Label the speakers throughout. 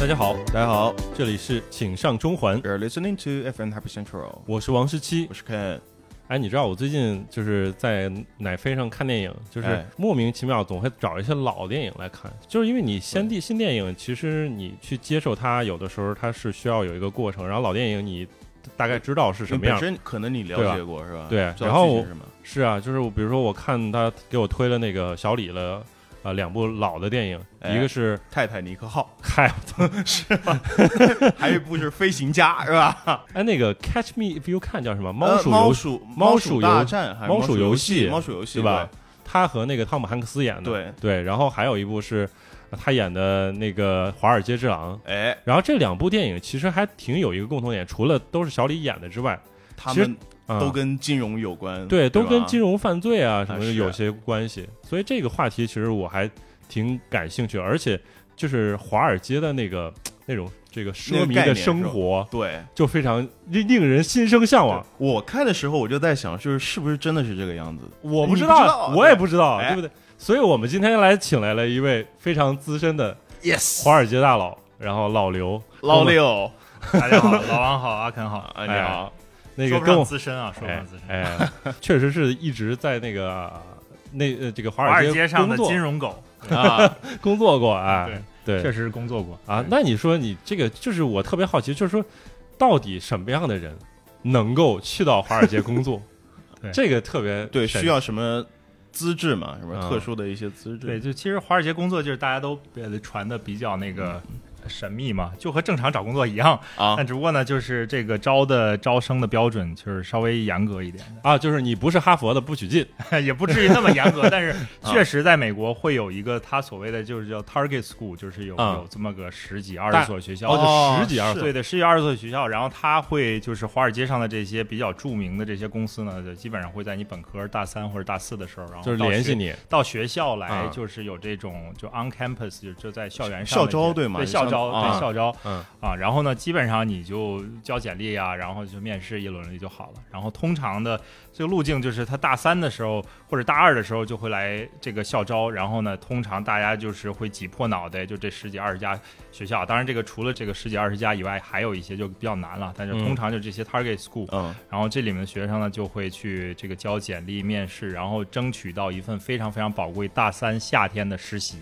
Speaker 1: 大家好，
Speaker 2: 大家好，
Speaker 1: 这里是请上中环，
Speaker 2: you're listening to FM Happy Central，
Speaker 1: 我是王十七
Speaker 2: 我。是 Ken，
Speaker 1: 哎，你知道我最近就是在奶飞上看电影，就是
Speaker 2: 哎
Speaker 1: 莫名其妙总会找一些老电影来看，就是因为你先第新电影，其实你去接受它，有的时候它是需要有一个过程，然后老电影你大概知道是什么样
Speaker 2: 你。嗯本身可能你了解过是吧？
Speaker 1: 对
Speaker 2: 知道
Speaker 1: 然后
Speaker 2: 剧情是吗？
Speaker 1: 是啊，就是我比如说我看他给我推了那个小李了。呃，两部老的电影，
Speaker 2: 哎
Speaker 1: 一个是，
Speaker 2: 泰坦尼克号
Speaker 1: 开，
Speaker 2: 还有一部是飞行家是 吧？
Speaker 1: 哎，那个《Catch Me If You Can》叫什么？
Speaker 2: 呃
Speaker 1: 鼠
Speaker 2: 猫
Speaker 1: 游
Speaker 2: 鼠
Speaker 1: 猫鼠
Speaker 2: 鼠
Speaker 1: 游
Speaker 2: 大战还是
Speaker 1: 猫
Speaker 2: 猫
Speaker 1: 鼠游
Speaker 2: 游
Speaker 1: 戏
Speaker 2: 猫鼠游戏
Speaker 1: 对吧？他和那个汤姆汉克斯演的。
Speaker 2: 对，
Speaker 1: 对，然后还有一部是呃他演的那个《华尔街之狼》。
Speaker 2: 哎，
Speaker 1: 然后这两部电影其实还挺有一个共同点，除了都是小李演的之外，
Speaker 2: 他
Speaker 1: 其实
Speaker 2: 们
Speaker 1: 啊、
Speaker 2: 都跟金融有关，
Speaker 1: 对都
Speaker 2: 吧
Speaker 1: 跟金融犯罪啊什么的
Speaker 2: 是
Speaker 1: 有些关系。所以这个话题其实我还挺感兴趣，而且就是华尔街的那个那种这个奢靡
Speaker 2: 那个概
Speaker 1: 的
Speaker 2: 念是吧
Speaker 1: 生活，
Speaker 2: 对。
Speaker 1: 就非常令令人心生向往。
Speaker 2: 我看的时候我就在想，就是是不是真的是这个样子？
Speaker 1: 我不
Speaker 2: 你
Speaker 1: 知
Speaker 2: 不
Speaker 1: 道，
Speaker 2: 知道啊
Speaker 1: 我也不知道，
Speaker 2: 哎
Speaker 1: 对不对？所以我们今天来请来了一位非常资深的
Speaker 2: Yes，
Speaker 1: 华尔街大佬，然后老刘，
Speaker 2: 老六，
Speaker 3: 大家好，老王好，阿肯好，
Speaker 2: 啊，
Speaker 3: 哎
Speaker 2: 你好，
Speaker 1: 哎那个
Speaker 3: 说不
Speaker 1: 跟
Speaker 3: 上
Speaker 1: 我
Speaker 3: 资深啊，说不
Speaker 1: 哎
Speaker 3: 上资深。
Speaker 1: 哎， 确实是一直在那个呃那呃这个华
Speaker 3: 华尔
Speaker 1: 街
Speaker 3: 街上
Speaker 1: 工
Speaker 3: 的
Speaker 1: 作
Speaker 3: 金融狗，
Speaker 2: 啊，
Speaker 1: 工作过啊，对
Speaker 3: 确实是工作过
Speaker 1: 啊，那你说你这个就是我特别好奇，就是说到底什么样的人能够去到华尔街工 作
Speaker 3: 对？
Speaker 1: 这个特别
Speaker 2: 对，
Speaker 1: 神
Speaker 2: 需要什么资质嘛？什么
Speaker 1: 啊
Speaker 2: 特殊的一些资质？
Speaker 3: 对，就其实华尔街工作就是大家都呃传的比较那个
Speaker 1: 嗯
Speaker 3: 神秘嘛，就和正常找工作一样，
Speaker 2: 啊，
Speaker 3: 但只不过呢，就是这个招的招生的标准就是稍微严格一点，
Speaker 1: 啊，就是你不是哈佛的不许进
Speaker 3: 也不至于那么严 格，但是
Speaker 1: 啊
Speaker 3: 确实在美国会有一个他所谓的就是叫 target school，就是有
Speaker 1: 啊
Speaker 3: 有这么个十几二
Speaker 1: 大
Speaker 3: 十所学校，
Speaker 1: 哦，
Speaker 2: 哦
Speaker 1: 就十几二十
Speaker 3: 啊对的，十几二十所学校，然后他会就是华尔街上的这些比较著名的这些公司呢，就基本上会在你本科大三或者大四的时候，然后
Speaker 1: 就是
Speaker 3: 到
Speaker 1: 联系
Speaker 3: 学
Speaker 1: 你，
Speaker 3: 到学校来
Speaker 1: 啊，
Speaker 3: 就是有这种就 on campus 就就在校园上
Speaker 2: 校
Speaker 3: 的
Speaker 2: 招
Speaker 3: 这
Speaker 2: 对吗
Speaker 3: 对
Speaker 2: 像
Speaker 3: 校招
Speaker 2: 啊
Speaker 3: 对校招
Speaker 1: 嗯
Speaker 3: 啊，然后呢，基本上你就交简历啊，然后就面试一轮就好了。然后通常的这个路径就是他大三的时候或者大二的时候就会来这个校招，然后呢，通常大家就是会挤破脑袋，就这十几二十家学校。当然，这个除了这个十几二十家以外，还有一些就比较难了，但是
Speaker 1: 嗯
Speaker 3: 通常就这些 target school，
Speaker 2: 嗯，
Speaker 3: 然后这里面的学生呢，就会去这个交简历、面试，然后争取到一份非常非常宝贵大三夏天的实习。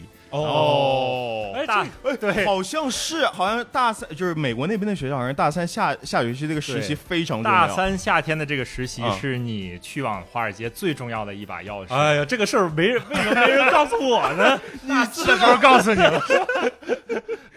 Speaker 2: 哦
Speaker 1: 哎
Speaker 3: 大
Speaker 1: 这
Speaker 3: 对
Speaker 2: 好像是，好像大三就是美国那边的学校，好像大三下下学期这个实习
Speaker 3: 对
Speaker 2: 非常重要。
Speaker 3: 大三夏天的这个实习
Speaker 2: 嗯
Speaker 3: 是你去往华尔街最重要的一把钥匙。
Speaker 1: 哎呀，这个事儿没人为什么没人告诉我呢？
Speaker 3: 大四的时候告诉你了，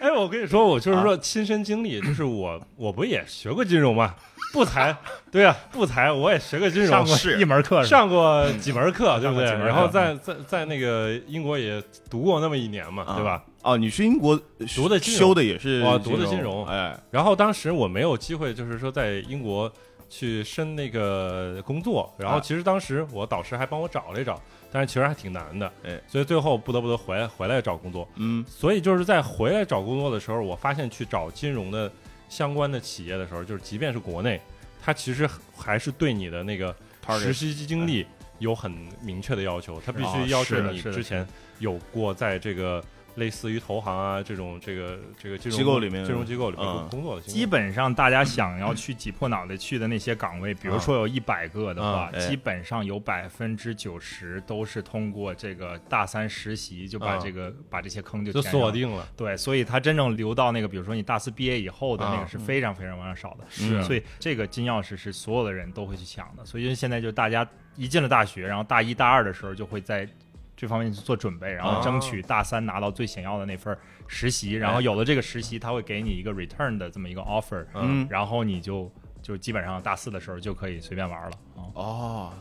Speaker 1: 哎，我跟你说，我就是说亲身经历，就是我我不也学过金融嘛，不才，对啊，不才，我也学过金融，
Speaker 3: 上过
Speaker 2: 是
Speaker 3: 一门课是吧
Speaker 1: 上过几门课，对不对？
Speaker 3: 上过几门课嗯
Speaker 1: 然后在在在那个英国也读过那么一年嘛，
Speaker 2: 啊
Speaker 1: 对吧？
Speaker 2: 哦，你去英国
Speaker 1: 读的金融
Speaker 2: 修的也是
Speaker 1: 我读的金融
Speaker 2: 哎，
Speaker 1: 然后当时我没有机会，就是说在英国去申那个工作，然后
Speaker 2: 啊
Speaker 1: 其实当时我导师还帮我找了一找，但是其实还挺难的，
Speaker 2: 哎
Speaker 1: 所以最后不得不得回来回来找工作。
Speaker 2: 嗯，
Speaker 1: 所以就是在回来找工作的时候，我发现去找金融的相关的企业的时候，就是即便是国内，它其实还是对你的那个
Speaker 2: Target
Speaker 1: 实习经历有很明确的要求，它必
Speaker 3: 哦
Speaker 1: 须要求
Speaker 3: 是的
Speaker 1: 你
Speaker 3: 是的
Speaker 1: 之前有过在这个类似于投行啊这种这个这个金融
Speaker 2: 机构里面
Speaker 1: 金融机构里面
Speaker 2: 嗯
Speaker 1: 工作的经历
Speaker 3: 基本上大家想要去挤破脑袋去的那些岗位，比
Speaker 1: 嗯
Speaker 3: 如说有一百个的话，
Speaker 2: 嗯哎
Speaker 3: 基本上有百分之九十都是通过这个大三实习就把
Speaker 1: 嗯
Speaker 3: 这个、把这些坑就
Speaker 1: 就
Speaker 3: 填上了
Speaker 1: 锁定了。
Speaker 3: 对，所以它真正留到那个，比如说你大四毕业以后的那
Speaker 1: 啊
Speaker 3: 个是非常非常非常少的。
Speaker 2: 嗯是
Speaker 3: 所以这个金钥匙是所有的人都会去抢的。所以就是现在就大家一进了大学，然后大一大二的时候就会在这方面去做准备，然后争
Speaker 2: 啊
Speaker 3: 取大三拿到最想要的那份儿实习。
Speaker 2: 哎
Speaker 3: 然后有了这个实习，他会给你一个 return 的这么一个 offer，
Speaker 2: 嗯
Speaker 3: 然后你就就基本上大四的时候就可以随便玩了啊。
Speaker 2: 哦，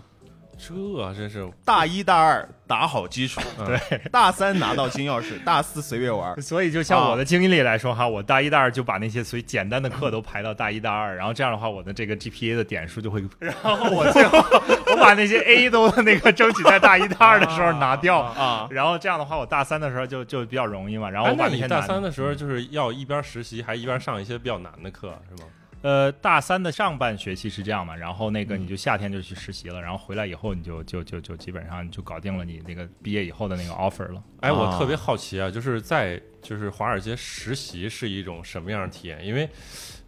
Speaker 1: 这真是
Speaker 2: 大一大二打好基 础，
Speaker 1: 嗯
Speaker 2: 大三拿到金钥匙， 大四随便玩。
Speaker 3: 所以就像我的经历来说
Speaker 1: 啊
Speaker 3: 哈，我大一大二就把那些所以简单的课都排到大一大二，然后这样的话我的这个 GPA 的点数就 会，然后我最后 我把那些 A 都那个争取在大一大二的时候拿掉，
Speaker 2: 啊，
Speaker 3: 然后这样的话我大三的时候就就比较容易嘛，然后
Speaker 1: 哎
Speaker 3: 我把
Speaker 1: 那
Speaker 3: 那
Speaker 1: 你
Speaker 3: 些
Speaker 1: 大
Speaker 3: 难
Speaker 1: 三的时候就是要一边实习还一边上一些比较难的课是吗？
Speaker 3: 呃，大三的上半学期是这样嘛，然后那个
Speaker 1: 嗯
Speaker 3: 你就夏天就去实习了，然后回来以后你就就就就基本上你就搞定了你那个毕业以后的那个 offer 了。
Speaker 1: 哎，我
Speaker 2: 啊
Speaker 1: 特别好奇啊，就是在就是华尔街实习是一种什么样的体验？因为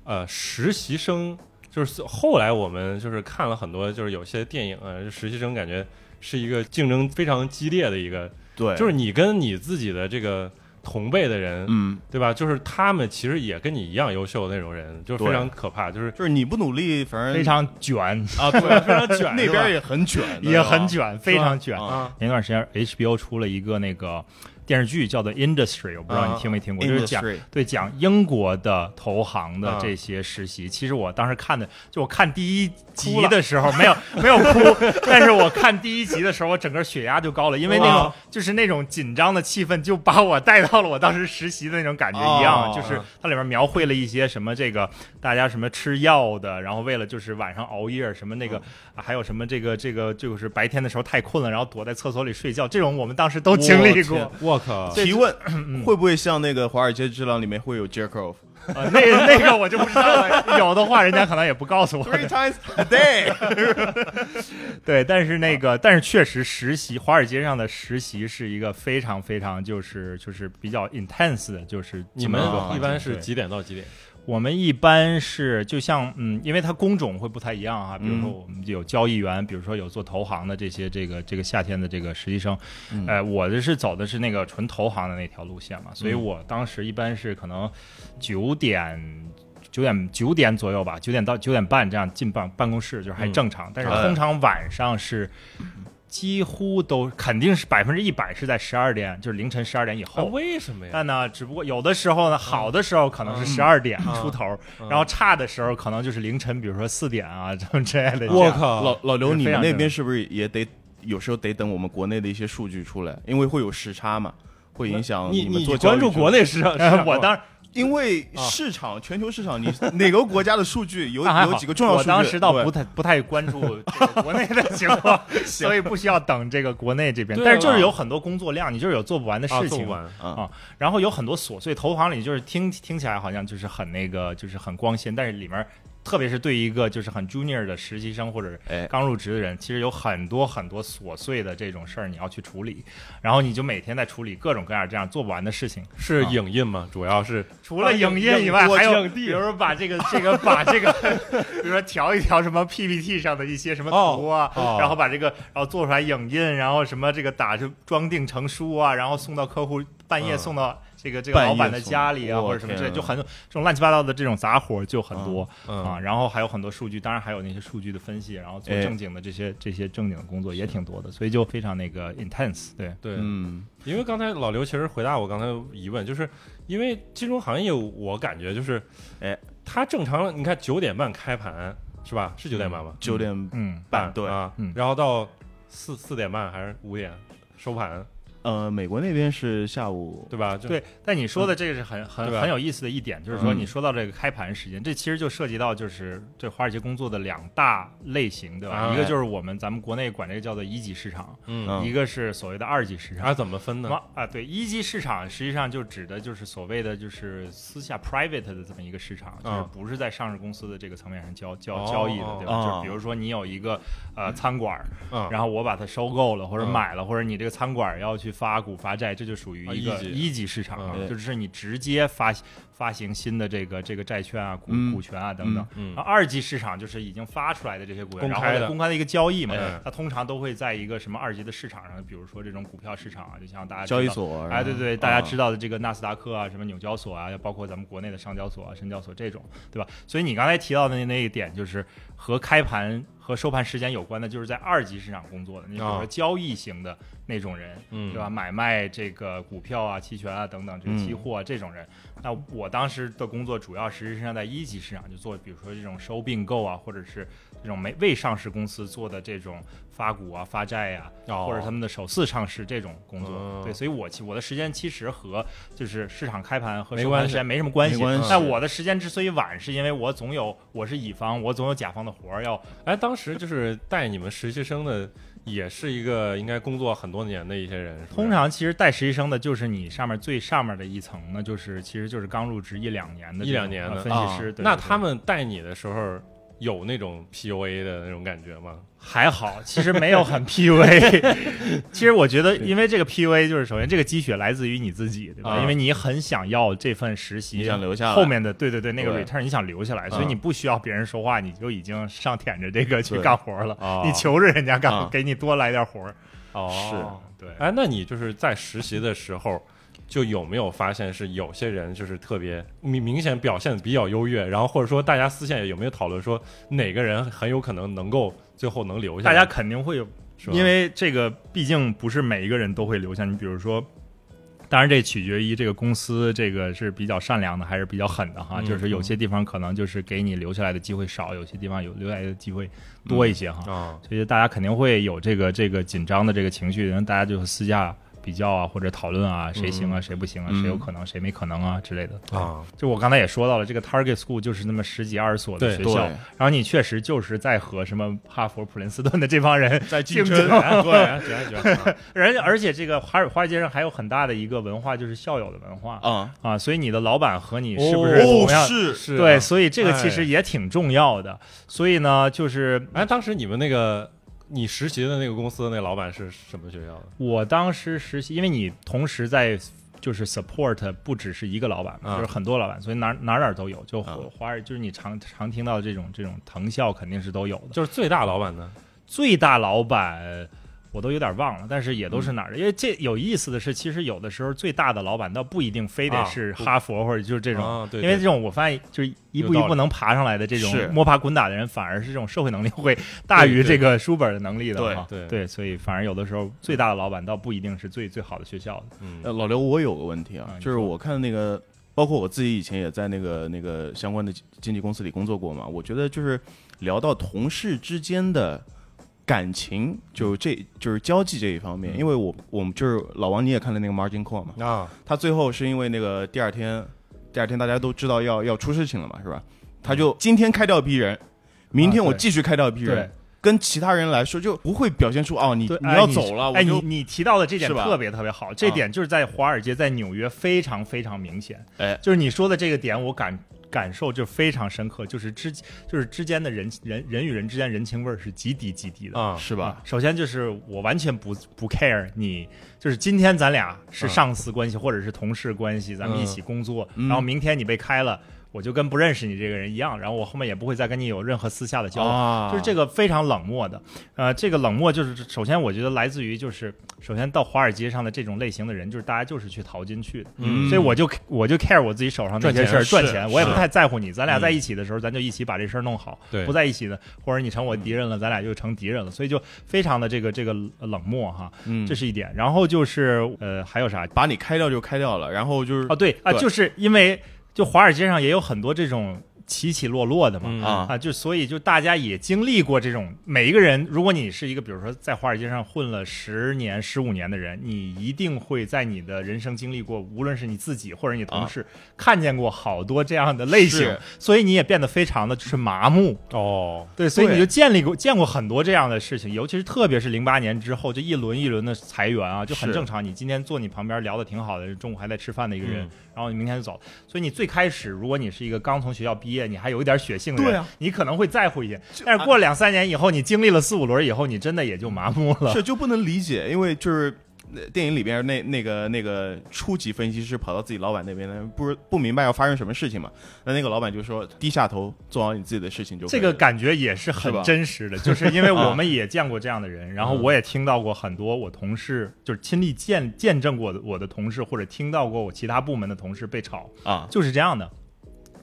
Speaker 1: 呃，实习生就是后来我们就是看了很多，就是有些电影啊，实习生感觉是一个竞争非常激烈的一个，
Speaker 2: 对，
Speaker 1: 就是你跟你自己的这个同辈的人，
Speaker 2: 嗯，
Speaker 1: 对吧？就是他们其实也跟你一样优秀的那种人，就是非
Speaker 2: 对
Speaker 1: 常可怕，就是，
Speaker 2: 就是你不努力，反正
Speaker 3: 非常卷，
Speaker 2: 啊，对， 非常卷那边也很卷，
Speaker 3: 也很卷，非常卷。
Speaker 2: 啊
Speaker 1: 啊，
Speaker 3: 前段时间 HBO 出了一个那个电视剧叫做《Industry》，我不知道你听没听过，
Speaker 2: 对吧。
Speaker 3: 就是讲
Speaker 2: Industry
Speaker 3: 对讲英国的投行的
Speaker 1: 啊
Speaker 3: 这些实习。其实我当时看的，就我看第一
Speaker 1: 哭
Speaker 3: 集
Speaker 1: 了
Speaker 3: 的时候没有没有哭，但是我看第一集的时候，我整个血压就高了，因为那种
Speaker 1: 哇
Speaker 3: 就是那种紧张的气氛就把我带到了我当时实习的那种感觉一样，
Speaker 2: 哦
Speaker 3: 就是
Speaker 1: 嗯
Speaker 3: 它里面描绘了一些什么这个大家什么吃药的，然后为了就是晚上熬夜什么那个，
Speaker 1: 嗯
Speaker 3: 啊还有什么这个这个就是白天的时候太困了，然后躲在厕所里睡觉，这种我们当时都经历过
Speaker 2: 我天。
Speaker 1: 我靠，
Speaker 2: 提问会不会像那个《华尔街之狼》里面会有 Jerkoff
Speaker 3: 啊，那那个我就不知道了，有的话人家可能也不告诉我。
Speaker 2: three times a day？
Speaker 3: 对，但是那个，但是确实实习，华尔街上的实习是一个非常非常就是就是比较 intense 的，就是
Speaker 1: 你
Speaker 3: 这么
Speaker 1: 们
Speaker 3: 一个
Speaker 2: 啊
Speaker 3: 环
Speaker 1: 一
Speaker 3: 境
Speaker 1: 般是
Speaker 3: 对
Speaker 1: 几点到几点？
Speaker 3: 我们一般是就像嗯，因为它工种会不太一样哈，比如说
Speaker 2: 嗯
Speaker 3: 我们有交易员，比如说有做投行的这些这个这个夏天的这个实习生，
Speaker 2: 嗯
Speaker 3: 呃，我的是走的是那个纯投行的那条路线嘛，所以
Speaker 1: 嗯
Speaker 3: 我当时一般是可能九点。九点九点左右吧，九点到九点半这样进办办公室就是还
Speaker 1: 嗯
Speaker 3: 正常，但是
Speaker 2: 哎
Speaker 3: 通常晚上是几乎都肯定是百分之一百是在十二点，就是凌晨十二点以
Speaker 1: 啊，
Speaker 3: 后。
Speaker 1: 为什么呀？
Speaker 3: 但呢，只不过有的时候呢，好的时候可能是十二点出头，
Speaker 1: 嗯
Speaker 3: 然后差的时候可能就是凌晨，比如说四点啊， 这么之类的。
Speaker 1: 我
Speaker 3: 这样
Speaker 1: 靠，
Speaker 2: 老老刘，
Speaker 3: 是
Speaker 2: 你
Speaker 3: 非
Speaker 2: 们
Speaker 3: 常
Speaker 2: 那
Speaker 3: 正
Speaker 2: 边是不是也得有时候得等我们国内的一些数据出来，因为会有时差嘛，会影响
Speaker 1: 你
Speaker 2: 们
Speaker 1: 你
Speaker 2: 做
Speaker 1: 关
Speaker 2: 交易
Speaker 1: 注
Speaker 2: 决
Speaker 1: 国
Speaker 2: 策，
Speaker 1: 内市场？市啊
Speaker 3: 呃
Speaker 1: 场
Speaker 3: 我
Speaker 1: 吗
Speaker 3: 当
Speaker 2: 因为市场全球市场，你哪个国家的数据有
Speaker 3: 啊那还好
Speaker 2: 有几个重要数
Speaker 3: 我
Speaker 2: 据？
Speaker 3: 当时倒
Speaker 2: 对
Speaker 3: 不太不太关注这个国内的情况，所以不需要等这个国内这边。
Speaker 1: 对
Speaker 3: 但是就是
Speaker 1: 了
Speaker 3: 有很多工作量，你就是有做不完的
Speaker 1: 啊
Speaker 3: 事
Speaker 1: 做
Speaker 3: 情
Speaker 1: 不。完
Speaker 2: 啊
Speaker 3: 然后有很多琐碎，投行里就是听听起来好像就是很那个，就是很光鲜，但是里面。特别是对一个就是很 junior 的实习生或者
Speaker 2: 哎
Speaker 3: 刚入职的人，其实有很多很多琐碎的这种事儿你要去处理，然后你就每天在处理各种各样这样做不完的事情。
Speaker 1: 是
Speaker 3: 啊
Speaker 1: 影印吗？主要是
Speaker 3: 除了影印以
Speaker 2: 啊
Speaker 3: 外，
Speaker 1: 我
Speaker 3: 还有
Speaker 1: 影帝
Speaker 3: 比如说把 这个这个把这个， 比如说调一调什么 PPT 上的一些什么图啊，
Speaker 1: 哦哦
Speaker 3: 然后把这个然后做出来影印，然后什么这个打就装订成书啊，然后送到客户半夜
Speaker 1: 嗯
Speaker 3: 送到这个这个
Speaker 2: 半夜
Speaker 3: 老板的家里啊，
Speaker 2: 送
Speaker 3: 或者什么之类，
Speaker 2: 我天啊
Speaker 3: 就很多这种乱七八糟的这种杂活就很多
Speaker 1: 嗯
Speaker 3: 啊，然后还有很多数据，当然还有那些数据的分析，然后做
Speaker 2: 哎
Speaker 3: 正经的这些这些正经的工作也挺多的，所以就非常那个 intense，对。
Speaker 1: 对，
Speaker 2: 嗯，
Speaker 1: 因为刚才老刘其实回答我刚才疑问，就是因为金融行业，我感觉就是，
Speaker 2: 哎，
Speaker 1: 它正常，你看九点半开盘是吧？是九点半吧？
Speaker 2: 九点
Speaker 3: 嗯，
Speaker 2: 半对，
Speaker 1: 啊
Speaker 3: 嗯，
Speaker 1: 然后到四四点半还是五点收盘，
Speaker 2: 呃，美国那边是下午
Speaker 1: 对吧？就，
Speaker 3: 对，但你说的这个是很很
Speaker 1: 对吧
Speaker 3: 很有意思的一点，就是说
Speaker 2: 嗯
Speaker 3: 你说到这个开盘时间，这其实就涉及到就是对华尔街工作的两大类型，对吧？
Speaker 1: 哎
Speaker 3: 一个就是我们咱们国内管这个叫做一级市场，
Speaker 1: 嗯，
Speaker 2: 嗯
Speaker 3: 一个是所谓的二级市场。
Speaker 1: 它怎么分
Speaker 3: 那
Speaker 1: 呢？
Speaker 3: 么啊，对一级市场实际上就指的就是所谓的就是私下 private 的这么一个市场，就是
Speaker 1: 嗯
Speaker 3: 不是在上市公司的这个层面上交交
Speaker 1: 哦
Speaker 3: 交易的，对吧？就是
Speaker 2: 哦
Speaker 3: 比如说你有一个呃餐馆儿，
Speaker 1: 嗯，
Speaker 3: 然后我把它收购了，或者
Speaker 1: 嗯
Speaker 3: 买了，或者你这个餐馆要去发股发债，这就属于
Speaker 1: 啊
Speaker 3: 一个
Speaker 1: 一级
Speaker 3: 一级市场啊，
Speaker 1: 嗯
Speaker 3: 就是你直接发发行新的这个这个债券啊、股
Speaker 2: 嗯
Speaker 3: 股权啊等等。
Speaker 1: 嗯
Speaker 3: 然后二级市场就是已经发出来的这些股票，
Speaker 1: 公
Speaker 3: 然
Speaker 1: 开
Speaker 3: 后
Speaker 1: 的
Speaker 3: 公开的一个交易嘛
Speaker 1: 哎，
Speaker 3: 它通常都会在一个什么二级的市场上，比如说这种股票市场啊，就像大家知道
Speaker 2: 交易。所，
Speaker 3: 哎，对对，大
Speaker 2: 啊
Speaker 3: 家知道的这个纳斯达克啊，什么纽交所啊，包括咱们国内的上交所啊、深交所这种，对吧？所以你刚才提到的那那一点，就是和开盘和收盘时间有关的，就是在二级市场工作的，你比如
Speaker 1: 啊
Speaker 3: 说交易型的那种人，
Speaker 1: 嗯
Speaker 3: 对吧？买卖这个股票啊、期权啊等等，这个
Speaker 2: 嗯
Speaker 3: 期货啊、这种人。那我当时的工作主要实际上在一级市场，就做比如说这种收并购啊，或者是这种没未上市公司做的这种发股啊、发债呀、
Speaker 1: 哦
Speaker 3: 或者他们的首次上市这种工作。
Speaker 1: 嗯
Speaker 3: 对，所以我其我的时间其实和就是市场开盘和
Speaker 1: 没
Speaker 3: 收
Speaker 1: 关
Speaker 3: 盘
Speaker 1: 系
Speaker 3: 的时间没什么关系。
Speaker 2: 没关系
Speaker 3: 但我的时间之所以晚，是因为我总有我是乙方，我总有甲方的活儿要
Speaker 1: 哎，当时就是带你们实习生的，也是一个应该工作很多年的一些人，是不是
Speaker 3: 通常其实带实习生的就是你上面最上面的一层呢，就是其实就是刚入职一两年的
Speaker 1: 一
Speaker 3: 这
Speaker 1: 两
Speaker 3: 种
Speaker 1: 年的
Speaker 3: 呃
Speaker 1: 啊
Speaker 3: 分析师。对
Speaker 1: 那
Speaker 3: 对对
Speaker 1: 他们带你的时候有那种 PUA 的那种感觉吗？
Speaker 3: 还好，其实没有很 PUA。其实我觉得，因为这个 PUA 就是首先这个积雪来自于你自己，对吧？
Speaker 1: 啊
Speaker 3: 因为你很想要这份实习，
Speaker 2: 你想留下来
Speaker 3: 后面的对对对那个
Speaker 2: 啊对
Speaker 3: return 你想留下来，所以
Speaker 2: 啊
Speaker 3: 你不需要别人说话，你就已经上舔着这个去
Speaker 2: 对
Speaker 3: 干活了。
Speaker 1: 哦
Speaker 3: 你求着人家干，
Speaker 2: 啊
Speaker 3: 给你多来点活儿。
Speaker 1: 哦
Speaker 3: 对，
Speaker 1: 哎，那你就是在实习的时候，就有没有发现是有些人就是特别明明显表现比较优越，然后或者说大家私下有没有讨论说哪个人很有可能能够最后能留下
Speaker 3: 大
Speaker 1: 来？
Speaker 3: 家肯定会有
Speaker 1: 是吧
Speaker 3: 因为这个毕竟不是每一个人都会留下。你比如说，当然这取决于这个公司这个是比较善良的还是比较狠的哈。
Speaker 1: 嗯
Speaker 3: 就是有些地方可能就是给你留下来的机会少，有些地方有留下来的机会多一些哈。
Speaker 1: 啊，
Speaker 3: 所以大家肯定会有这个这个紧张的这个情绪，然后大家就是私下。比较啊，或者讨论啊，谁行啊，谁不行啊，
Speaker 2: 嗯
Speaker 3: 谁有可能，谁没可能啊之类的。
Speaker 1: 啊，
Speaker 3: 就我刚才也说到了，这个 Target School 就是那么十几二十所的
Speaker 1: 对
Speaker 3: 学校，
Speaker 2: 对
Speaker 3: 然后你确实就是在和什么哈佛、普林斯顿的这帮人
Speaker 2: 在
Speaker 3: 竞
Speaker 2: 竞
Speaker 3: 争啊
Speaker 2: 争，啊
Speaker 1: 对，觉得觉得
Speaker 3: 人而且这个华尔华尔街上还有很大的一个文化，就是校友的文化
Speaker 2: 啊，
Speaker 3: 啊，所以你的老板和你
Speaker 1: 哦
Speaker 3: 是不是
Speaker 2: 哦
Speaker 3: 同样？
Speaker 2: 是哎
Speaker 1: 是
Speaker 3: 对，
Speaker 1: 啊
Speaker 3: 所以这个其实也挺重要的。所以呢，就是
Speaker 1: 哎，当时你们那个你实习的那个公司的那老板是什么学校的？
Speaker 3: 我当时实习，因为你同时在就是 support 不只是一个老板嘛，
Speaker 1: 啊
Speaker 3: 就是很多老板，所以哪哪哪儿都有。就华
Speaker 2: 啊
Speaker 3: 华尔就是你常常听到的这种这种藤校肯定是都有的。
Speaker 1: 就是最大老板呢？
Speaker 3: 最大老板我都有点忘了，但是也都是哪儿的？
Speaker 1: 嗯
Speaker 3: 因为这有意思的是，其实有的时候最大的老板倒不一定非得
Speaker 1: 啊
Speaker 3: 是
Speaker 1: 不
Speaker 3: 哈佛或者就是这种，
Speaker 1: 啊，对，
Speaker 3: 因为
Speaker 1: 对
Speaker 3: 这种我发现就是一
Speaker 1: 有
Speaker 3: 步一
Speaker 1: 道理
Speaker 3: 步能爬上来的这种
Speaker 2: 是
Speaker 3: 摸爬滚打的人，反而是这种社会能力会 大
Speaker 1: 对
Speaker 3: 于
Speaker 1: 对
Speaker 3: 这个书本的能力的
Speaker 2: 对
Speaker 3: 哈
Speaker 1: 对
Speaker 3: 对，所以反而有的时候最大的老板倒不一定是最最好的学校的。
Speaker 1: 嗯
Speaker 2: 呃，老刘，我有个问题
Speaker 3: 啊
Speaker 2: 啊，
Speaker 3: 你
Speaker 2: 就是我看那个，包括我自己以前也在那个那个相关的经纪公司里工作过嘛，我觉得就是聊到同事之间的感情，就这就是交际这一方
Speaker 3: 嗯
Speaker 2: 面，因为我我们就是老王，你也看了那个 Margin Call 嘛，
Speaker 1: 啊，
Speaker 2: 他最后是因为那个第二天，第二天大家都知道要要出事情了嘛，是吧？他就今天开掉一批人，明天我
Speaker 3: 嗯啊对
Speaker 2: 继续开掉一批人。
Speaker 3: 对
Speaker 2: 跟其他人来说，就不会表现出哦，你
Speaker 3: 对，
Speaker 2: 你
Speaker 3: 哎
Speaker 2: 要走了，
Speaker 3: 哎，
Speaker 2: 我
Speaker 3: 你
Speaker 2: 就
Speaker 3: 你提到的这点
Speaker 2: 是吧
Speaker 3: 特别特别好，这
Speaker 2: 啊
Speaker 3: 点就是在华尔街，在纽约非常非常明显。
Speaker 2: 哎
Speaker 3: 就是你说的这个点，我感感受就非常深刻，就是之就是之间的人人人与人之间人情味儿是极低极低的
Speaker 1: 啊
Speaker 2: 是吧？
Speaker 3: 首先就是我完全不不 care 你，就是今天咱俩是上司关系或者是同事关系，咱们一起工作，
Speaker 2: 嗯
Speaker 3: 然后明天你被开了，我就跟不认识你这个人一样，然后我后面也不会再跟你有任何私下的交往。
Speaker 2: 啊
Speaker 3: 就是这个非常冷漠的，呃，这个冷漠就是首先我觉得来自于就是首先到华尔街上的这种类型的人，就是大家就是去淘金去的，
Speaker 1: 嗯
Speaker 3: 所以我就我就 care 我自己手上那
Speaker 1: 赚
Speaker 3: 些
Speaker 1: 钱
Speaker 3: 事儿
Speaker 1: 是
Speaker 3: 赚钱，我也不
Speaker 1: 是嗯
Speaker 3: 太在乎你，咱俩在一起的时候，咱就一起把这事儿弄好，
Speaker 1: 对嗯
Speaker 3: 不在一起的，或者你成我敌人了，咱俩就成敌人了，所以就非常的这个这个冷漠哈，
Speaker 2: 嗯
Speaker 3: 这是一点，然后就是呃还有啥
Speaker 2: 把你开掉就开掉了，然后就是
Speaker 3: 哦对啊，
Speaker 2: 对
Speaker 3: 就是因为就华尔街上也有很多这种起起落落的嘛，
Speaker 1: 嗯
Speaker 2: 啊
Speaker 3: 啊，就所以就大家也经历过这种，每一个人，如果你是一个比如说在华尔街上混了十年、十五年的人，你一定会在你的人生经历过，无论是你自己或者你同事，看见过好多这样的类型
Speaker 2: 啊是，
Speaker 3: 所以你也变得非常的就是麻木。
Speaker 1: 哦，
Speaker 3: 对，所以
Speaker 2: 对
Speaker 3: 你就建立过见过很多这样的事情，尤其是特别是零八年之后，这一轮一轮的裁员啊，就很
Speaker 2: 是
Speaker 3: 正常。你今天坐你旁边聊的挺好的，中午还在吃饭的一个人，
Speaker 1: 嗯
Speaker 3: 然后你明天就走了。所以你最开始，如果你是一个刚从学校毕业，你还有一点血性的人，
Speaker 2: 对啊
Speaker 3: 你可能会在乎一些。但哎是过两三年以后，你经历了四五轮以后，你真的也就麻木了。
Speaker 2: 是就不能理解，因为就是呃电影里边那那个那个初级分析师跑到自己老板那边呢，不是不明白要发生什么事情嘛？那那个老板就说低下头做好你自己的事情就可
Speaker 3: 这
Speaker 2: 以了
Speaker 3: 个感觉也是很
Speaker 2: 是吧啊嗯
Speaker 3: 真实的，就是因为我们也见过这样的人，然后我也听到过很多我同事，就是亲历见见证过的我的同事，或者听到过我其他部门的同事被炒，
Speaker 2: 啊，
Speaker 3: 就是这样的。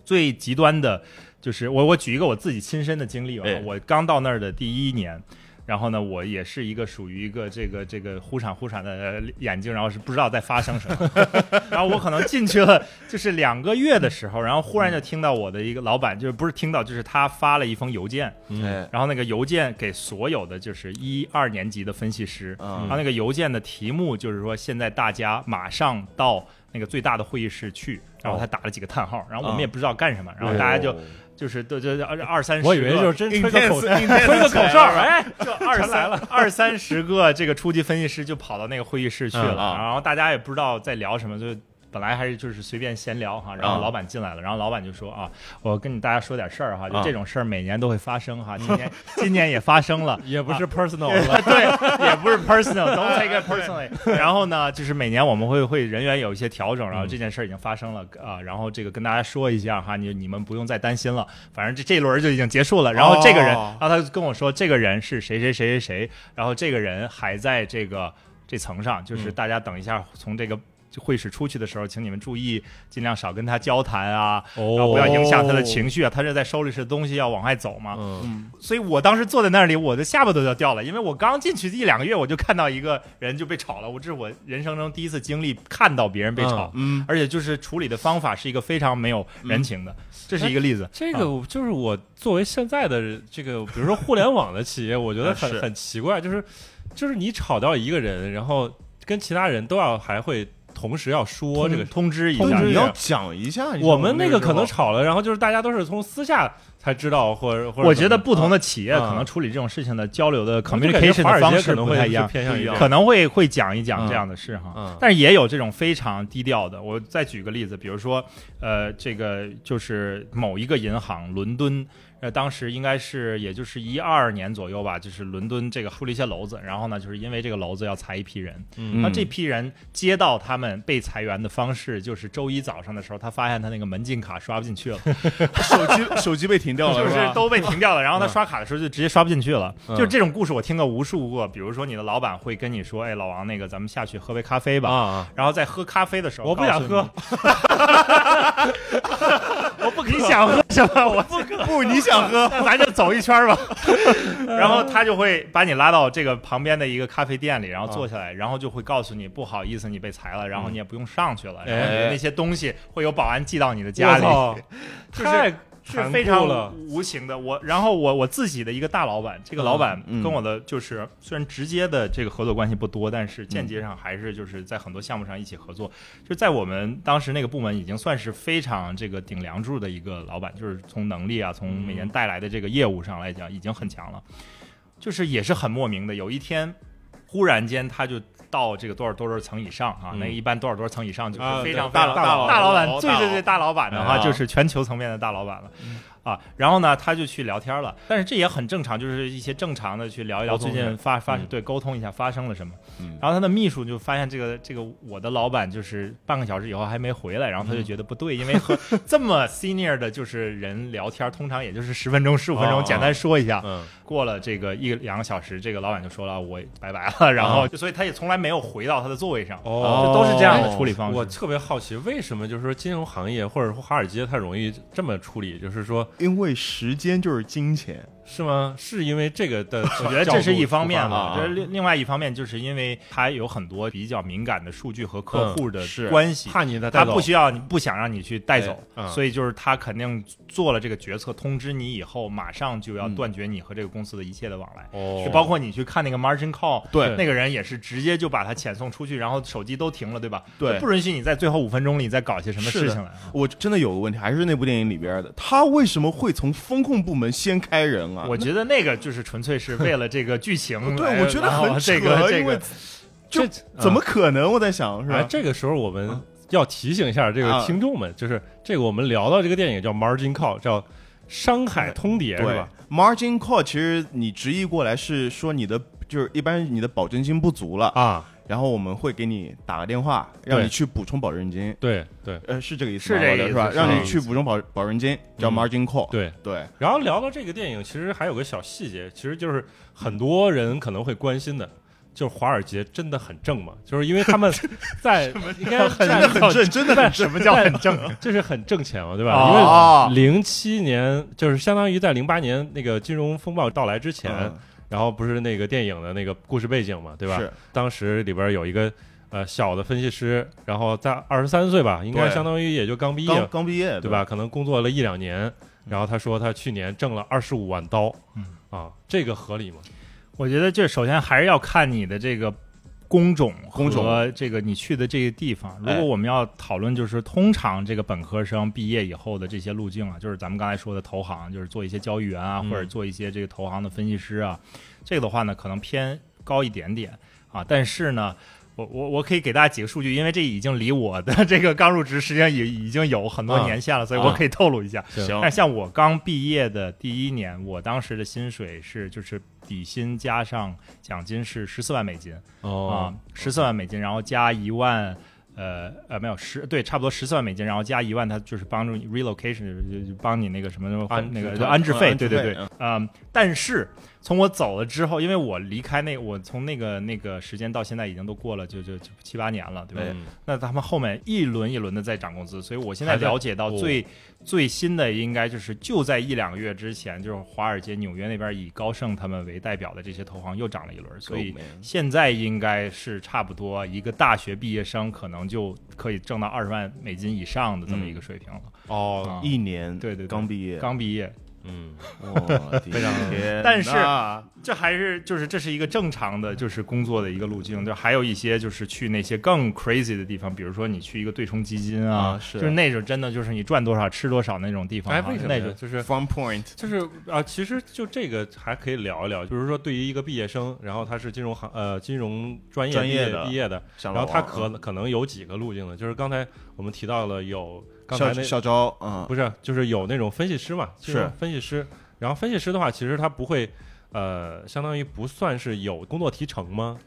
Speaker 3: 最极端的就是我，我举一个我自己亲身的经历吧。
Speaker 2: 哎
Speaker 3: 我刚到那儿的第一年，然后呢，我也是一个属于一个这个这个忽闪忽闪的眼睛，然后是不知道在发生什么。 然后我可能进去了就是两个月的时候，然后忽然就听到我的一个老板，就是不是听到，就是他发了一封邮件，
Speaker 1: 嗯
Speaker 2: 哎，
Speaker 3: 然后那个邮件给所有的就是一二年级的分析师，
Speaker 2: 嗯
Speaker 3: 他那个邮件的题目就是说，现在大家马上到那个最大的会议室去，然后他打了几个叹
Speaker 1: 哦
Speaker 3: 号，然后我们也不知道干什么，然后大家就就是都就二二三十个，
Speaker 1: 我以为就是真吹个口
Speaker 2: Intense，
Speaker 1: 吹个口哨，哎，
Speaker 3: 就 二三二三十个这个初级分析师就跑到那个会议室去了，
Speaker 2: 嗯啊
Speaker 3: 然后大家也不知道在聊什么，就。本来还是就是随便闲聊
Speaker 1: 嗯
Speaker 3: 哈，然后
Speaker 2: 啊
Speaker 3: 老板进来了，然后老板就说啊，我跟你大家说点事儿哈，就
Speaker 1: 嗯
Speaker 2: 啊
Speaker 3: 这种事儿每年都会发生哈，今年 今年也发生了，
Speaker 1: 也不是 personal 了，
Speaker 3: 对，也不是 personal，don't take it personally。然后呢，就是每年我们会会人员有一些调整，然后这件事儿已经发生了啊、然后这个跟大家说一下哈，你你们不用再担心了，反正这这一轮儿就已经结束了。然后这个人，啊
Speaker 2: 哦
Speaker 3: 然后他就跟我说，这个人是谁谁谁谁谁，然后这个人还在这个这层上，就是大家等一下从这个。会室出去的时候，请你们注意，尽量少跟他交谈啊，
Speaker 1: 哦
Speaker 3: 然后不要影响他的情绪啊。他是在收拾这东西要往外走嘛。
Speaker 1: 嗯，
Speaker 3: 所以我当时坐在那里，我的下巴都要掉了，因为我刚进去一两个月，我就看到一个人就被炒了，我这是我人生中第一次经历看到别人被炒，
Speaker 2: 嗯，
Speaker 3: 而且就是处理的方法是一个非常没有人情的，这是一个例子。
Speaker 1: 这个我就是我作为现在的这个，比如说互联网的企业，我觉得
Speaker 3: 是
Speaker 1: 很很奇怪，啊就是就是你炒掉一个人，然后跟其他人都要还会同时要说
Speaker 3: 通
Speaker 1: 这个。
Speaker 3: 通知一
Speaker 1: 通
Speaker 3: 下
Speaker 1: 知
Speaker 2: 你
Speaker 1: 一，
Speaker 2: 要讲一下，你知道吗
Speaker 1: 我们那
Speaker 2: 个
Speaker 1: 个可能炒了，然后就是大家都是从私下才知道，或者或者
Speaker 3: 我觉
Speaker 1: 怎
Speaker 3: 得
Speaker 1: 么
Speaker 3: 不同的企业
Speaker 1: 啊
Speaker 3: 可能处理这种事情的交流的
Speaker 1: 我就感觉
Speaker 3: communication
Speaker 1: 华
Speaker 3: 的
Speaker 1: 尔街
Speaker 3: 方式
Speaker 1: 可能
Speaker 3: 不
Speaker 1: 会
Speaker 3: 太一样
Speaker 1: 是，偏向于
Speaker 2: 不一样
Speaker 1: 这
Speaker 3: 可
Speaker 1: 样
Speaker 3: 能会会讲一讲
Speaker 1: 嗯
Speaker 3: 这样的事哈。
Speaker 1: 嗯
Speaker 3: 但是也有这种非常低调的。我再举个例子，比如说，呃，这个就是某一个银行，伦敦，呃，当时应该是也就是一二年左右吧，就是伦敦这个出了一些篓子，然后呢，就是因为这个篓子要裁一批人，
Speaker 1: 嗯
Speaker 3: 那这批人接到他们被裁员的方式，就是周一早上的时候，他发现他那个门禁卡刷不进去了，
Speaker 2: 手机 手机被停掉了，
Speaker 3: 就是
Speaker 2: 吧
Speaker 3: 是都被停掉了。然后他
Speaker 1: 哦嗯
Speaker 3: 刷卡的时候就直接刷不进去了。
Speaker 1: 嗯
Speaker 3: 就这种故事我听过无数个，比如说你的老板会跟你说：“哎，老王，那个咱们下去喝杯咖啡吧。
Speaker 1: 啊啊，
Speaker 3: 然后在喝咖啡的时候，
Speaker 1: 我不想 喝，
Speaker 3: 我不你想喝什么？我不不，你想喝，那咱就走一圈吧。然后他就会把你拉到这个旁边的一个咖啡店里，然后坐下来，然后就会告诉你不好意思，你被裁了，然后你也不用上去了，
Speaker 1: 哎
Speaker 3: 然后你的那些东西会有保安寄到你的家里，
Speaker 1: 我 操
Speaker 3: 就是
Speaker 1: 太
Speaker 3: 是
Speaker 1: 残
Speaker 3: 非
Speaker 1: 酷
Speaker 3: 常
Speaker 1: 了
Speaker 3: 无情的。我然后我我自己的一个大老板，这个老板
Speaker 2: 嗯嗯
Speaker 3: 跟我的就是、虽然直接的这个合作关系不多，但是间接上还是就是在很多项目上一起合作。就在我们当时那个部门已经算是非常这个顶梁柱的一个老板，就是从能力啊，从每年带来的这个业务上来讲已经很强了。就是也是很莫名的，有一天忽然间他就。到这个多少多少层以上啊？
Speaker 1: 嗯
Speaker 3: 那一般多少多少层以上就是
Speaker 1: 啊
Speaker 3: 非
Speaker 1: 对
Speaker 3: 常
Speaker 2: 大
Speaker 3: 非常
Speaker 2: 大佬
Speaker 3: 大老板
Speaker 2: 大佬
Speaker 3: 最最最大老板的话，
Speaker 2: 哎啊
Speaker 3: 就是全球层面的大老板了。啊，然后呢，他就去聊天了，但是这也很正常，就是一些正常的去聊一聊
Speaker 1: 沟通
Speaker 3: 最
Speaker 1: 一
Speaker 3: 近发发
Speaker 1: 嗯
Speaker 3: 对沟通一下发生了什么。
Speaker 2: 嗯
Speaker 3: 然后他的秘书就发现这个这个我的老板就是半个小时以后还没回来，然后
Speaker 1: 嗯
Speaker 3: 他就觉得不对，因为 和这么 senior 的就是人聊天，通常也就是十分钟十五分
Speaker 1: 哦
Speaker 3: 钟，
Speaker 1: 哦
Speaker 3: 简单说一下。
Speaker 1: 嗯
Speaker 3: 过了这个一两个小时，这个老板就说了我拜拜了，然后就所以他也从来没有回到他的座位上，
Speaker 1: 哦
Speaker 3: 就都是这样的处理方式。
Speaker 1: 我特别好奇，为什么就是说金融行业或者说华尔街它容易这么处理？就是说，
Speaker 2: 因为时间就是金钱，
Speaker 1: 是吗？是因为这个的角度出发
Speaker 3: 我
Speaker 1: 吗？
Speaker 3: 觉得这是一方面
Speaker 2: 啊
Speaker 3: 吧，这另另外一方面就是因为它有很多比较敏感的数据和客户的
Speaker 2: 嗯是
Speaker 3: 关系，
Speaker 1: 怕你的
Speaker 3: 他不需要你不想让你去带走，
Speaker 1: 哎嗯
Speaker 3: 所以就是他肯定做了这个决策，通知你以后，马上就要
Speaker 2: 嗯
Speaker 3: 断绝你和这个公司的一切的往来，
Speaker 1: 哦
Speaker 3: 就包括你去看那个 margin call，
Speaker 2: 对
Speaker 3: 那个人也是直接就把他遣送出去，然后手机都停了，对吧？
Speaker 2: 对
Speaker 3: 不允许你在最后五分钟里再搞些什么
Speaker 2: 是的
Speaker 3: 事情来啊。
Speaker 2: 我真的有个问题，还是那部电影里边的，他为什么会从风控部门先开人啊？
Speaker 3: 我觉得那个就是纯粹是为了这个剧情 来，
Speaker 2: 对，我觉得
Speaker 3: 然
Speaker 2: 很
Speaker 3: 后
Speaker 2: 扯，
Speaker 3: 这个这
Speaker 2: 因为
Speaker 3: 个嗯啊
Speaker 2: 就
Speaker 1: 这
Speaker 2: 怎么可能？我在想是
Speaker 1: 哎，
Speaker 2: 吧？
Speaker 1: 这个时候我们要提醒一下这个听众们，就是这个我们聊到这个电影叫《Margin Call》，叫《商海通牒》，是
Speaker 2: 对
Speaker 1: 吧？
Speaker 2: ，margin call 其实你直译过来是说你的就是一般你的保证金不足了，
Speaker 1: 啊，
Speaker 2: 然后我们会给你打个电话，让
Speaker 1: 对
Speaker 2: 你去补充保证金。
Speaker 1: 对对
Speaker 2: 呃，是这个意思吗，
Speaker 3: 是这个
Speaker 2: 老师
Speaker 3: 意思
Speaker 2: 是吧？
Speaker 3: 是
Speaker 2: 让
Speaker 3: 这
Speaker 2: 你
Speaker 3: 个
Speaker 2: 去补充保保证金，叫
Speaker 1: 嗯
Speaker 2: margin call。
Speaker 1: 对。
Speaker 2: 对，
Speaker 1: 然后聊到这个电影，其实还有个小细节，其实就是很多人可能会关心的，就是华尔街真的很正吗？就是因为他 们在应该
Speaker 3: 很
Speaker 1: 在
Speaker 2: 真的很正，真的很
Speaker 3: 什
Speaker 2: 正。
Speaker 3: 么叫很正？
Speaker 1: 就是很挣钱嘛，对 吧？因为
Speaker 2: 啊
Speaker 1: 零七年就是相当于在零八年那个金融风暴到来之前，
Speaker 2: 嗯
Speaker 1: 然后不是那个电影的那个故事背景嘛，对吧？
Speaker 2: 是
Speaker 1: 当时里边有一个呃小的分析师，然后在二十三岁吧，应该
Speaker 2: 对
Speaker 1: 相当于也就刚毕业，
Speaker 2: 刚刚毕业
Speaker 1: 对吧？？可能工作了一两年，然后他说他去年挣了二十五万刀，
Speaker 3: 嗯
Speaker 1: 啊，这个合理吗？
Speaker 3: 我觉得这首先还是要看你的这个工种
Speaker 2: 工种
Speaker 3: 和这个你去的这个地方。如
Speaker 2: 哎
Speaker 3: 果我们要讨论，就是通常这个本科生毕业以后的这些路径啊，就是咱们刚才说的投行，就是做一些交易员啊，
Speaker 1: 嗯
Speaker 3: 或者做一些这个投行的分析师啊，这个的话呢，可能偏高一点点啊，但是呢。我我我可以给大家几个数据，因为这已经离我的这个刚入职时间也已经有很多
Speaker 2: 啊
Speaker 3: 年限了，所以
Speaker 2: 啊
Speaker 3: 我可以透露一下。
Speaker 2: 行，
Speaker 3: 但像我刚毕业的第一年，我当时的薪水是就是底薪加上奖金是十四万美金啊，，十四、万美金，然后加一万。呃呃，没有十对，差不多十四万美金，然后加一万，他就是帮助你 relocation，就就就帮你那个什么什么
Speaker 1: 安
Speaker 3: 那个
Speaker 1: 置
Speaker 3: 就安置费，对对对，
Speaker 2: 嗯
Speaker 3: 嗯，但是从我走了之后，因为我离开那我从那个那个时间到现在已经都过了就就就七八年了，对吧？
Speaker 2: 对
Speaker 1: 嗯
Speaker 3: 那他们后面一轮一轮的在涨工资，所以我现在
Speaker 1: 还在
Speaker 3: 了解到
Speaker 1: 哦
Speaker 3: 最、最新的应该就是就在一两个月之前，就是华尔街纽约那边以高盛他们为代表的这些投行又涨了一轮，所以
Speaker 2: 够没
Speaker 3: 现在应该是差不多一个大学毕业生可能就可以挣到二十万美金以上的这么一个水平了。
Speaker 1: 哦，
Speaker 3: 啊
Speaker 2: 一年，
Speaker 3: 对对对
Speaker 2: 刚毕业，
Speaker 3: 刚毕业，
Speaker 1: 嗯，
Speaker 2: 哇，非常天，
Speaker 3: 但是这还是就是这是一个正常的，就是工作的一个路径。就还有一些就是去那些更 crazy 的地方，比如说你去一个对冲基金啊，
Speaker 2: 啊是
Speaker 3: 就是那种真的就是你赚多少吃多少那种地方、
Speaker 1: 哎，
Speaker 3: 啊，
Speaker 1: 为什么
Speaker 3: 那
Speaker 1: 呀
Speaker 3: 种
Speaker 1: 就是？
Speaker 2: From Point
Speaker 1: 就是啊，其实就这个还可以聊一聊，比如说对于一个毕业生，然后他是金融行呃金融专业
Speaker 2: 专
Speaker 1: 毕
Speaker 2: 业
Speaker 1: 业
Speaker 2: 的啊
Speaker 1: 毕业的，
Speaker 2: 想
Speaker 1: 然
Speaker 2: 老
Speaker 1: 后
Speaker 2: 王，
Speaker 1: 他可可能有几个路径的，就是刚才我们提到了有刚才
Speaker 2: 校
Speaker 1: 那
Speaker 2: 校招，嗯，
Speaker 1: 不是，就是有那种分析师嘛，
Speaker 2: 是
Speaker 1: 金融分析师。然后分析师的话，其实他不会，呃，相当于不算是有工作提成吗？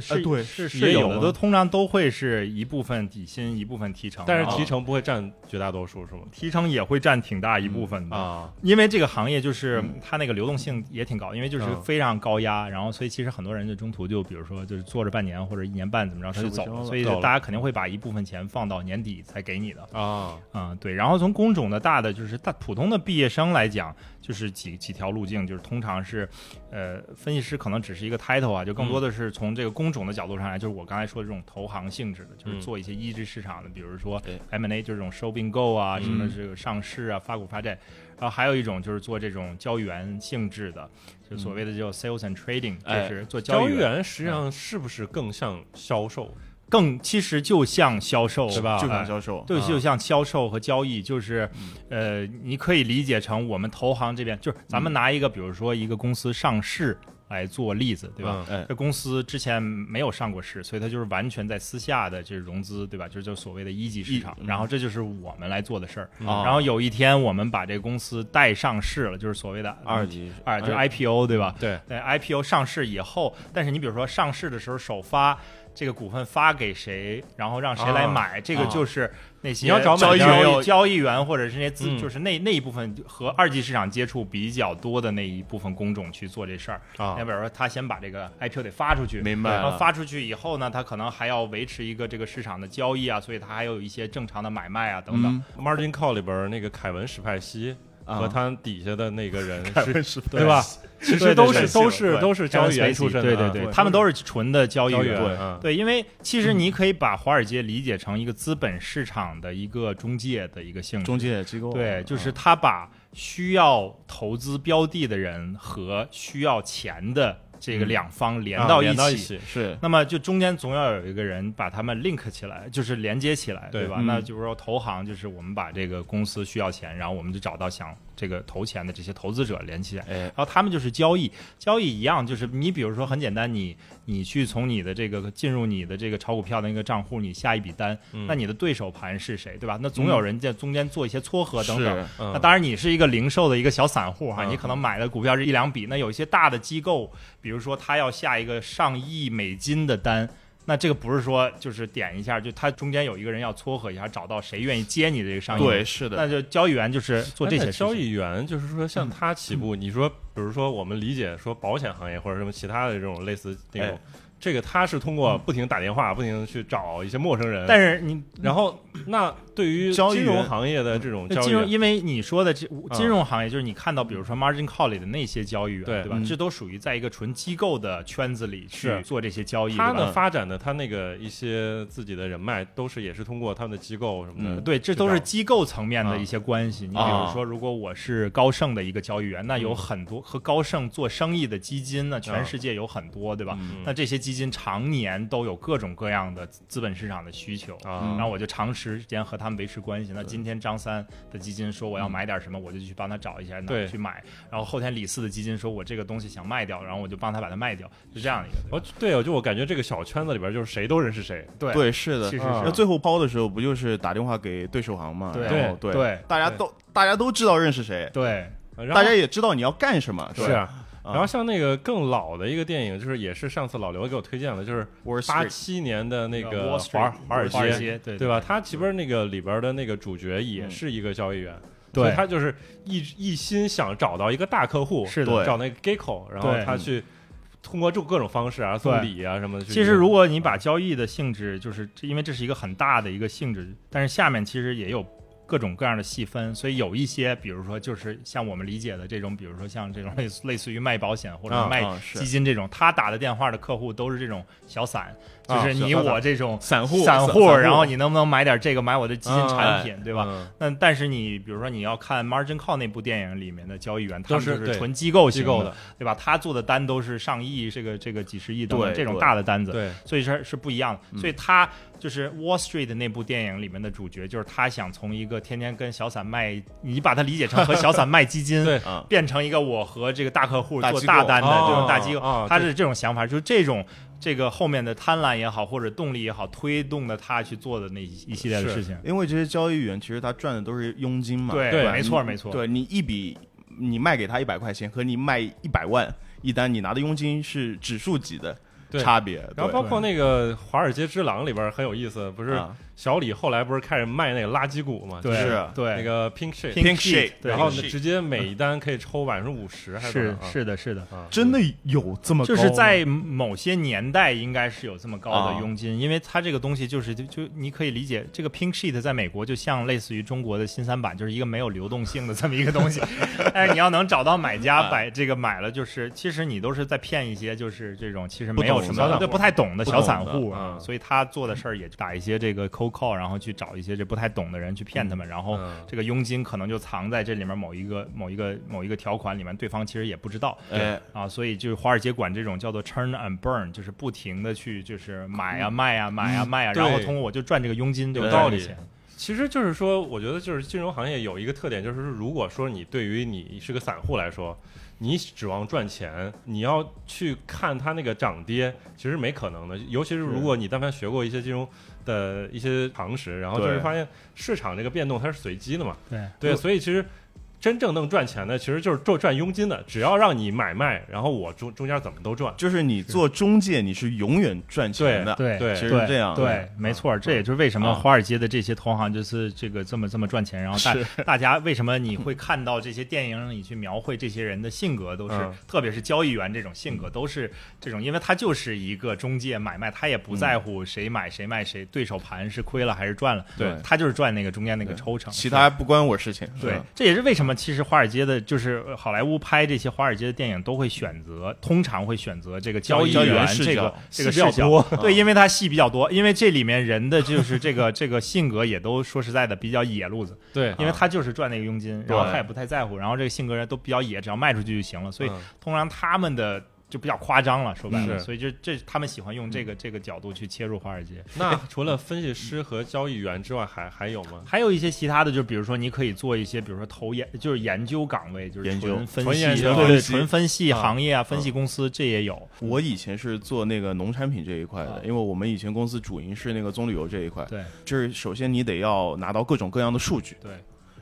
Speaker 3: 是、
Speaker 2: 哎对
Speaker 3: 是
Speaker 1: 也
Speaker 3: 是
Speaker 1: 有
Speaker 3: 有的
Speaker 1: 吗
Speaker 3: 都通常都会是一部分底薪，一部分提成，
Speaker 1: 但
Speaker 3: 然
Speaker 1: 是
Speaker 3: 后
Speaker 1: 提成不会占绝大多数，是吗？
Speaker 3: 提成也会占挺大一部分的。
Speaker 1: 啊，
Speaker 3: 因为这个行业就是它那个流动性也挺高，因为就是
Speaker 1: 嗯
Speaker 3: 非常高压，然后所以其实很多人就中途就比如说就是做着半年或者一年半怎么着他就走
Speaker 2: 吃不消
Speaker 3: 了，
Speaker 2: 了
Speaker 3: 所以
Speaker 1: 走
Speaker 3: 就
Speaker 1: 了
Speaker 3: 大家肯定会把一部分钱放到年底才给你的。
Speaker 1: 啊，
Speaker 3: 啊、对。然后从工种的大的就是大普通的毕业生来讲，就是几几条路径，就是通常是，呃，分析师可能只是一个 title 啊，就更多的是从这个工种的角度上来，就是我刚才说的这种投行性质的，就是
Speaker 1: 嗯
Speaker 3: 做一些一级市场的，比如说
Speaker 2: 对
Speaker 3: M&A 就是这种收并购啊，什么
Speaker 1: 嗯
Speaker 3: 这个上市啊、发股发债。然后还有一种就是做这种交易员性质的，就所谓的叫 sales and trading，、
Speaker 2: 哎
Speaker 3: 就是做
Speaker 1: 交
Speaker 3: 易
Speaker 1: 易
Speaker 3: 员，
Speaker 1: 员实际上是不是更像销售？
Speaker 3: 更其实就像销售，
Speaker 1: 是吧
Speaker 2: 就
Speaker 3: 哎
Speaker 2: 想销售，
Speaker 3: 对，
Speaker 1: 啊
Speaker 3: 就像销售和交易，就是，
Speaker 2: 嗯
Speaker 3: 呃，你可以理解成我们投行这边，就是咱们拿一个，比如说一个公司上市来做例子，对吧？
Speaker 2: 哎
Speaker 3: 这公司之前没有上过市，所以它就是完全在私下的这融资，对吧？就是就所谓的一级市场
Speaker 2: 一。嗯
Speaker 3: 然后这就是我们来做的事儿。
Speaker 1: 嗯？
Speaker 2: 啊
Speaker 3: 然后有一天我们把这个公司带上市了，就是所谓的
Speaker 2: 二级
Speaker 3: 啊，就是
Speaker 1: 哎
Speaker 3: IPO 对吧？
Speaker 1: 对，
Speaker 3: 对 IPO 上市以后，但是你比如说上市的时候首发这个股份发给谁，然后让谁来买，这个就是那些
Speaker 1: 啊你要找
Speaker 3: 交
Speaker 1: 买
Speaker 3: 易
Speaker 1: 家
Speaker 3: 交易交易员或者是那些资，
Speaker 1: 嗯
Speaker 3: 就是那那一部分和二级市场接触比较多的那一部分工种去做这事儿。
Speaker 1: 啊
Speaker 3: 那，比如说他先把这个 IPO 得发出去，
Speaker 2: 明白了
Speaker 3: 然后发出去以后呢，他可能还要维持一个这个市场的交易啊，所以他还有一些正常的买卖啊等
Speaker 1: 嗯
Speaker 3: 等。
Speaker 1: margin call 里边那个凯文史派西和
Speaker 2: 啊
Speaker 1: 他底下的那个人是，
Speaker 2: 是
Speaker 1: 对吧？？其实
Speaker 3: 对对
Speaker 1: 都是
Speaker 3: 对对
Speaker 1: 都是
Speaker 2: 对
Speaker 1: 都是交易员出身的
Speaker 3: 对
Speaker 1: 啊，
Speaker 3: 对对，他们都是纯的交易
Speaker 1: 交易
Speaker 3: 员
Speaker 1: 员。
Speaker 2: 对
Speaker 1: 啊
Speaker 3: 对，因为其实你可以把华尔街理解成一个资本市场的一个中介的一个性质。
Speaker 2: 中介机构，
Speaker 3: 嗯对，就是
Speaker 2: 啊
Speaker 3: 他把需要投资标的的人和需要钱的这个两方连
Speaker 1: 啊
Speaker 3: 到
Speaker 1: 连到
Speaker 3: 一
Speaker 1: 一
Speaker 3: 起。
Speaker 1: 起，
Speaker 2: 是
Speaker 3: 那么就中间总要有一个人把他们 link 起来，就是连接起来，
Speaker 1: 对
Speaker 3: 吧？
Speaker 2: 嗯
Speaker 3: 那就是说投行，就是我们把这个公司需要钱，然后我们就找到想这个投钱的这些投资者连起来，
Speaker 2: 哎
Speaker 3: 然后他们就是交易，交易一样，就是你比如说很简单，你你去从你的这个进入你的这个炒股票的那个账户，你下一笔单，
Speaker 1: 嗯
Speaker 3: 那你的对手盘是谁，对吧？那总有人在中间做一些撮合等等。
Speaker 2: 是
Speaker 1: 嗯
Speaker 3: 那当然，你是一个零售的一个小散户哈，啊
Speaker 1: 嗯
Speaker 3: 你可能买的股票是一两笔，那有一些大的机构，比如说他要下一个上亿美金的单。那这个不是说就是点一下，就他中间有一个人要撮合一下，找到谁愿意接你的这个上亿。
Speaker 2: 对，，是
Speaker 3: 那
Speaker 2: 的，
Speaker 3: 就交易员就是做这
Speaker 1: 哎那
Speaker 3: 些事情
Speaker 1: 交易员，就是说像他起步，你说比如说我们理解说保险行业或者什么其他的这种类似那种，
Speaker 2: 哎
Speaker 1: 这个他是通过不停打电话、不停地去找一些陌生人，
Speaker 3: 但是你
Speaker 1: 然后那对于
Speaker 2: 交易
Speaker 1: 金融
Speaker 2: 员
Speaker 1: 行业的这种
Speaker 3: 那
Speaker 1: 交易
Speaker 3: 金融，
Speaker 1: 员
Speaker 3: 因为你说的这金
Speaker 1: 嗯
Speaker 3: 融行业，就是你看到，比如说 margin call 里的那些交易员，
Speaker 1: 对
Speaker 3: 对吧
Speaker 2: 嗯？
Speaker 3: 这都属于在一个纯机构的圈子里去
Speaker 1: 是
Speaker 3: 做这些交易，
Speaker 1: 他
Speaker 3: 对吧
Speaker 1: 呢发展的他那个一些自己的人脉都是也是通过他们的机构什么的，
Speaker 2: 嗯
Speaker 3: 对，这都
Speaker 1: 知
Speaker 3: 是
Speaker 1: 道
Speaker 3: 机构层面
Speaker 1: 嗯
Speaker 3: 的一些关系。你比
Speaker 2: 啊
Speaker 3: 如说，如果我是高盛的一个交易员，
Speaker 1: 嗯
Speaker 3: 那有很多和高盛做生意的基金呢，全世界有很多，对吧？
Speaker 1: 嗯
Speaker 3: 那这些基金常年都有各种各样的资本市场的需求。
Speaker 1: 啊
Speaker 3: 然后我就长时间和他们维持关系。那今天张三的基金说我要买点什么，我就去帮他找一下哪
Speaker 1: 对
Speaker 3: 儿去买。然后后天李四的基金说我这个东西想卖掉，然后我就帮他把它卖掉，是这样的一个。对吧
Speaker 1: 我对，我就我感觉这个小圈子里边就是谁都认识谁，
Speaker 3: 对
Speaker 2: 对，是的
Speaker 3: 其。实
Speaker 1: 啊
Speaker 2: 那
Speaker 3: 是
Speaker 2: 最后抛的时候，不就是打电话给对手行嘛？
Speaker 3: 对
Speaker 2: 然后
Speaker 3: 哦对
Speaker 2: 大家都大家都知道认识谁，
Speaker 3: 对
Speaker 1: 呃然后
Speaker 2: 大家也知道你要干什么，
Speaker 1: 是
Speaker 2: 吧？
Speaker 1: 啊。然后像那个更老的一个电影，就是也是上次老刘给我推荐的，就是
Speaker 2: 我是
Speaker 1: 八七年的那个
Speaker 3: 呃 Wall
Speaker 1: 华尔
Speaker 3: Street，
Speaker 1: 华尔
Speaker 3: 华尔
Speaker 1: 街，
Speaker 3: 街，对
Speaker 1: 对吧？他其实那个里边的那个主角也
Speaker 2: 嗯
Speaker 1: 是一个交易员，
Speaker 3: 对
Speaker 1: 所以他就是一一心想找到一个大客户，
Speaker 3: 是的
Speaker 2: 对
Speaker 1: 找那个 Gecko，然后
Speaker 3: 对
Speaker 1: 他去通过这各种方式啊，送礼啊什么的去。
Speaker 3: 其实，如果你把交易的性质，就是这因为这是一个很大的一个性质，但是下面其实也有各种各样的细分，所以有一些，比如说就是像我们理解的这种，比如说像这种类似类似于卖保险或
Speaker 1: 啊
Speaker 3: 者卖
Speaker 2: 啊是
Speaker 3: 基金这种，他打的电话的客户都是这种小散，就
Speaker 1: 啊
Speaker 3: 是你
Speaker 1: 小散
Speaker 3: 我这种
Speaker 2: 散户
Speaker 3: 散
Speaker 2: 户，
Speaker 3: 然后你能不能买点这个，买我的基金
Speaker 2: 啊
Speaker 3: 产品，对吧？
Speaker 1: 嗯
Speaker 3: 那但是你比如说你要看《Margin Call》那部电影里面的交易员，他
Speaker 1: 都
Speaker 3: 们
Speaker 1: 是
Speaker 3: 就是
Speaker 1: 对
Speaker 3: 纯机构型
Speaker 1: 机构的
Speaker 3: 的，对吧？他做的单都是上亿，这个这个几十亿等等
Speaker 2: 对
Speaker 3: 这种
Speaker 2: 对
Speaker 3: 大的单子，
Speaker 1: 对，嗯
Speaker 3: 所以是是不一样的。所以他就是《Wall Street》那部电影里面的主角，就是他想从一个天天跟小散卖，你把它理解成和小散卖基 金，
Speaker 1: 对
Speaker 2: 啊
Speaker 3: 变成一个我和这个大客户
Speaker 2: 大
Speaker 3: 做
Speaker 2: 机
Speaker 3: 大
Speaker 2: 构
Speaker 3: 单的
Speaker 1: 哦
Speaker 3: 这种大机构，
Speaker 1: 哦
Speaker 3: 他
Speaker 1: 对
Speaker 3: 是这种想法，就是这种。这个后面的贪婪也好，或者动力也好，推动的他去做的那一一系列的
Speaker 1: 是
Speaker 3: 事情，
Speaker 2: 因为这些交易员其实他赚的都是佣金嘛，
Speaker 3: 对
Speaker 2: 吧
Speaker 3: 没错
Speaker 2: 你
Speaker 3: 没错
Speaker 2: 对你一笔你卖给他一百块钱和你卖一百万一单，你拿的佣金是指数级的
Speaker 1: 对
Speaker 2: 差别。
Speaker 1: 然后
Speaker 2: 对
Speaker 1: 包括那个《华尔街之狼》里边很有意思，不是
Speaker 2: 啊
Speaker 1: 小李后来不是开始卖那个垃圾股嘛？
Speaker 3: 对
Speaker 1: 就是
Speaker 2: 是
Speaker 3: 对
Speaker 1: 啊那个 Pink Sheet，
Speaker 2: Pink Sheet，
Speaker 3: 对
Speaker 1: 然后呢
Speaker 2: 是
Speaker 1: 直接每一单可以抽百分之五十，还
Speaker 3: 是
Speaker 1: 多少啊
Speaker 3: 是的，是的，
Speaker 1: 啊
Speaker 2: 真的有这么高
Speaker 3: 就
Speaker 2: 吗
Speaker 3: 是在某些年代应该是有这么高
Speaker 2: 啊
Speaker 3: 的佣金，因为它这个东西就是就就你可以理解，这个 pink sheet 在美国就像类似于中国的新三板，就是一个没有流动性的这么一个东 西。哎，你要能找到买
Speaker 2: 啊
Speaker 3: 家，买这个买了，就是其实你都是在骗一些就是这种其实没有什
Speaker 2: 不懂
Speaker 3: 么
Speaker 2: 的
Speaker 3: 对不太懂的
Speaker 2: 不
Speaker 3: 小
Speaker 2: 懂
Speaker 3: 散
Speaker 2: 的嗯
Speaker 3: 户
Speaker 1: 啊
Speaker 3: 所以他做的事儿也打一些这个 cold call，然后去找一些这不太懂的人去骗他们，然后
Speaker 1: 嗯
Speaker 3: 这个佣金可能就藏在这里面某一个某一个某一个条款里面，对方其实也不知道。
Speaker 2: 哎
Speaker 3: 啊，所以就是华尔街管这种叫做 turn and burn，就是不停的去就是买
Speaker 2: 嗯
Speaker 3: 啊卖啊买啊卖啊，
Speaker 1: 对
Speaker 3: 然后通过我就赚这个佣金，这个
Speaker 1: 有道
Speaker 3: 赚这个
Speaker 1: 理
Speaker 3: 钱
Speaker 1: 其实就是说，我觉得就是金融行业有一个特点，就是如果说你对于你是个散户来说，你指望赚钱，你要去看它那个涨跌，其实没可能的。尤其是如果你但凡学过一些金融的一些常识，然后就
Speaker 2: 对嗯
Speaker 1: 是发现市场这个变动它是随机的嘛，
Speaker 3: 对
Speaker 1: 对，所以其实。真正能赚钱的，其实就是赚赚佣金的。只要让你买卖，然后我中中间怎么都赚。
Speaker 2: 就是你做中介，你是永远赚钱的。
Speaker 3: 对
Speaker 1: 对
Speaker 2: 其实
Speaker 3: 对
Speaker 2: 是这样的。嗯
Speaker 3: 对，没错，这也就是为什么华尔街的这些投行就是这个这么这么赚钱，然后大大家为什么你
Speaker 2: 嗯
Speaker 3: 会看到这些电影里去描绘这些人的性格都是
Speaker 1: 嗯，
Speaker 3: 特别是交易员这种性
Speaker 2: 嗯
Speaker 3: 格都是这种，因为他就是一个中介买卖，他也
Speaker 2: 嗯
Speaker 3: 不在乎谁买谁卖谁，对手盘是亏了还是赚了，
Speaker 2: 对
Speaker 3: 他就是赚那个中间那个抽成，
Speaker 2: 其他不关我事情。
Speaker 3: 对
Speaker 2: 是，
Speaker 3: 这也是为什么其实华尔街的，就是呃好莱坞拍这些华尔街的电影都会选择，通常会选择这个交易
Speaker 2: 交易
Speaker 3: 员
Speaker 2: 员视
Speaker 3: 这
Speaker 2: 角
Speaker 3: 个这个
Speaker 1: 戏比较多
Speaker 3: 对，因为他戏比较多，因为这里面人的就是这个这个性格也都说实在的比较野路子，
Speaker 1: 对
Speaker 3: 因为他就是赚那个佣金，然后
Speaker 2: 对
Speaker 3: 他也不太在乎，然后这个性格人都比较野，只要卖出去就行了，所以
Speaker 1: 嗯
Speaker 3: 通常他们的。就比较夸张了，说白了，
Speaker 1: 是
Speaker 3: 所以就这他们喜欢用这个这个角度去切入华尔街。
Speaker 1: 那除了分析师和交易员之外，还还有吗？
Speaker 3: 还有一些其他的，就比如说你可以做一些，比如说投研，就是研究岗位，就是
Speaker 2: 研究
Speaker 3: 纯分
Speaker 1: 纯
Speaker 3: 析，
Speaker 1: 研究
Speaker 3: 对
Speaker 2: 分
Speaker 3: 对，
Speaker 2: 析
Speaker 3: 纯分析
Speaker 1: 啊
Speaker 3: 行业啊，分析公司这也有，
Speaker 2: 我以前是做那个农产品这一块的
Speaker 3: 啊，
Speaker 2: 因为我们以前公司主营是那个棕榈油这一块。
Speaker 3: 对
Speaker 2: 就是首先你得要拿到各种各样的数据。
Speaker 3: 对。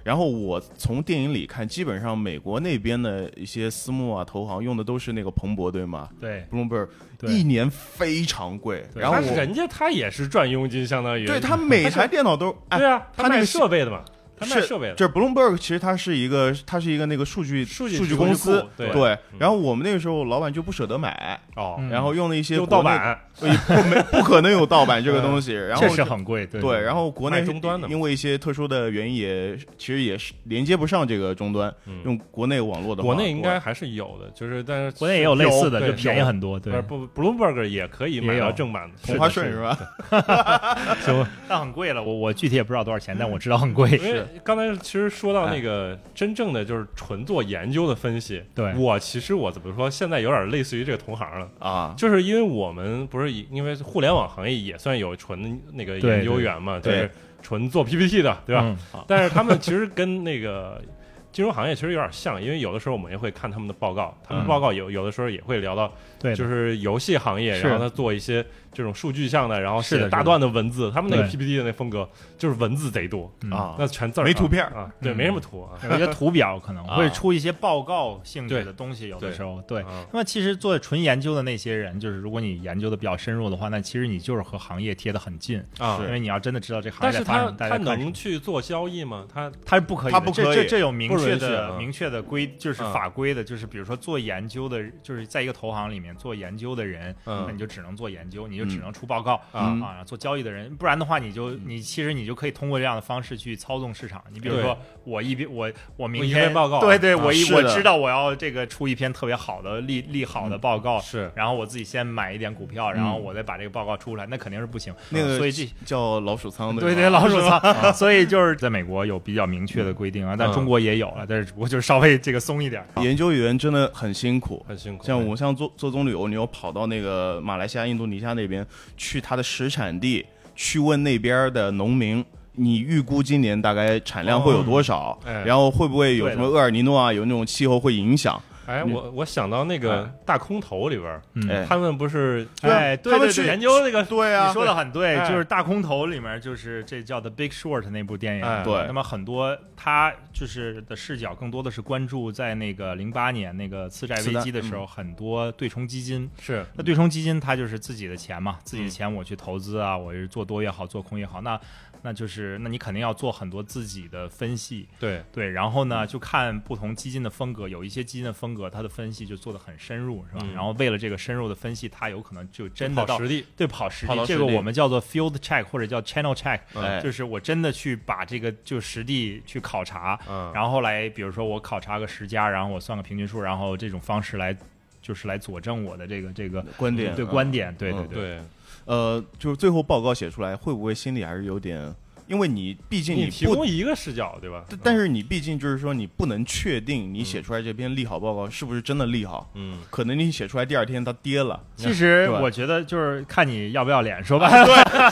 Speaker 2: 然后我从电影里看，基本上美国那边的一些私募啊、投行用的都是那个彭博，对吗
Speaker 3: 对
Speaker 2: ？Bloomberg
Speaker 3: 对
Speaker 2: 一年非常贵，
Speaker 3: 对
Speaker 2: 然后
Speaker 1: 他
Speaker 2: 我
Speaker 1: 人家他也是赚佣金，相当于
Speaker 2: 对他每台电脑都 哎
Speaker 1: 对啊，
Speaker 2: 他
Speaker 1: 他
Speaker 2: 那
Speaker 1: 卖
Speaker 2: 个
Speaker 1: 设备的嘛，他卖设备的，
Speaker 2: 就是 Bloomberg 其实它是一个，它是一个那个数据
Speaker 1: 数据
Speaker 2: 据
Speaker 1: 提供
Speaker 2: 公
Speaker 1: 库
Speaker 2: 司，
Speaker 1: 对嗯
Speaker 2: 然后我们那个时候老板就不舍得买，
Speaker 1: 哦，
Speaker 3: 嗯
Speaker 2: 然后用了一些
Speaker 1: 用
Speaker 2: 国
Speaker 1: 盗
Speaker 2: 内，
Speaker 1: 版，嗯
Speaker 2: 没不可能有盗 版这个东西。然后
Speaker 3: 确实很贵，对
Speaker 2: 对，然后国内
Speaker 1: 卖终端的嘛
Speaker 2: 因为一些特殊的原因也其实也是连接不上这个终端，
Speaker 1: 嗯
Speaker 2: 用国内网络的话，
Speaker 1: 国内应该还是有的，就是但是
Speaker 3: 国内也有类似的，
Speaker 1: 对
Speaker 3: 就便宜
Speaker 1: 有
Speaker 3: 很多，对
Speaker 1: 不是，不，Bloomberg 也可以买
Speaker 3: 也有
Speaker 1: 到正版的，
Speaker 2: 同花顺是吧？
Speaker 3: 就但很贵了，我我具体也不知道多少钱，但我知道很贵，
Speaker 1: 因为刚才其实说到那个真正的就是纯做研究的分析，
Speaker 3: 对
Speaker 1: 我其实我怎么说，现在有点类似于这个同行了。
Speaker 2: 啊，
Speaker 1: 就是因为我们不是以因为互联网行业也算有纯那个
Speaker 3: 对
Speaker 1: 研究员嘛，就
Speaker 2: 对
Speaker 1: 是纯做 PPT 的，对吧？
Speaker 3: 嗯
Speaker 1: 但是他们其实跟那个 金融行业其实有点像，因为有的时候我们也会看他们的报告，他们
Speaker 2: 嗯
Speaker 1: 报告有、有的时候也会聊到，
Speaker 3: 对的，
Speaker 1: 就是游戏行业，
Speaker 3: 是
Speaker 1: 然后他做一些这种数据项的，然后
Speaker 3: 是的
Speaker 1: 写
Speaker 3: 是
Speaker 1: 大
Speaker 3: 的
Speaker 1: 段的文字，他们那个
Speaker 3: 对
Speaker 1: PPT 的那风格就是文字贼多，
Speaker 3: 嗯
Speaker 2: 啊
Speaker 1: 那全字儿
Speaker 2: 没图片儿
Speaker 1: 啊，对，
Speaker 3: 嗯
Speaker 1: 没什么图啊，
Speaker 3: 有一些图表可能
Speaker 2: 啊
Speaker 3: 会出一些报告性质
Speaker 1: 对
Speaker 3: 的东西，有
Speaker 1: 对
Speaker 3: 的时候对。
Speaker 1: 啊
Speaker 3: 那么其实做纯研究的那些人，就是如果你研究的比较深入的话，那其实你就是和行业贴得很近，
Speaker 1: 啊
Speaker 3: 因为你要真的知道这个行
Speaker 1: 但
Speaker 3: 业
Speaker 1: 是
Speaker 3: 在发
Speaker 1: 他
Speaker 3: 展，大
Speaker 1: 他
Speaker 3: 家看什
Speaker 1: 能
Speaker 3: 么
Speaker 1: 去做交易吗？他
Speaker 3: 他是不可以的，
Speaker 2: 他不
Speaker 3: 这
Speaker 2: 可以
Speaker 3: 这这有明
Speaker 1: 不
Speaker 3: 确
Speaker 1: 允许
Speaker 3: 的
Speaker 1: 嗯
Speaker 3: 明确的规，就是
Speaker 1: 嗯
Speaker 3: 法规的，就是比如说做研究的，就是在一个投行里面做研究的人，
Speaker 1: 嗯
Speaker 3: 那你就只能做研究，你就只能出报告。
Speaker 2: 嗯
Speaker 3: 啊，做交易的人，不然的话，你
Speaker 1: 嗯
Speaker 3: 就你其实你就可以通过这样的方式去操纵市场。你比如
Speaker 1: 对
Speaker 3: 说，我一边我我明
Speaker 1: 我一
Speaker 3: 天
Speaker 1: 篇报告
Speaker 3: 对对，
Speaker 1: 啊
Speaker 3: 我一
Speaker 2: 是
Speaker 3: 我
Speaker 2: 的
Speaker 3: 知道我要这个出一篇特别好的利利好的报告，
Speaker 1: 是
Speaker 3: 然后我自己先买一点股票，
Speaker 1: 嗯
Speaker 3: 然后我再把这个报告出来，那肯定是不行。
Speaker 2: 那个
Speaker 3: 啊所以这
Speaker 2: 叫老鼠仓的，
Speaker 3: 对对，老鼠仓，所以就是在美国有比较明确的规定啊，但中国也有了，但是只不过就是稍微这个松一点。
Speaker 2: 研究员真的很辛苦。
Speaker 1: 很辛苦，
Speaker 2: 像我像做做棕榈油，你要跑到那个马来西亚、印度尼西亚那边去它的石产地，去问那边的农民，你预估今年大概产量会有多少？
Speaker 1: 哎
Speaker 2: 然后会不会有什么
Speaker 3: 对
Speaker 2: 厄尔尼诺啊？有那种气候会影响？
Speaker 1: 哎，我我想到那个大空头里边儿，
Speaker 3: 嗯
Speaker 2: 哎
Speaker 1: 他们不是
Speaker 3: 哎，啊对
Speaker 2: 他们
Speaker 3: 对
Speaker 2: 去
Speaker 3: 对
Speaker 1: 研究那个
Speaker 2: 对啊
Speaker 3: 你说的很对，
Speaker 1: 哎
Speaker 3: 就是《大空头》里面就是这叫《The Big Short》那部电
Speaker 1: 哎
Speaker 3: 影。
Speaker 2: 对
Speaker 3: 那么很多他就是的视角更多的是关注在那个零八年那个次贷危机的时候，很多对冲基金。
Speaker 1: 嗯是
Speaker 3: 那对冲基金它就是自己的钱嘛，自己的钱我去投资啊，我是做多也好，做空也好，那那就是那你肯定要做很多自己的分析。
Speaker 1: 对
Speaker 3: 对，然后呢，就看不同基金的风格，有一些基金的风格，它的分析就做得很深入，是吧？
Speaker 1: 嗯
Speaker 3: 然后为了这个深入的分析，它有可能就真的
Speaker 1: 跑
Speaker 3: 到
Speaker 1: 实地，
Speaker 3: 对跑实
Speaker 2: 跑
Speaker 3: 地，
Speaker 2: 到
Speaker 3: 这
Speaker 2: 实
Speaker 3: 个
Speaker 2: 地
Speaker 3: 我们叫做 field check 或者叫 channel check，、
Speaker 2: 哎
Speaker 3: 就是我真的去把这个就实地去考察，
Speaker 1: 嗯
Speaker 3: 然后来比如说我考察个十家，然后我算个平均数，然后这种方式来就是来佐证我的这个这个
Speaker 2: 观点
Speaker 3: 对
Speaker 2: 嗯
Speaker 3: 观点，对
Speaker 2: 嗯
Speaker 3: 对。
Speaker 1: 对，
Speaker 2: 呃，就是最后报告写出来，会不会心里还是有点？因为你毕竟
Speaker 1: 你提
Speaker 2: 不，
Speaker 1: 供一个视角对吧？
Speaker 2: 但但是你毕竟就是说，你不能确定你写出来这篇利好报告是不是真的利好，
Speaker 1: 嗯，
Speaker 2: 可能你写出来第二天它跌了。
Speaker 3: 其实
Speaker 2: 对啊吧
Speaker 3: 我觉得就是看你要不要脸，说白 了，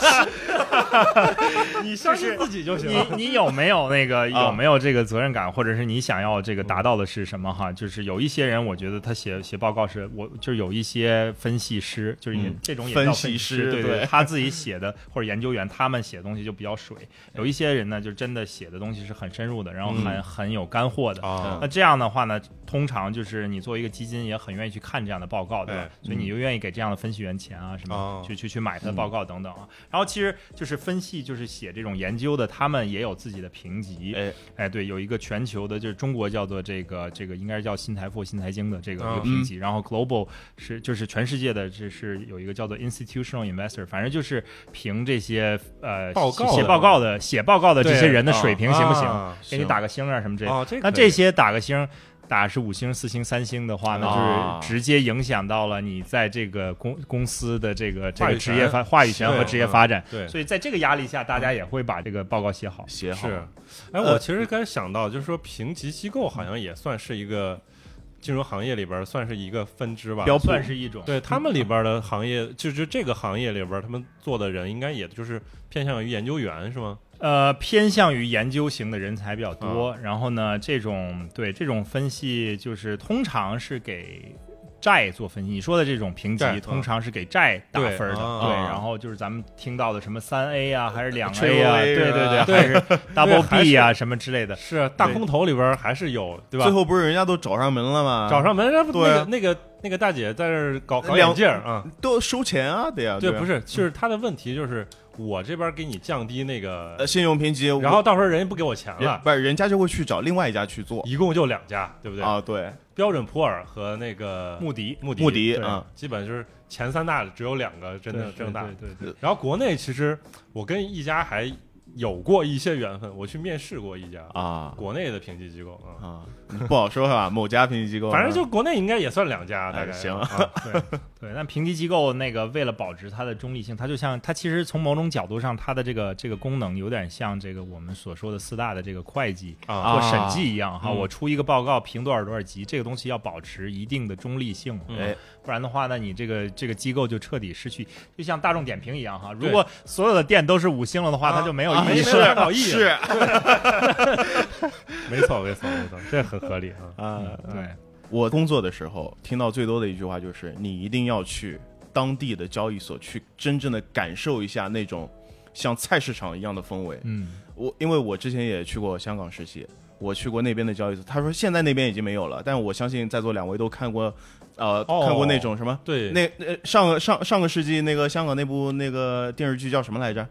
Speaker 1: 你相
Speaker 3: 信
Speaker 1: 自己就
Speaker 3: 你你有没有那 个有
Speaker 2: 啊
Speaker 3: 没有这个责任感，或者是你想要这个达到的是什么哈？就是有一些人，我觉得他写写报告是我就是有一些分析师，就是也
Speaker 2: 嗯
Speaker 3: 这种也
Speaker 2: 分
Speaker 3: 叫
Speaker 2: 析
Speaker 3: 析
Speaker 2: 师
Speaker 3: 对
Speaker 2: 对
Speaker 3: 他自己写的或者研究员他们写的东西就比较水。有一些人呢，就真的写的东西是很深入的，然后很
Speaker 2: 嗯
Speaker 3: 很有干货的。
Speaker 1: 啊
Speaker 3: 那这样的话呢，通常就是你作为一个基金，也很愿意去看这样的报告，对吧？
Speaker 1: 哎
Speaker 3: 所以你就愿意给这样的分析员钱啊，什么、
Speaker 1: 哦
Speaker 3: 去去去买他的报告等等啊。然后其实就是分析，就是写这种研究的，他们也有自己的评级。
Speaker 2: 哎，
Speaker 3: 哎，对，有一个全球的，就是中国叫做这个这个应该是叫新财富、新财经的这个
Speaker 1: 嗯
Speaker 3: 一个评级，然后 global 是就是全世界的，这是有一个叫做 institutional investor，反正就是评这些呃
Speaker 1: 报告
Speaker 3: 写
Speaker 1: 的
Speaker 3: 报告的写报告的这些
Speaker 1: 对
Speaker 3: 人的
Speaker 2: 啊
Speaker 3: 水平行不行？
Speaker 1: 啊
Speaker 3: 给你
Speaker 2: 行
Speaker 3: 打个星啊什么之类 的。
Speaker 1: 哦，这
Speaker 3: 那
Speaker 1: 可
Speaker 3: 这
Speaker 1: 以
Speaker 3: 些打个星，打是五星、四星、三星的话，那
Speaker 2: 啊
Speaker 3: 就是直接影响到了你在这个公公司的这个这
Speaker 1: 话
Speaker 3: 个
Speaker 1: 语
Speaker 3: 职业
Speaker 1: 权
Speaker 3: 发话语权和
Speaker 1: 对
Speaker 3: 职业
Speaker 1: 嗯
Speaker 3: 发展。
Speaker 1: 对
Speaker 3: 所以在这个压力下，大家也会把这个报告写好。
Speaker 2: 写好。
Speaker 1: 是，哎，我其实刚才想到，就是说评级机构好像也算是一个金融行业里边儿算是一个分支吧，
Speaker 2: 标普
Speaker 3: 算是一种
Speaker 1: 对嗯他们里边儿的行业，就是这个行业里边儿，他们做的人应该也就是偏向于研究员是吗？
Speaker 3: 呃偏向于研究型的人才比较多，然后呢，这种对这种分析就是通常是给债做分析。你说的这种评级
Speaker 1: 债，
Speaker 3: 通常是给债打分的，
Speaker 1: 对啊
Speaker 3: 对。然后就是咱们听到的什么三 A 啊，还是两 A
Speaker 2: Triple
Speaker 3: 啊，
Speaker 2: A
Speaker 3: 对对
Speaker 2: 啊
Speaker 3: 还是 Double
Speaker 1: 还是
Speaker 3: B 啊什么之类的。
Speaker 1: 是大空头里边儿还是有对吧
Speaker 2: 最？后不是人家都找上门了吗？
Speaker 1: 找上门，那不那
Speaker 2: 对
Speaker 1: 个
Speaker 2: 啊
Speaker 1: 那个那个大姐在这儿搞搞
Speaker 2: 两
Speaker 1: 眼镜儿啊，
Speaker 2: 都收钱啊，对呀、
Speaker 1: 对，
Speaker 2: 啊
Speaker 1: 不是，就是她的问题就是我这边给你降低那个
Speaker 2: 呃，信用评级，
Speaker 1: 然后啊到时候人家不给我钱
Speaker 2: 人
Speaker 1: 了，
Speaker 2: 不是人家就会去找另外一家去做
Speaker 1: 一共就两家，对不对？
Speaker 2: 啊，对，
Speaker 1: 标准普尔和那个
Speaker 3: 穆迪
Speaker 1: 穆迪
Speaker 2: 穆迪
Speaker 1: 对
Speaker 2: 嗯
Speaker 1: 基本就是前三大只有两个真的
Speaker 3: 对
Speaker 1: 正大。
Speaker 3: 对对对
Speaker 1: 然后国内其实我跟一家还有过一些缘分，我去面试过一家
Speaker 2: 啊
Speaker 1: 国内的评级机构啊。
Speaker 2: 啊，不好说吧，某家评级机构，
Speaker 1: 反正就国内应该也算两家，
Speaker 2: 啊哎
Speaker 1: 大概
Speaker 2: 行
Speaker 1: 啊
Speaker 3: 对对，但评级机构那个为了保持它的中立性，它就像它其实从某种角度上，它的这个这个功能有点像这个我们所说的四大的这个会计
Speaker 1: 啊
Speaker 2: 啊
Speaker 3: 或审计一样哈。
Speaker 1: 嗯
Speaker 3: 我出一个报告评多少多少级，这个东西要保持一定的中立性嘛，啊
Speaker 1: 嗯
Speaker 2: 哎，
Speaker 3: 不然的话呢，你这个这个机构就彻底失去，就像大众点评一样哈。
Speaker 1: 对
Speaker 3: 如果所有的店都是五星了的话，它就没有
Speaker 2: 啊
Speaker 3: 意义
Speaker 1: 没
Speaker 2: 是
Speaker 1: 有参考意义
Speaker 2: 是
Speaker 1: 没错没错没错，这很合理啊。
Speaker 2: 啊，
Speaker 3: 对。
Speaker 2: 我工作的时候听到最多的一句话就是，你一定要去当地的交易所去真正的感受一下那种像菜市场一样的氛围。
Speaker 3: 嗯，
Speaker 2: 我因为我之前也去过香港实习，我去过那边的交易所，他说现在那边已经没有了，但我相信在座两位都看过，呃，
Speaker 1: 哦
Speaker 2: 看过那种什么。
Speaker 1: 对，
Speaker 2: 那呃上个上上个世纪那个香港那部那个电视剧叫什么来着？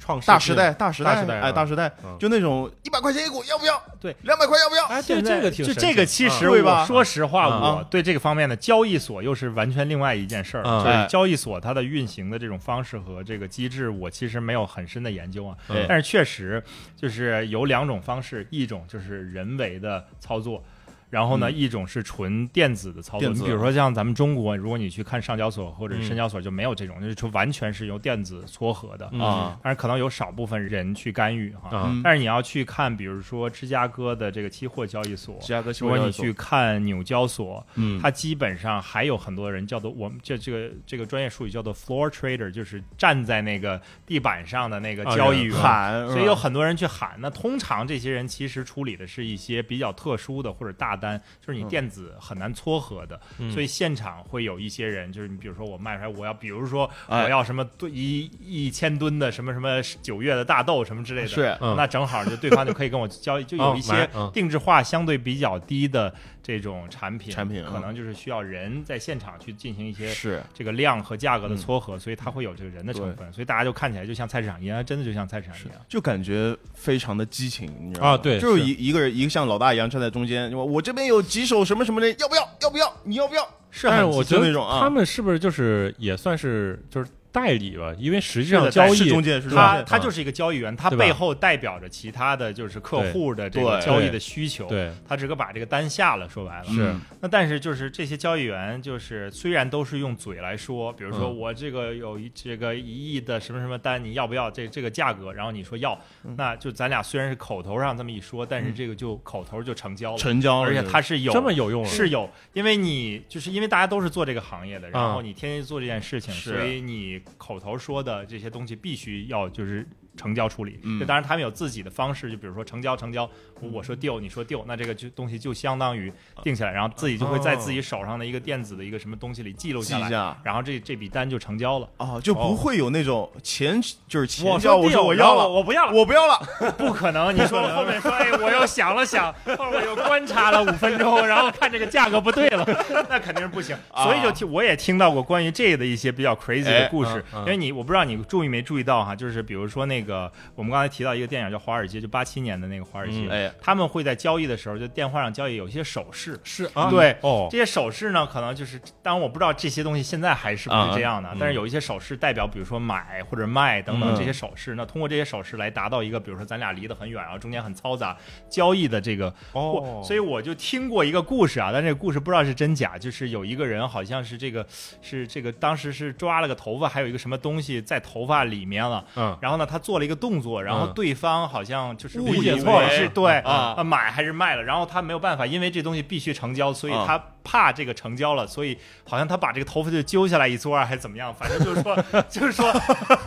Speaker 1: 创世纪
Speaker 2: 大时，代，大时代，
Speaker 1: 大时代
Speaker 2: 哎，
Speaker 1: 啊
Speaker 2: 大时代，
Speaker 1: 嗯
Speaker 2: 就那种一百块钱一股，要不要？
Speaker 3: 对，
Speaker 2: 两百块要不要？
Speaker 1: 哎，对这个挺
Speaker 3: 就
Speaker 1: 神
Speaker 3: 这个，
Speaker 1: 奇
Speaker 3: 其
Speaker 1: 的
Speaker 3: 实
Speaker 2: 对
Speaker 3: 我
Speaker 2: 吧
Speaker 3: 啊说实
Speaker 1: 啊
Speaker 3: 话，我对这个方面的交易所又是完全另外一件事儿
Speaker 1: 啊
Speaker 3: 了。就是交易所它的运行的这种方式和这个机制，我其实没有很深的研究啊。
Speaker 1: 嗯
Speaker 2: 对
Speaker 3: 但是确实就是有两种方式，一种就是人为的操作。然后呢，
Speaker 2: 嗯
Speaker 3: 一种是纯电子的操作，
Speaker 2: 电
Speaker 3: 你
Speaker 2: 子
Speaker 3: 比如说像咱们中国，如果你去看上交所或者
Speaker 1: 嗯
Speaker 3: 深交所就没有这种，就是就完全是由电子撮合的。
Speaker 1: 嗯
Speaker 2: 啊
Speaker 3: 但是可能有少部分人去干预哈。
Speaker 1: 啊
Speaker 2: 嗯
Speaker 3: 但是你要去看，比如说芝加哥的这个期货交易所，
Speaker 2: 芝加哥期
Speaker 3: 如
Speaker 2: 货
Speaker 3: 果
Speaker 2: 交
Speaker 3: 你
Speaker 2: 易所
Speaker 3: 去，看纽交所，
Speaker 1: 嗯
Speaker 3: 它基本上还有很多人叫做我们这这个这个专业术语叫做 floor trader，就是站在那个地板上的那个
Speaker 1: 啊
Speaker 3: 交易
Speaker 1: 人
Speaker 3: 员。
Speaker 2: 哦喊，
Speaker 3: 所以
Speaker 2: 是
Speaker 3: 有
Speaker 2: 吧
Speaker 3: 很多人去喊，那通常这些人其实处理的是一些比较特殊的或者大单，就是你
Speaker 2: 嗯
Speaker 3: 电子很难撮合的，
Speaker 1: 嗯
Speaker 3: 所以现场会有一些人，就是你比如说我卖出来，我要比如说
Speaker 2: 哎
Speaker 3: 我要什么吨一一千吨的什么什么九月的大豆什么之类的，
Speaker 2: 是
Speaker 1: 嗯
Speaker 3: 那正好就对方就可以跟我交易，就有一些
Speaker 1: 买嗯
Speaker 3: 定制化相对比较低的这种产品，
Speaker 2: 产
Speaker 1: 嗯
Speaker 2: 品
Speaker 3: 可能就是需要人在现场去进行一些
Speaker 2: 是
Speaker 3: 这个量和价格的撮
Speaker 1: 嗯
Speaker 3: 合，所以它会有这个人的成分，所以大家就看起来就像菜市场一样，真的就像菜市场一样。
Speaker 2: 就感觉非常的激情，你知道吗？
Speaker 1: 啊对
Speaker 2: 就是
Speaker 1: 是
Speaker 2: 一一个人一个像老大一样站在中间，我我这边有几手什么什么的， 要不要？要不要？你要不要？
Speaker 3: 是
Speaker 1: 但是
Speaker 2: 很
Speaker 1: 我
Speaker 2: 激
Speaker 1: 觉
Speaker 2: 进
Speaker 1: 得
Speaker 2: 那种啊
Speaker 1: 他们是不是就是也算是就是代理吧？因为实际上
Speaker 3: 是的
Speaker 1: 交
Speaker 2: 是
Speaker 1: 易
Speaker 2: 中介是中
Speaker 3: 他
Speaker 2: 介，
Speaker 3: 他就是一个交易员，他
Speaker 1: 对吧
Speaker 3: 背后代表着其他的就是客户的这个
Speaker 2: 对
Speaker 3: 交易的需求，
Speaker 1: 对
Speaker 3: 他只个把这个单下了，说白了。
Speaker 1: 是
Speaker 2: 嗯
Speaker 3: 那但是就是这些交易员，就是虽然都是用嘴来说，比如说
Speaker 1: 嗯
Speaker 3: 我这个有一这个一亿的什么什么单，你要不要这这个价格？然后你说要，那就咱俩虽然是口头上这么一说，但是这个就口头就成交了，
Speaker 2: 成交了，
Speaker 3: 而且他是有
Speaker 1: 这么有用啊
Speaker 3: 是有，因为你就是因为大家都是做这个行业的，然
Speaker 1: 啊
Speaker 3: 后你天天做这件事情，
Speaker 2: 嗯是
Speaker 3: 所以你口头说的这些东西必须要就是成交处理。
Speaker 2: 嗯
Speaker 3: 这当然他们有自己的方式，就比如说成交成交，我说 deal 你说 deal，那这个就东西就相当于定下来，然后自己就会在自己手上的一个电子的一个什么东西里记录
Speaker 2: 记
Speaker 3: 下
Speaker 2: 一
Speaker 3: 来。
Speaker 2: 下
Speaker 3: 然后这这笔单就成交了，
Speaker 2: 啊，就不会有那种前就是前
Speaker 3: 我
Speaker 2: 叫我
Speaker 3: 说
Speaker 2: 说
Speaker 3: deal，
Speaker 2: 我
Speaker 3: 然
Speaker 2: 要
Speaker 3: 后
Speaker 2: 了，
Speaker 3: 我不要了，
Speaker 2: 我不要了，
Speaker 3: 不可能！你说了后面说，哎，我又想了 想，或者我又观察了五分钟，然后看这个价格不对了， 那肯定是不行。
Speaker 2: 啊
Speaker 3: 所以就听我也听到过关于这个的一些比较 crazy
Speaker 2: 哎
Speaker 3: 的故事，
Speaker 1: 嗯嗯
Speaker 3: 因为你我不知道你注意没注意到哈，就是比如说那个我们刚才提到一个电影叫《华尔街》，就八七年的那个《华尔街》
Speaker 1: 嗯
Speaker 2: 哎，
Speaker 3: 他们会在交易的时候，就电话上交易有一些手势，
Speaker 1: 是啊
Speaker 3: 对
Speaker 1: 哦
Speaker 3: 这些手势呢，可能就是当然我不知道这些东西现在还是不是这样的，
Speaker 1: 嗯
Speaker 3: 但是有一些手势代表，比如说买或者卖等等
Speaker 2: 嗯
Speaker 3: 这些手势，那通过这些手势来达到一个，比如说咱俩离得很远，然后中间很嘈杂交易的这个
Speaker 1: 哦
Speaker 3: 或，所以我就听过一个故事啊，但这个故事不知道是真假，就是有一个人好像是这个是这个当时是抓了个头发，还有一个什么东西在头发里面了，
Speaker 1: 嗯
Speaker 3: 然后呢他做了一个动作，然后
Speaker 1: 嗯
Speaker 3: 对方好像就是
Speaker 1: 误
Speaker 3: 理
Speaker 1: 以
Speaker 3: 解
Speaker 1: 为
Speaker 3: 错了，是对
Speaker 2: 啊
Speaker 3: 啊买还是卖了，然后他没有办法，因为这东西必须成交，所以
Speaker 2: 啊
Speaker 3: 他怕这个成交了，所以好像他把这个头发就揪下来一撮儿啊还是怎么样，反正就是说就是说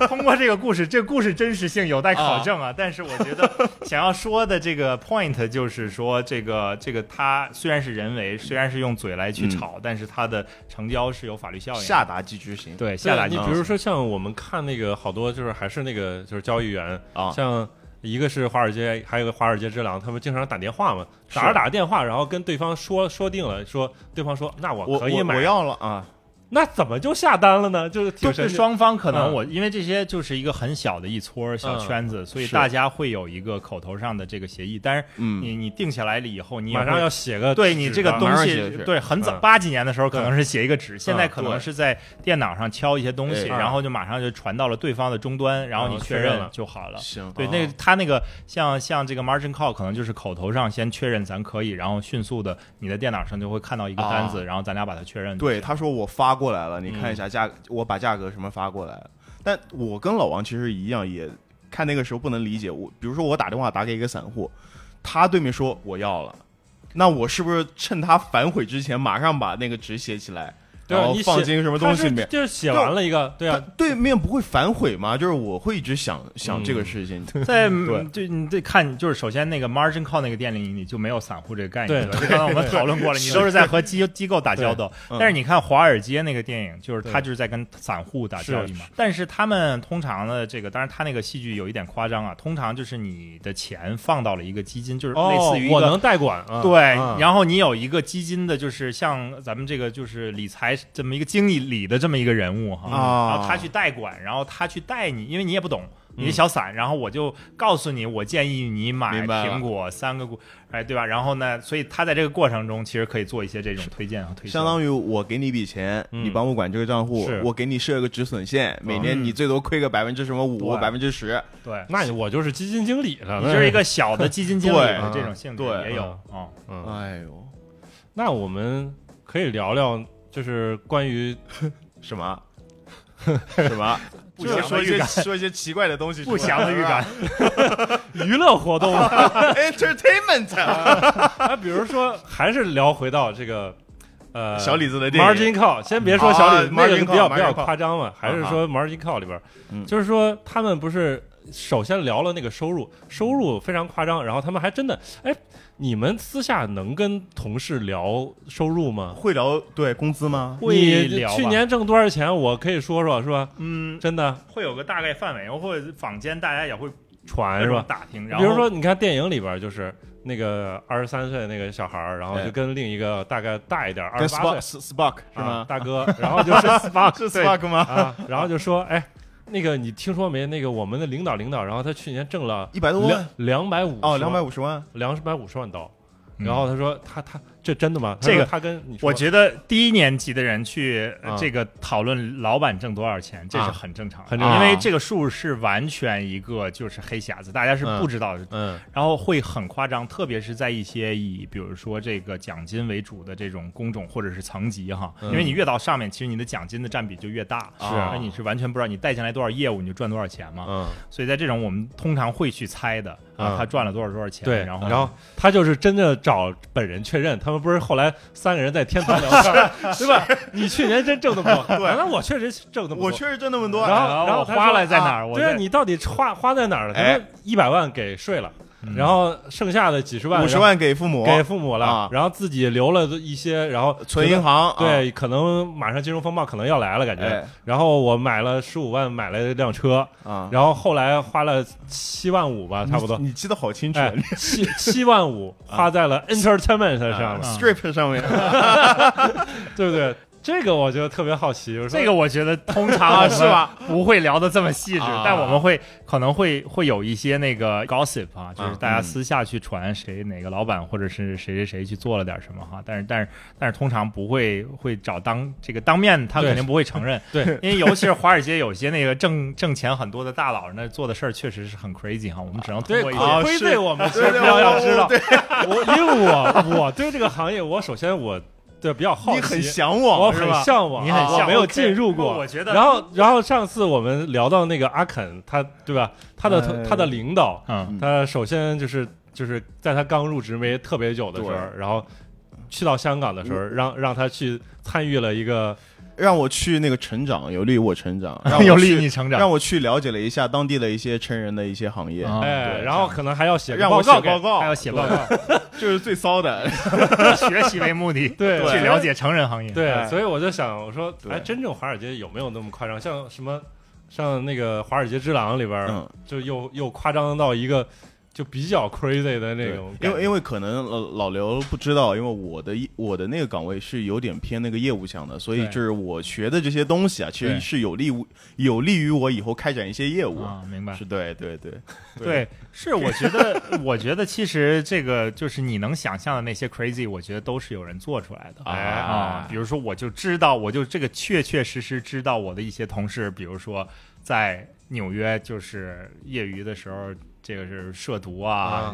Speaker 3: 通过这个故事，这个故事真实性有待考证啊。但是我觉得想要说的这个 point 就是说，这个这个他虽然是人为，虽然是用嘴来去炒，但是它的成交是有法律效应的。
Speaker 2: 下达即执行
Speaker 3: 对
Speaker 1: 对
Speaker 3: 下来
Speaker 1: 你
Speaker 3: 就
Speaker 1: 比如说像我们看那个好多就是还是那个就是交易员
Speaker 2: 啊
Speaker 1: 像一个是华尔街，还有一个华尔街之狼，他们经常打电话嘛，打着
Speaker 2: 是
Speaker 1: 打着电话，然后跟对方说说定了，说对方说那
Speaker 2: 我
Speaker 1: 我可以
Speaker 2: 我
Speaker 1: 买，
Speaker 2: 要了啊，
Speaker 1: 那怎么就下单了呢？就是挺
Speaker 3: 就
Speaker 1: 神
Speaker 3: 是
Speaker 1: 奇
Speaker 3: 双方可能
Speaker 1: 嗯
Speaker 3: 我，因为这些就是一个很小的一撮小圈子，所以
Speaker 2: 是
Speaker 3: 大家会有一个口头上的这个协议。但是
Speaker 2: 嗯，
Speaker 3: 你你定下来了以后，你也
Speaker 1: 马上
Speaker 3: 会
Speaker 1: 要写个
Speaker 3: 对你
Speaker 1: 纸
Speaker 3: 这个
Speaker 1: 吧
Speaker 3: 东
Speaker 2: 马上写
Speaker 3: 西
Speaker 2: 的是，
Speaker 3: 对很早
Speaker 1: 嗯
Speaker 3: 八几年的时候可
Speaker 1: 对
Speaker 3: 能是写一个纸，现在
Speaker 1: 嗯
Speaker 3: 可能
Speaker 1: 对
Speaker 3: 是在电脑上敲一些东西，
Speaker 2: 对
Speaker 3: 然后就马上就传到了对方的终端，然后你
Speaker 1: 嗯
Speaker 3: 确
Speaker 1: 确认
Speaker 3: 认
Speaker 1: 了
Speaker 3: 就好了。
Speaker 2: 行，
Speaker 3: 对，
Speaker 1: 哦
Speaker 3: 那个他那个像像这个 margin call 可能就是口头上先确认咱可以，然后迅速的你的电脑上就会看到一个单子，
Speaker 1: 哦
Speaker 2: 啊
Speaker 3: 然后咱俩把它确认。
Speaker 2: 对，他说我发过来了，你看一
Speaker 1: 嗯
Speaker 2: 下价，我把价格什么发过来了。但我跟老王其实一样，也看那个时候不能理解。我比如说我打电话打给一个散户，他对面说我要了，那我是不是趁他反悔之前，马上把那个纸写起来，
Speaker 1: 对啊
Speaker 2: 然后
Speaker 1: 你
Speaker 2: 放
Speaker 1: 写
Speaker 2: 进什么
Speaker 1: 他
Speaker 2: 东西
Speaker 1: 是
Speaker 2: 里面？
Speaker 1: 就是写完了一个，对
Speaker 2: 他
Speaker 1: 啊，嗯
Speaker 2: 对面不会反悔吗？就是我会一直想想这个事情。
Speaker 3: 在
Speaker 2: 对
Speaker 3: 就你得看，就是首先那个 margin call 那个店里你就没有散户这个概念，
Speaker 1: 对
Speaker 3: 吧？就刚才我们讨论过了，你都是在和机机构打交道。
Speaker 2: 嗯
Speaker 3: 但是你看华尔街那个电影，就是
Speaker 1: 对
Speaker 3: 他就是在跟散户打交易嘛
Speaker 1: 是。
Speaker 3: 但是他们通常的这个，当然他那个戏剧有一点夸张啊，通常就是你的钱放到了一个基金，就是类似于一
Speaker 1: 哦我
Speaker 3: 个
Speaker 1: 能代管啊，
Speaker 3: 对，
Speaker 1: 啊
Speaker 3: 然后你有一个基金的，就是像咱们这个就是理财这么一个经理理的这么一个人物哈，
Speaker 2: 啊
Speaker 3: 然后他去代管，然后他去带你，因为你也不懂，你
Speaker 1: 嗯
Speaker 3: 是小散，然后我就告诉你，我建议你买
Speaker 2: 明白了
Speaker 3: 苹果三个股，哎，对吧？然后呢，所以他在这个过程中其实可以做一些这种推荐和推销，
Speaker 2: 相当于我给你一笔钱，
Speaker 1: 嗯
Speaker 2: 你帮我管这个账户
Speaker 1: 是，嗯
Speaker 2: 我给你设一个止损线，每年你最多亏个百分之什么五、
Speaker 3: 对
Speaker 2: 百分之十，
Speaker 3: 对，
Speaker 1: 那你我就是基金经理了，
Speaker 3: 你
Speaker 1: 那
Speaker 3: 就是一个小的基金经理
Speaker 2: 对
Speaker 3: 的这种性质
Speaker 2: 对
Speaker 3: 也有啊。
Speaker 1: 嗯
Speaker 2: 哎呦，
Speaker 1: 那我们可以聊聊，就是关于
Speaker 2: 什么？什么？
Speaker 3: 不祥的
Speaker 2: 说一
Speaker 3: 预
Speaker 2: 些
Speaker 3: 感
Speaker 2: 说一些奇怪的东西出来，
Speaker 3: 不祥的预感，
Speaker 1: 娱乐活动嘛，
Speaker 2: ，entertainment，
Speaker 1: 啊，比如说还是聊回到这个呃
Speaker 2: 小李子的电影
Speaker 1: margin call，先别说小李、
Speaker 2: 啊
Speaker 1: 那个
Speaker 2: margin
Speaker 1: 比较
Speaker 2: call，
Speaker 1: 比较
Speaker 2: margin call
Speaker 1: 夸张
Speaker 3: 啊
Speaker 1: 嘛，还是说 margin call 里边儿，
Speaker 2: 嗯
Speaker 1: 就是说他们不是首先聊了那个收入，收入非常夸张，然后他们还真的，哎，你们私下能跟同事聊收入吗？
Speaker 2: 会聊对工资吗？
Speaker 3: 会
Speaker 1: 你
Speaker 3: 聊吧
Speaker 1: 去年挣多少钱？我可以说说是吧？
Speaker 3: 嗯，
Speaker 1: 真的
Speaker 3: 会有个大概范围，或者坊间大家也会
Speaker 1: 传
Speaker 3: 各
Speaker 1: 哎是
Speaker 3: 种
Speaker 1: 吧？
Speaker 3: 打听，然
Speaker 1: 比
Speaker 3: 后
Speaker 1: 如说，你看电影里边儿就是那个二十三岁那个小孩儿，然后
Speaker 2: 哎
Speaker 1: 就跟另一个大概大一点二
Speaker 2: 跟
Speaker 1: 十八岁
Speaker 2: Spock Spock 是
Speaker 1: 啊
Speaker 2: 吗？
Speaker 1: 大哥，然后就是 Spark
Speaker 2: 是
Speaker 1: 对
Speaker 2: Spock 吗？
Speaker 1: 啊，然后就说，哎，那个你听说没？那个我们的领导领导，然后他去年挣了
Speaker 2: 一百多
Speaker 1: 两
Speaker 2: 万
Speaker 1: 两百五
Speaker 2: 哦，两百五十万，
Speaker 1: 两百五十万刀。
Speaker 3: 嗯
Speaker 1: 然后他说他他这真的吗？他
Speaker 3: 这个
Speaker 1: 说他跟你说
Speaker 3: 我觉得低年级的人去呃
Speaker 1: 啊
Speaker 3: 这个讨论老板挣多少钱，这是
Speaker 1: 啊
Speaker 3: 很正常的，
Speaker 1: 很正常
Speaker 3: 因为这个数是完全一个就是黑匣子，大家是
Speaker 1: 嗯
Speaker 3: 不知道的，
Speaker 1: 嗯
Speaker 3: 然后会很夸张，特别是在一些以比如说这个奖金为主的这种工种或者是层级哈，
Speaker 1: 嗯
Speaker 3: 因为你越到上面，其实你的奖金的占比就越大，
Speaker 1: 是
Speaker 3: 那你是完全不知道你带进来多少业务你就赚多少钱嘛，
Speaker 1: 嗯
Speaker 3: 所以在这种我们通常会去猜的啊，
Speaker 1: 嗯
Speaker 3: 他赚了多少多少钱，
Speaker 1: 对，
Speaker 3: 然
Speaker 1: 然
Speaker 3: 后
Speaker 1: 他就是真的找本人确认，他们不是后来三个人在天堂聊天 儿，对吧？你去年真挣那么多，
Speaker 2: 对
Speaker 1: 啊那我确实挣那么多，
Speaker 2: 我确实挣那么多，
Speaker 1: 然
Speaker 3: 然后
Speaker 1: 后然后他说
Speaker 3: 花了在哪儿
Speaker 1: 啊
Speaker 3: 我
Speaker 1: 对啊，
Speaker 3: 在
Speaker 1: 你到底花花在哪儿了？他
Speaker 2: 哎
Speaker 1: 说一百万给税了，
Speaker 3: 嗯
Speaker 1: 然后剩下的几十万
Speaker 2: 五十万给父母，
Speaker 1: 给父母
Speaker 2: 啊
Speaker 1: 了，然后自己留了一些，然后
Speaker 2: 存
Speaker 1: 觉得
Speaker 2: 银。行，啊，
Speaker 1: 对，可能马上金融风暴可能要来了，感觉
Speaker 2: 哎。
Speaker 1: 然后我买了十五万，买了一辆车，
Speaker 2: 啊，
Speaker 1: 然后后来花了七万五吧，差不多。
Speaker 2: 你你记得好清 楚，
Speaker 1: 哎，七七万五花在了 entertainment 上
Speaker 2: 啊
Speaker 1: 了，
Speaker 2: Strip 上面
Speaker 1: 对不对？这个我觉得特别好奇，就是说
Speaker 3: 这个我觉得通
Speaker 2: 啊
Speaker 3: 常
Speaker 2: 是吧？
Speaker 3: 不会聊得这么细致，
Speaker 2: 啊
Speaker 3: 但我们会可能会会有一些那个 gossip 啊，就是
Speaker 2: 啊
Speaker 3: 大家
Speaker 2: 嗯
Speaker 3: 私下去传谁哪个老板或者是谁谁谁去做了点什么哈，但是但是但是通常不会会找当这个当面他
Speaker 1: 对
Speaker 3: 肯定不会承认，
Speaker 1: 对
Speaker 3: 因为尤其是华尔街有些那个挣挣钱很多的大佬那做的事儿确实是很 crazy 哈，我们只能通
Speaker 1: 对
Speaker 3: 过一些
Speaker 1: 亏对我们
Speaker 2: 对对
Speaker 1: 要
Speaker 2: 我
Speaker 1: 要知道
Speaker 2: 对，
Speaker 1: 我因为我我对这个行业，我首先我对比较好奇，
Speaker 2: 你很向
Speaker 1: 我
Speaker 2: 往，是
Speaker 1: 很
Speaker 2: 吧？
Speaker 1: 向往，啊
Speaker 3: 你很向往
Speaker 1: 我没有
Speaker 3: OK，
Speaker 1: 进入过。
Speaker 3: 我觉得
Speaker 1: 然后，然后上次我们聊到那个阿肯，他对吧？他的、
Speaker 2: 哎
Speaker 1: 他的领导，
Speaker 3: 嗯
Speaker 1: 他首先就是就是在他刚入职没特别久的时候，
Speaker 2: 对
Speaker 1: 然后去到香港的时候，让让他去参与了一个
Speaker 2: 让我去那个成长，有利于我成长，让我
Speaker 3: 有利
Speaker 2: 去
Speaker 3: 于你成
Speaker 2: 让
Speaker 3: 长，
Speaker 2: 我去了解了一下当地的一些成人的一些行业，
Speaker 3: 啊
Speaker 1: 哎，
Speaker 2: 对
Speaker 1: 然后可能还要写个
Speaker 2: 让我
Speaker 1: 告
Speaker 2: 写
Speaker 1: 给，
Speaker 2: 报告
Speaker 3: 还要写哎报
Speaker 1: 对
Speaker 3: 告，
Speaker 2: 就是最骚的。
Speaker 3: 学习为目的
Speaker 1: 对
Speaker 3: 去
Speaker 1: 对
Speaker 3: 了解成人行业，
Speaker 1: 对，
Speaker 2: 哎
Speaker 1: 所以我就想，我说，哎，
Speaker 2: 对
Speaker 1: 真正华尔街有没有那么夸张？像什么像那个《华尔街之狼》里边儿，
Speaker 2: 嗯，
Speaker 1: 就又又夸张到一个就比较 crazy 的那种
Speaker 2: 对因为因
Speaker 1: 为
Speaker 2: 为可能老老刘不知道，因为我的一我的那个岗位是有点偏那个业务向的，所以
Speaker 3: 对
Speaker 2: 就是我学的这些东西啊，其实
Speaker 3: 对
Speaker 2: 是有利于有利于我以后开展一些业务。
Speaker 3: 啊，明白。
Speaker 2: 是对对对，
Speaker 3: 对，是我觉得，我觉得其实这个就是你能想象的那些 crazy，我觉得都是有人做出来的。
Speaker 2: 啊
Speaker 3: 哎啊，比如说我就知道，我就这个确确实实知道我的一些同事，比如说在纽约就是业余的时候。这个是涉毒啊，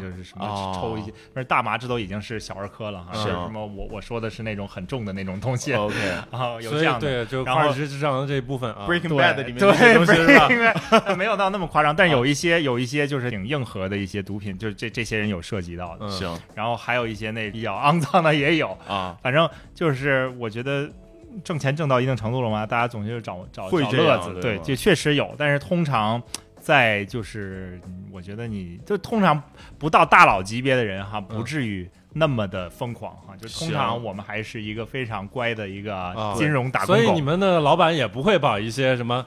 Speaker 1: 啊
Speaker 3: 就是什
Speaker 2: 哦
Speaker 3: 么抽一些，但是大麻这都已经是小儿科了哈。
Speaker 2: 是
Speaker 3: 就是什么？我我说的是那种很重的那种东西啊，
Speaker 2: OK，
Speaker 3: 有
Speaker 1: 哦所
Speaker 3: 这样
Speaker 1: 以
Speaker 3: 的。
Speaker 1: 对，就《
Speaker 3: 然
Speaker 1: 华
Speaker 3: 后
Speaker 1: 尔街之狼》这一部分啊
Speaker 2: Breaking
Speaker 3: 对
Speaker 2: Bad 里面
Speaker 3: 对
Speaker 2: 那些东西是吧啊
Speaker 3: Breaking Bad 呃没有到那么夸张，但是有一些有一些就是挺硬核的一些毒品，就是这这些人有涉及到 的，
Speaker 1: 嗯
Speaker 2: 行
Speaker 3: 然后还有一些那比较肮脏的也有，
Speaker 2: 啊，
Speaker 3: 反正就是我觉得。挣钱挣到一定程度了嘛，大家总是找找
Speaker 2: 会
Speaker 3: 找
Speaker 2: 这
Speaker 3: 乐
Speaker 2: 样
Speaker 3: 子，
Speaker 2: 对
Speaker 3: 对，
Speaker 2: 吗
Speaker 3: 就确实有，但是通常在就是嗯我觉得你就通常不到大佬级别的人哈，不
Speaker 1: 嗯
Speaker 3: 至于那么的疯狂哈，就通
Speaker 2: 行
Speaker 3: 常我们还是一个非常乖的一个
Speaker 1: 啊
Speaker 3: 金融打工
Speaker 1: 所
Speaker 3: 狗，
Speaker 1: 以你们的老板也不会把一些什么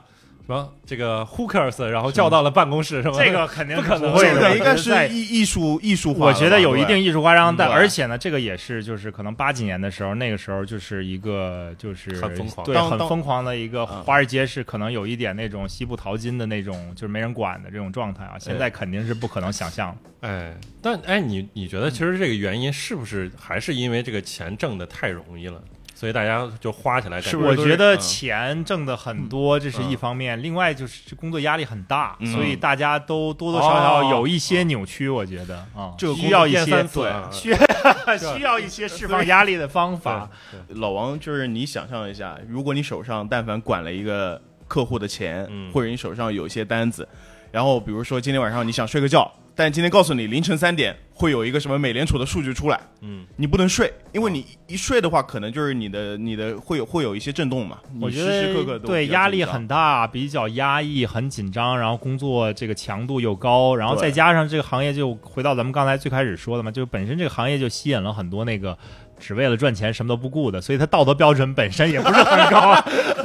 Speaker 1: 什么这个 hookers，然后叫到了办公室，是吗？
Speaker 3: 这个肯定
Speaker 1: 不可
Speaker 3: 是
Speaker 1: 能
Speaker 3: 会
Speaker 1: 这个
Speaker 2: 这
Speaker 3: 的，
Speaker 2: 个
Speaker 3: 我
Speaker 2: 应
Speaker 3: 觉
Speaker 2: 该
Speaker 3: 得
Speaker 2: 是
Speaker 3: 在
Speaker 2: 艺艺术艺术化的吧，
Speaker 3: 我觉得有一
Speaker 2: 对
Speaker 3: 定艺术夸张，
Speaker 2: 嗯
Speaker 3: 但
Speaker 2: 对
Speaker 3: 而且呢，这个也是就是可能八几年的时候，那个时候就是一个就是
Speaker 1: 很疯狂
Speaker 3: 对，
Speaker 2: 当
Speaker 3: 很
Speaker 2: 当
Speaker 3: 疯狂的一个
Speaker 2: 嗯
Speaker 3: 华尔街是可能有一点那种西部淘金的那种，就是没人管的这种状态啊，现在肯定是不可能想象。
Speaker 1: 哎，但哎，你你觉得其实这个原因是不是还是因为这个钱挣的太容易了，所以大家就花起来感觉？
Speaker 2: 是不
Speaker 3: 我
Speaker 2: 是都
Speaker 3: 觉得
Speaker 2: 嗯
Speaker 3: 钱挣的很多，这是一
Speaker 1: 嗯
Speaker 3: 方面，另外就是工作压力很大，
Speaker 2: 嗯
Speaker 3: 所以大家都多多少少
Speaker 1: 哦
Speaker 3: 有一些扭曲，我觉得啊，
Speaker 2: 这个
Speaker 3: 需要一
Speaker 1: 变
Speaker 3: 些
Speaker 1: 三次啊
Speaker 3: 需 需要一些释放压力的方法。
Speaker 2: 老王，就是你想象一下，如果你手上但凡管了一个客户的钱，
Speaker 1: 嗯
Speaker 2: 或者你手上有一些单子，然后比如说今天晚上你想睡个觉，但今天告诉你凌晨三点会有一个什么美联储的数据出来，
Speaker 1: 嗯，
Speaker 2: 你不能睡，因为你一睡的话，可能就是你的你的会有会有一些震动嘛。
Speaker 3: 哦我
Speaker 2: 你
Speaker 3: 觉
Speaker 2: 时时刻
Speaker 3: 得
Speaker 2: 刻都
Speaker 3: 对
Speaker 2: 比较
Speaker 3: 压
Speaker 2: 紧
Speaker 3: 力
Speaker 2: 张
Speaker 3: 很大，比较压抑，很紧张，然后工作这个强度又高，然后
Speaker 2: 对
Speaker 3: 再加上这个行业就回到咱们刚才最开始说的嘛，就本身这个行业就吸引了很多那个只为了赚钱什么都不顾的，所以他道德标准本身也不是 很高，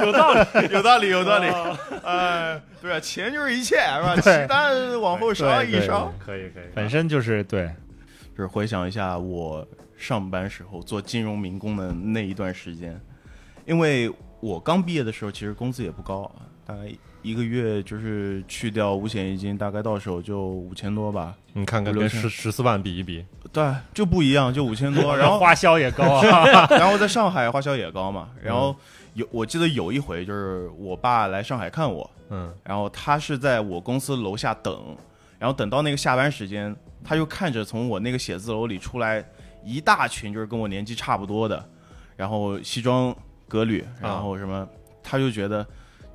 Speaker 3: 有道理。
Speaker 2: 有道理，有道理。呃，对啊，钱就是一切，是 吧？其他的往后稍一稍。
Speaker 1: 可以可以。
Speaker 3: 本身就是对，
Speaker 2: 就是回想一下我上班时候做金融民工的那一段时间，因为我刚毕业的时候，其实工资也不高，啊大概一个月就是去掉五险一金，大概到手就五千多吧。
Speaker 1: 你看看
Speaker 2: 五
Speaker 1: 跟
Speaker 2: 六千
Speaker 1: 十十四万比一比，
Speaker 2: 对，就不一样，就五千多。然后
Speaker 3: 花销也高啊，
Speaker 2: 然后在上海花销也高嘛。然后有我记得有一回就是我爸来上海看我，
Speaker 1: 嗯，
Speaker 2: 然后他是在我公司楼下等，然后等到那个下班时间，他就看着从我那个写字楼里出来一大群就是跟我年纪差不多的，然后西装革履，然后什么，他就觉得，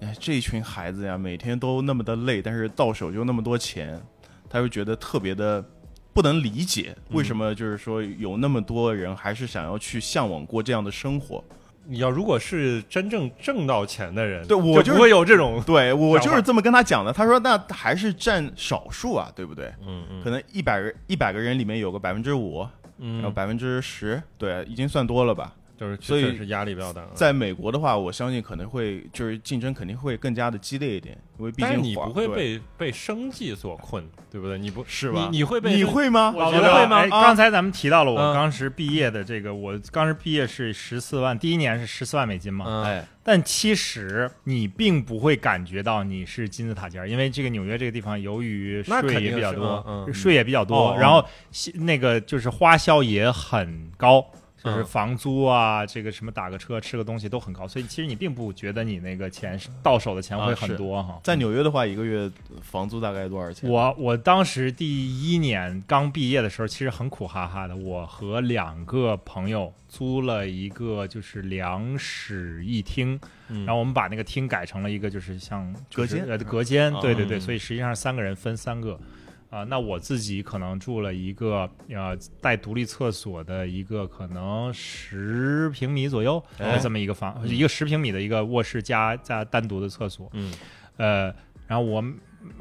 Speaker 2: 哎，这一群孩子呀，每天都那么的累，但是到手就那么多钱，他就觉得特别的。不能理解为什么就是说有那么多人还是想要去向往过这样的生活。
Speaker 1: 你要如果是真正挣到钱的人，
Speaker 2: 对我
Speaker 1: 就
Speaker 2: 就是
Speaker 1: 不会有这种，
Speaker 2: 对我
Speaker 1: 想
Speaker 2: 就
Speaker 1: 法
Speaker 2: 是这么跟他讲的，他说那还是占少数啊，对不对？
Speaker 1: 嗯嗯
Speaker 2: 可能一百人一百个人里面有个百分之五，然后
Speaker 1: 嗯，
Speaker 2: 百分之十，对，已经算多了吧？
Speaker 1: 就是
Speaker 2: 所以
Speaker 1: 确实是压力比较大。啊
Speaker 2: 在美国的话，我相信可能会就是竞争肯定会更加的激烈一点，因为毕
Speaker 1: 但是
Speaker 2: 竟
Speaker 1: 你
Speaker 2: 华
Speaker 1: 不会
Speaker 2: 对
Speaker 1: 被被生计所困，对不对？你不
Speaker 2: 是吧？
Speaker 1: 你你会被
Speaker 2: 你会 吗？
Speaker 1: 我觉
Speaker 3: 觉
Speaker 1: 得
Speaker 3: 得
Speaker 1: 会吗
Speaker 3: 哎
Speaker 1: 啊
Speaker 3: 刚才咱们提到了
Speaker 1: 嗯
Speaker 3: 我当时毕业的这个，我当时毕业是十四万，第一年是十四万美金嘛，
Speaker 1: 嗯
Speaker 2: 哎，
Speaker 3: 但其实你并不会感觉到你是金字塔尖儿，因为这个纽约这个地方，由于
Speaker 1: 那肯
Speaker 3: 税
Speaker 1: 定
Speaker 3: 也比较
Speaker 1: 是
Speaker 3: 多，
Speaker 1: 嗯嗯
Speaker 3: 税也比较多，
Speaker 1: 哦
Speaker 3: 然后西那个就是花销也很高，就是
Speaker 1: 嗯
Speaker 3: 房租啊，这个什么打个车、吃个东西都很高，所以其实你并不觉得你那个钱是到手的钱
Speaker 2: 啊
Speaker 3: 会
Speaker 2: 是
Speaker 3: 很多哈。
Speaker 2: 在纽约的话，一个月房租大概多少钱？
Speaker 3: 我我当时第一年刚毕业的时候，其实很苦哈哈的。我和两个朋友租了一个就是两室一厅，
Speaker 1: 嗯
Speaker 3: 然后我们把那个厅改成了一个就是像
Speaker 2: 隔
Speaker 3: 就是
Speaker 2: 间啊
Speaker 3: 呃隔间，对对对，
Speaker 1: 嗯
Speaker 3: 所以实际上三个人分三个。啊、那我自己可能住了一个呃带独立厕所的一个可能十平米左右
Speaker 2: 哎
Speaker 3: 这么一个房，一个十平米的一个卧室加加单独的厕所，
Speaker 1: 嗯，
Speaker 3: 呃，然后我们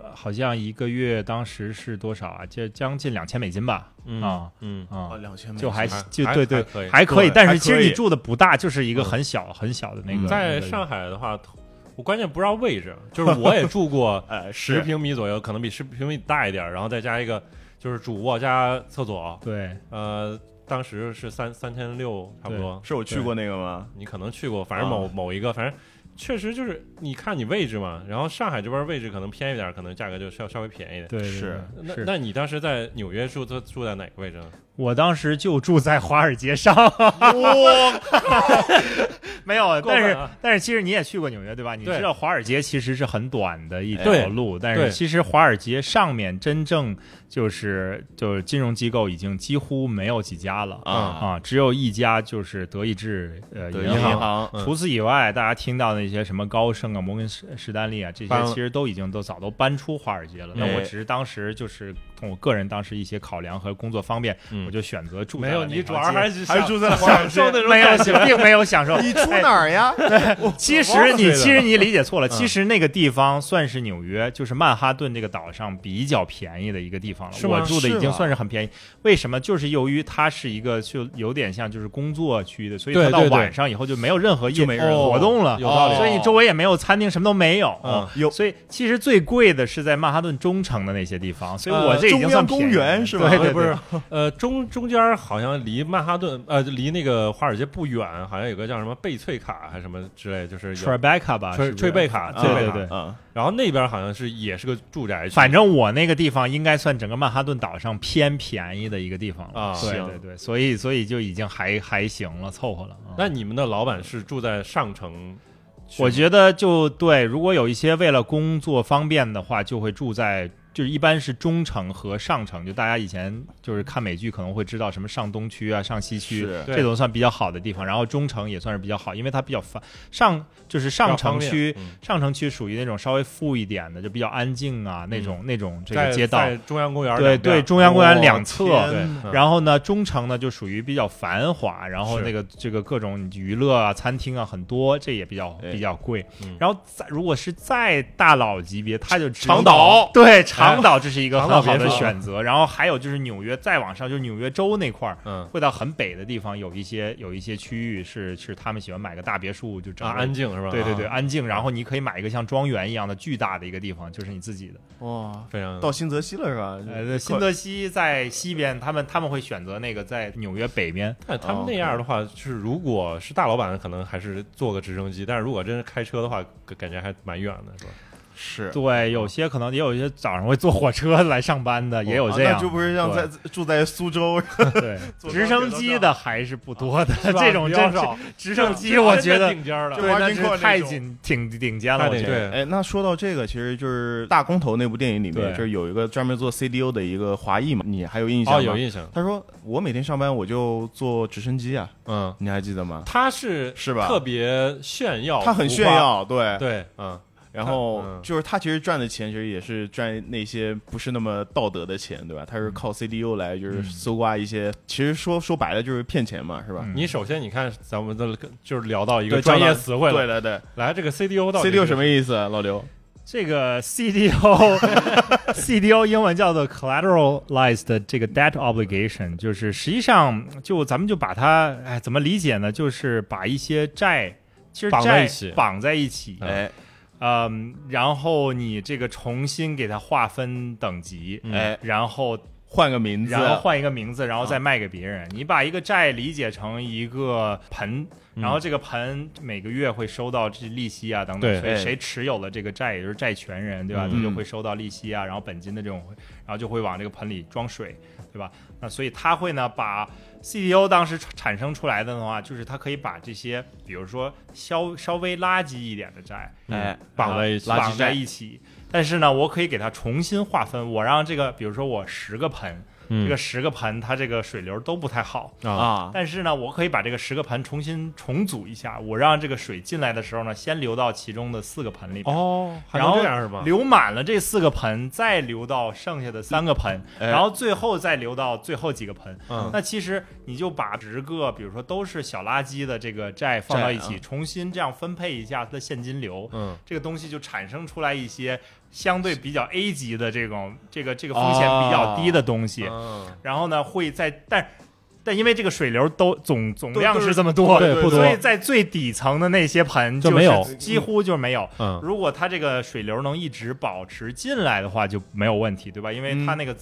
Speaker 3: 呃好像一个月当时是多少啊？就将近两千美金吧，
Speaker 1: 嗯
Speaker 3: 啊
Speaker 1: 嗯，
Speaker 2: 啊，
Speaker 3: 啊，
Speaker 2: 两千美金
Speaker 3: 就还
Speaker 1: 还
Speaker 3: 就
Speaker 1: 还
Speaker 3: 对
Speaker 1: 还
Speaker 3: 对
Speaker 1: 可以
Speaker 3: 还可以，
Speaker 2: 对
Speaker 3: 但
Speaker 2: 还
Speaker 3: 是其
Speaker 2: 可
Speaker 3: 实你
Speaker 2: 以
Speaker 3: 住的不大，就是一个很小很小的那
Speaker 2: 嗯
Speaker 3: 个，
Speaker 1: 在
Speaker 3: 那个
Speaker 1: 上海的话，我关键不知道位置，就是我也住 过
Speaker 2: 哎，
Speaker 1: 十
Speaker 2: 是
Speaker 1: 平米左右，可能比十平米大一点儿，然后再加一个就是主卧加厕所，
Speaker 3: 对，
Speaker 1: 呃，当时是三三千六差不多，
Speaker 2: 是我去过那个吗？
Speaker 1: 你可能去过，反正某、
Speaker 2: 啊
Speaker 1: 某一个，反正确实就是你看你位置嘛，然后上海这边位置可能偏一点儿，可能价格就稍稍微便宜一点。
Speaker 3: 对对
Speaker 2: 是
Speaker 3: 对
Speaker 1: 那
Speaker 3: 是
Speaker 1: 那你当时在纽约住住住在哪个位置呢？
Speaker 3: 我当时就住在华尔街上，
Speaker 2: 哇，
Speaker 3: 没有，
Speaker 1: 过
Speaker 3: 但
Speaker 1: 分
Speaker 3: 是
Speaker 1: 啊
Speaker 3: 但是其实你也去过纽约对吧？你
Speaker 1: 对
Speaker 3: 知道华尔街其实是很短的一条
Speaker 1: 对
Speaker 3: 路，但是
Speaker 1: 对
Speaker 3: 其实华尔街上面真正就是就是金融机构已经几乎没有几家了
Speaker 2: 啊
Speaker 3: 啊，只有一家就是德意志呃
Speaker 2: 对，
Speaker 1: 银
Speaker 2: 银
Speaker 1: 行
Speaker 2: 行
Speaker 1: 嗯
Speaker 3: 除此以外，大家听到的一些什么高盛啊、摩根士士丹利啊，这
Speaker 1: 搬
Speaker 3: 些其实都已经都早都搬出华尔街了。
Speaker 1: 嗯
Speaker 3: 那
Speaker 2: 哎
Speaker 3: 我只是当时就是从我个人当时一些考量和工作方便，
Speaker 1: 嗯
Speaker 3: 我就选择住在
Speaker 1: 没有，
Speaker 3: 了那
Speaker 1: 你主
Speaker 3: 条
Speaker 1: 要
Speaker 3: 街
Speaker 1: 还是
Speaker 2: 还是住在华尔
Speaker 1: 享
Speaker 2: 街
Speaker 1: 受那种
Speaker 3: 没有
Speaker 1: 感觉。
Speaker 3: 并没有享受。
Speaker 2: 你住
Speaker 3: 哎
Speaker 2: 哪儿呀？
Speaker 3: 其
Speaker 1: 忘
Speaker 3: 实
Speaker 1: 了嗯
Speaker 3: 你
Speaker 1: 这个
Speaker 3: 其实你理解错了，其实那个地方算是纽约，就是曼哈顿这个岛上比较便宜的一个地方了。
Speaker 1: 是吗
Speaker 3: 我住的已
Speaker 2: 是
Speaker 3: 经
Speaker 2: 吗
Speaker 3: 算是很便宜，为什么？就是由于它是一个就有点像就是工作区的，所以
Speaker 1: 对
Speaker 3: 它到
Speaker 1: 对对
Speaker 3: 晚上以后就没有任何业呃
Speaker 2: 就没人了
Speaker 1: 哦
Speaker 3: 活动了，
Speaker 1: 有道
Speaker 2: 理
Speaker 3: 所以周围也没有餐厅，什么都没有。
Speaker 1: 哦
Speaker 3: 哦
Speaker 1: 嗯
Speaker 2: 有
Speaker 3: 所以其实最贵的是在曼哈顿中城的那些地方，所以
Speaker 1: 呃
Speaker 3: 我这已
Speaker 2: 中
Speaker 3: 经算
Speaker 2: 央公
Speaker 3: 便宜
Speaker 2: 园
Speaker 3: 了
Speaker 2: 是吧
Speaker 3: 对
Speaker 1: 啊
Speaker 3: 对，
Speaker 1: 不
Speaker 3: 对
Speaker 1: 是，呃，中中间儿好像离曼哈顿，呃，离那个华尔街不远，好像有个叫什么贝翠卡还是什么之类，就是有
Speaker 3: Tribeca 吧，
Speaker 1: 吹
Speaker 3: 是不是
Speaker 1: 吹贝卡，
Speaker 3: 啊
Speaker 1: 翠贝
Speaker 3: 对
Speaker 1: 卡
Speaker 3: 对对。
Speaker 2: 啊，
Speaker 1: 然后那边好像是也是个住宅区，
Speaker 3: 反正我那个地方应该算整个曼哈顿岛上偏便宜的一个地方了
Speaker 1: 啊
Speaker 3: 对
Speaker 2: 行
Speaker 3: 对对，所以所以就已经还还行了，凑合了。啊
Speaker 1: 那你们的老板是住在上城区吗？
Speaker 3: 我觉得就对，如果有一些为了工作方便的话，就会住在就是一般是中城和上城，就大家以前就是看美剧可能会知道什么上东区啊、上西区
Speaker 2: 是
Speaker 1: 对
Speaker 3: 这种算比较好的地方，然后中城也算是比较好，因为它比较方上就是上城
Speaker 1: 比
Speaker 3: 区
Speaker 1: 较方便。嗯
Speaker 3: 上城区属于那种稍微富一点的，就比较安静啊，那种、那种这
Speaker 1: 在
Speaker 3: 个街道，
Speaker 1: 在中央公园
Speaker 3: 对
Speaker 1: 两边
Speaker 3: 对，中央公园两
Speaker 2: 哇
Speaker 3: 侧。
Speaker 1: 对
Speaker 2: 天，
Speaker 1: 嗯
Speaker 3: 然后呢，中城呢就属于比较繁华，然后
Speaker 1: 是
Speaker 3: 那个这个各种娱乐啊、餐厅啊很多，这也比较
Speaker 2: 哎
Speaker 3: 比较贵
Speaker 1: 嗯。
Speaker 3: 然后再如果是再大佬级别，它就只有
Speaker 2: 长岛
Speaker 3: 对长岛这是一个
Speaker 1: 哎长
Speaker 3: 很
Speaker 1: 岛
Speaker 3: 好
Speaker 1: 别
Speaker 3: 的
Speaker 1: 墅
Speaker 3: 选择。然后还有就是纽约再往上，就是纽约州那块儿，
Speaker 1: 嗯
Speaker 3: 会到很北的地方，有一些有一些区域是是他们喜欢买个大别墅，就整
Speaker 1: 啊
Speaker 3: 个
Speaker 1: 安静是吧？
Speaker 3: 对对对
Speaker 1: 啊，
Speaker 3: 安静。然后你可以买一个像庄园一样的巨大的一个地方，就是你自己的。
Speaker 2: 哇，
Speaker 1: 非常
Speaker 2: 到新泽西了是吧？
Speaker 1: 嗯
Speaker 3: 呃，新泽西在西边，他们他们会选择那个在纽约北边。
Speaker 1: 但他们
Speaker 2: 哦
Speaker 1: 那样的话，就是如果是大老板，可能还是坐个直升机；但是如果真是开车的话，感感觉还蛮远的，是吧？
Speaker 2: 是
Speaker 3: 对，有些可能也有一些早上会坐火车来上班的，也有
Speaker 1: 哦
Speaker 2: 啊
Speaker 3: 这样
Speaker 2: 那
Speaker 3: 的。
Speaker 2: 就不是像在住在苏州，
Speaker 3: 对，
Speaker 2: 坐
Speaker 3: 直
Speaker 2: 高铁
Speaker 3: 升
Speaker 2: 都
Speaker 3: 机
Speaker 2: 上
Speaker 3: 的还是不多的，
Speaker 1: 啊是吧
Speaker 3: 这种
Speaker 1: 比
Speaker 3: 真
Speaker 1: 较
Speaker 3: 是
Speaker 1: 少。
Speaker 3: 直升机我觉得
Speaker 1: 顶尖儿了，哦
Speaker 2: 就
Speaker 3: 对，那是
Speaker 2: Washington 那
Speaker 3: 太
Speaker 2: 种
Speaker 3: 紧挺顶尖了，
Speaker 1: 太
Speaker 3: 我觉
Speaker 1: 顶
Speaker 3: 得。
Speaker 1: 对。
Speaker 2: 哎，那说到这个，其实就是《大工头》那部电影里面，
Speaker 3: 对
Speaker 2: 就是有一个专门做 CDO 的一个华裔嘛，你还有印象吗？
Speaker 1: 哦，有印象，
Speaker 2: 他说我每天上班我就坐直升机啊，
Speaker 1: 嗯，
Speaker 2: 你还记得吗？
Speaker 1: 他是
Speaker 2: 是吧
Speaker 1: 特别炫耀，
Speaker 2: 他很炫，耀，
Speaker 3: 哎
Speaker 2: 对。
Speaker 1: 对，嗯，
Speaker 2: 然后
Speaker 1: 嗯
Speaker 2: 就是他其实赚的钱，其实也是赚那些不是那么道德的钱，对吧？他是靠 CDO 来就是搜刮一些，其实说说白了就是骗钱嘛，是吧？
Speaker 3: 嗯
Speaker 1: 你首先你看，咱们的就是聊到一个
Speaker 2: 对
Speaker 1: 专业
Speaker 2: 专业
Speaker 1: 词汇
Speaker 2: 对
Speaker 1: 了，
Speaker 2: 对对
Speaker 1: 来这个 CDO 到底
Speaker 2: ，CDO
Speaker 1: 是
Speaker 2: 什？么意思啊，老刘？
Speaker 3: 这 个 CDO，CDO 英文叫做 collateralized 这个 debt obligation，就是实际上就咱们就把它，哎，怎么理解呢？就是把一些债，其实
Speaker 1: 绑在
Speaker 3: 债
Speaker 1: 一起嗯
Speaker 3: 绑在一起，
Speaker 2: 哎
Speaker 3: 嗯，然后你这个重新给它划分等级，
Speaker 1: 嗯
Speaker 2: 哎，
Speaker 3: 然后
Speaker 2: 换个名字，
Speaker 3: 然
Speaker 1: 啊
Speaker 3: 后换一个名字，然后再卖给别人。你把一个债理解成一个盆，
Speaker 1: 嗯
Speaker 3: 然后这个盆每个月会收到这利息啊等
Speaker 1: 对
Speaker 3: 等，所以
Speaker 2: 哎
Speaker 3: 谁持有了这个债，也就是债权人，对吧？
Speaker 1: 嗯
Speaker 3: 他就会收到利息啊，然后本金的这种，然后就会往这个盆里装水，对吧？那所以他会呢把 CDO 当时产生出来的的话，就是他可以把这些，比如说稍稍微垃圾一点的债，啊
Speaker 2: 哎
Speaker 1: 绑在一起，
Speaker 2: 垃圾
Speaker 3: 绑
Speaker 2: 债
Speaker 3: 在一起。但是呢，我可以给它重新划分，我让这个，比如说我十个盆，
Speaker 1: 嗯
Speaker 3: 这个十个盆它这个水流都不太好。
Speaker 1: 啊，
Speaker 2: 啊，
Speaker 3: 但是呢，我可以把这个十个盆重新重组一下，我让这个水进来的时候呢，先流到其中的四个盆里边，
Speaker 1: 哦，还
Speaker 3: 然
Speaker 1: 能
Speaker 3: 后
Speaker 1: 这样是吧？
Speaker 3: 流满了这四个盆，再流到剩下的三个盆，
Speaker 2: 哎
Speaker 3: 然后最后再流到最后几个盆。
Speaker 1: 嗯
Speaker 3: 那其实你就把十个，比如说都是小垃圾的这个债放到一
Speaker 2: 债
Speaker 3: 起，重新这样分配一下它的现金流，
Speaker 1: 嗯，
Speaker 3: 这个东西就产生出来一些相对比较 A 级的这种这个这个风险比较低的东西，
Speaker 1: 嗯
Speaker 3: 然后呢会在但但因为这个水流都总总量
Speaker 2: 都是
Speaker 3: 是这么多，
Speaker 1: 对不多
Speaker 3: 所以在最底层的那些盆
Speaker 1: 就是没有
Speaker 3: 几乎就没有。
Speaker 1: 嗯，
Speaker 3: 如果它这个水流能一直保持进来的话，就没有问题，对吧？因为它那个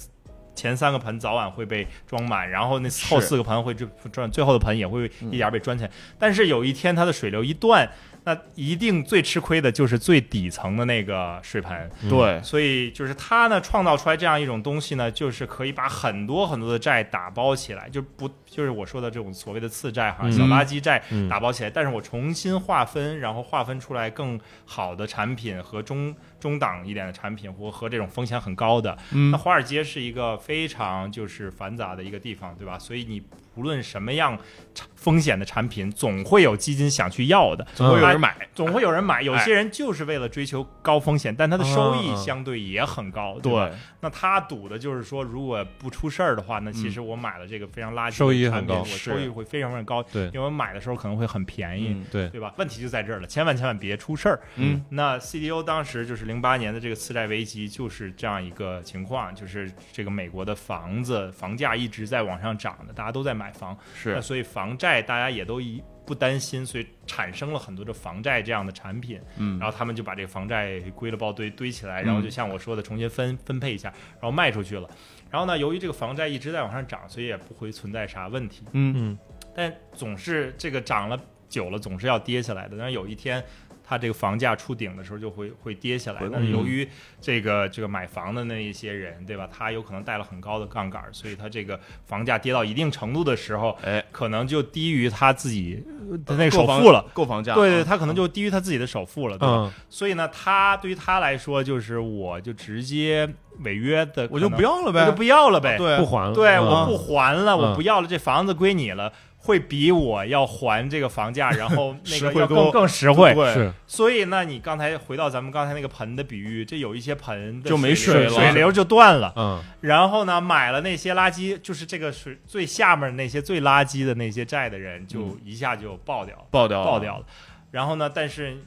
Speaker 3: 前三个盆早晚会被装满，然后那后四个盆会转，最后的盆也会一点儿被装起来。但是有一天它的水流一断，那一定最吃亏的就是最底层的那个水盆。
Speaker 2: 对，
Speaker 3: 所以就是它呢，创造出来这样一种东西呢，就是可以把很多很多的债打包起来，就不就是我说的这种所谓的次债哈、
Speaker 1: 嗯
Speaker 3: 小垃圾债
Speaker 1: 嗯
Speaker 3: 打包起来，但是我重新划分，然后划分出来更好的产品和中中档一点的产品，或和这种风险很高的。
Speaker 2: 嗯
Speaker 3: 那华尔街是一个非常就是繁杂的一个地方，对吧？所以你无论什么样产风险的产品，总会有基金想去要的，
Speaker 1: 总会有
Speaker 2: 人买，
Speaker 3: 总会有人买。有些人就是为了追求高风险，但他的收
Speaker 1: 嗯
Speaker 3: 益相对也很高，对吧
Speaker 2: 对，
Speaker 3: 那他赌的就是说，如果不出事儿的话，那其实我买了这个非常垃圾的
Speaker 1: 收益很
Speaker 3: 产品
Speaker 1: 高
Speaker 3: 我
Speaker 2: 是
Speaker 3: 收益会非常非常高，
Speaker 1: 对
Speaker 3: 因为我买的时候可能会很便宜。
Speaker 2: 嗯
Speaker 1: 对，
Speaker 3: 对吧？问题就在这儿了，千万千万别出事儿。
Speaker 2: 嗯，
Speaker 3: 那 CDO 当时就是零八年的这个次贷危机，就是这样一个情况，就是这个美国的房子房价一直在往上涨的，大家都在买房，那
Speaker 2: 是
Speaker 3: 所以房债大家也都一不担心，所以产生了很多的房债这样的产品，
Speaker 2: 嗯
Speaker 3: 然后他们就把这个房债归了包堆堆起来，然后就像我说的重新分分配一下，然后卖出去了。然后呢，由于这个房债一直在往上涨，所以也不会存在啥问题。
Speaker 2: 嗯
Speaker 1: 嗯
Speaker 3: 但总是这个涨了久了，总是要跌下来的。但是有一天，它这个房价触顶的时候就会会跌下来
Speaker 2: 回。嗯
Speaker 3: 但是
Speaker 1: 笼
Speaker 3: 由于这个这个买房的那一些人，对吧？他有可能带了很高的杠杆，所以他这个房价跌到一定程度的时候，
Speaker 2: 哎，
Speaker 3: 可能就低于他自己的那个首
Speaker 2: 购房
Speaker 3: 付了。
Speaker 2: 购房价，
Speaker 3: 对对，
Speaker 2: 嗯
Speaker 3: 他可能就低于他自己的首付了，对吧？
Speaker 1: 嗯，
Speaker 3: 所以呢，他对于他来说，就是我就直接违约的，
Speaker 2: 我就不，要了
Speaker 3: 我
Speaker 2: 呗，啊
Speaker 3: 就不要了呗。
Speaker 2: 对
Speaker 1: 不还了，
Speaker 3: 对，
Speaker 1: 嗯
Speaker 3: 我不还了，
Speaker 1: 嗯
Speaker 3: 我不要了，这房子归你了，会比我要还这个房价，然后那
Speaker 2: 实
Speaker 3: 个
Speaker 2: 惠
Speaker 3: 要
Speaker 2: 多
Speaker 3: 更更实惠。
Speaker 2: 对
Speaker 1: 是
Speaker 3: 所以呢，你刚才回到咱们刚才那个盆的比喻，这有一些盆的
Speaker 2: 就没
Speaker 3: 水
Speaker 1: 水
Speaker 3: 流
Speaker 1: 了
Speaker 3: 水流就断了。
Speaker 1: 嗯
Speaker 3: 然后呢，买了那些垃圾，就是这个水最下面那些最垃圾的那些债的人，就一下就爆掉了。
Speaker 2: 爆掉
Speaker 3: 爆掉了。然后呢，但是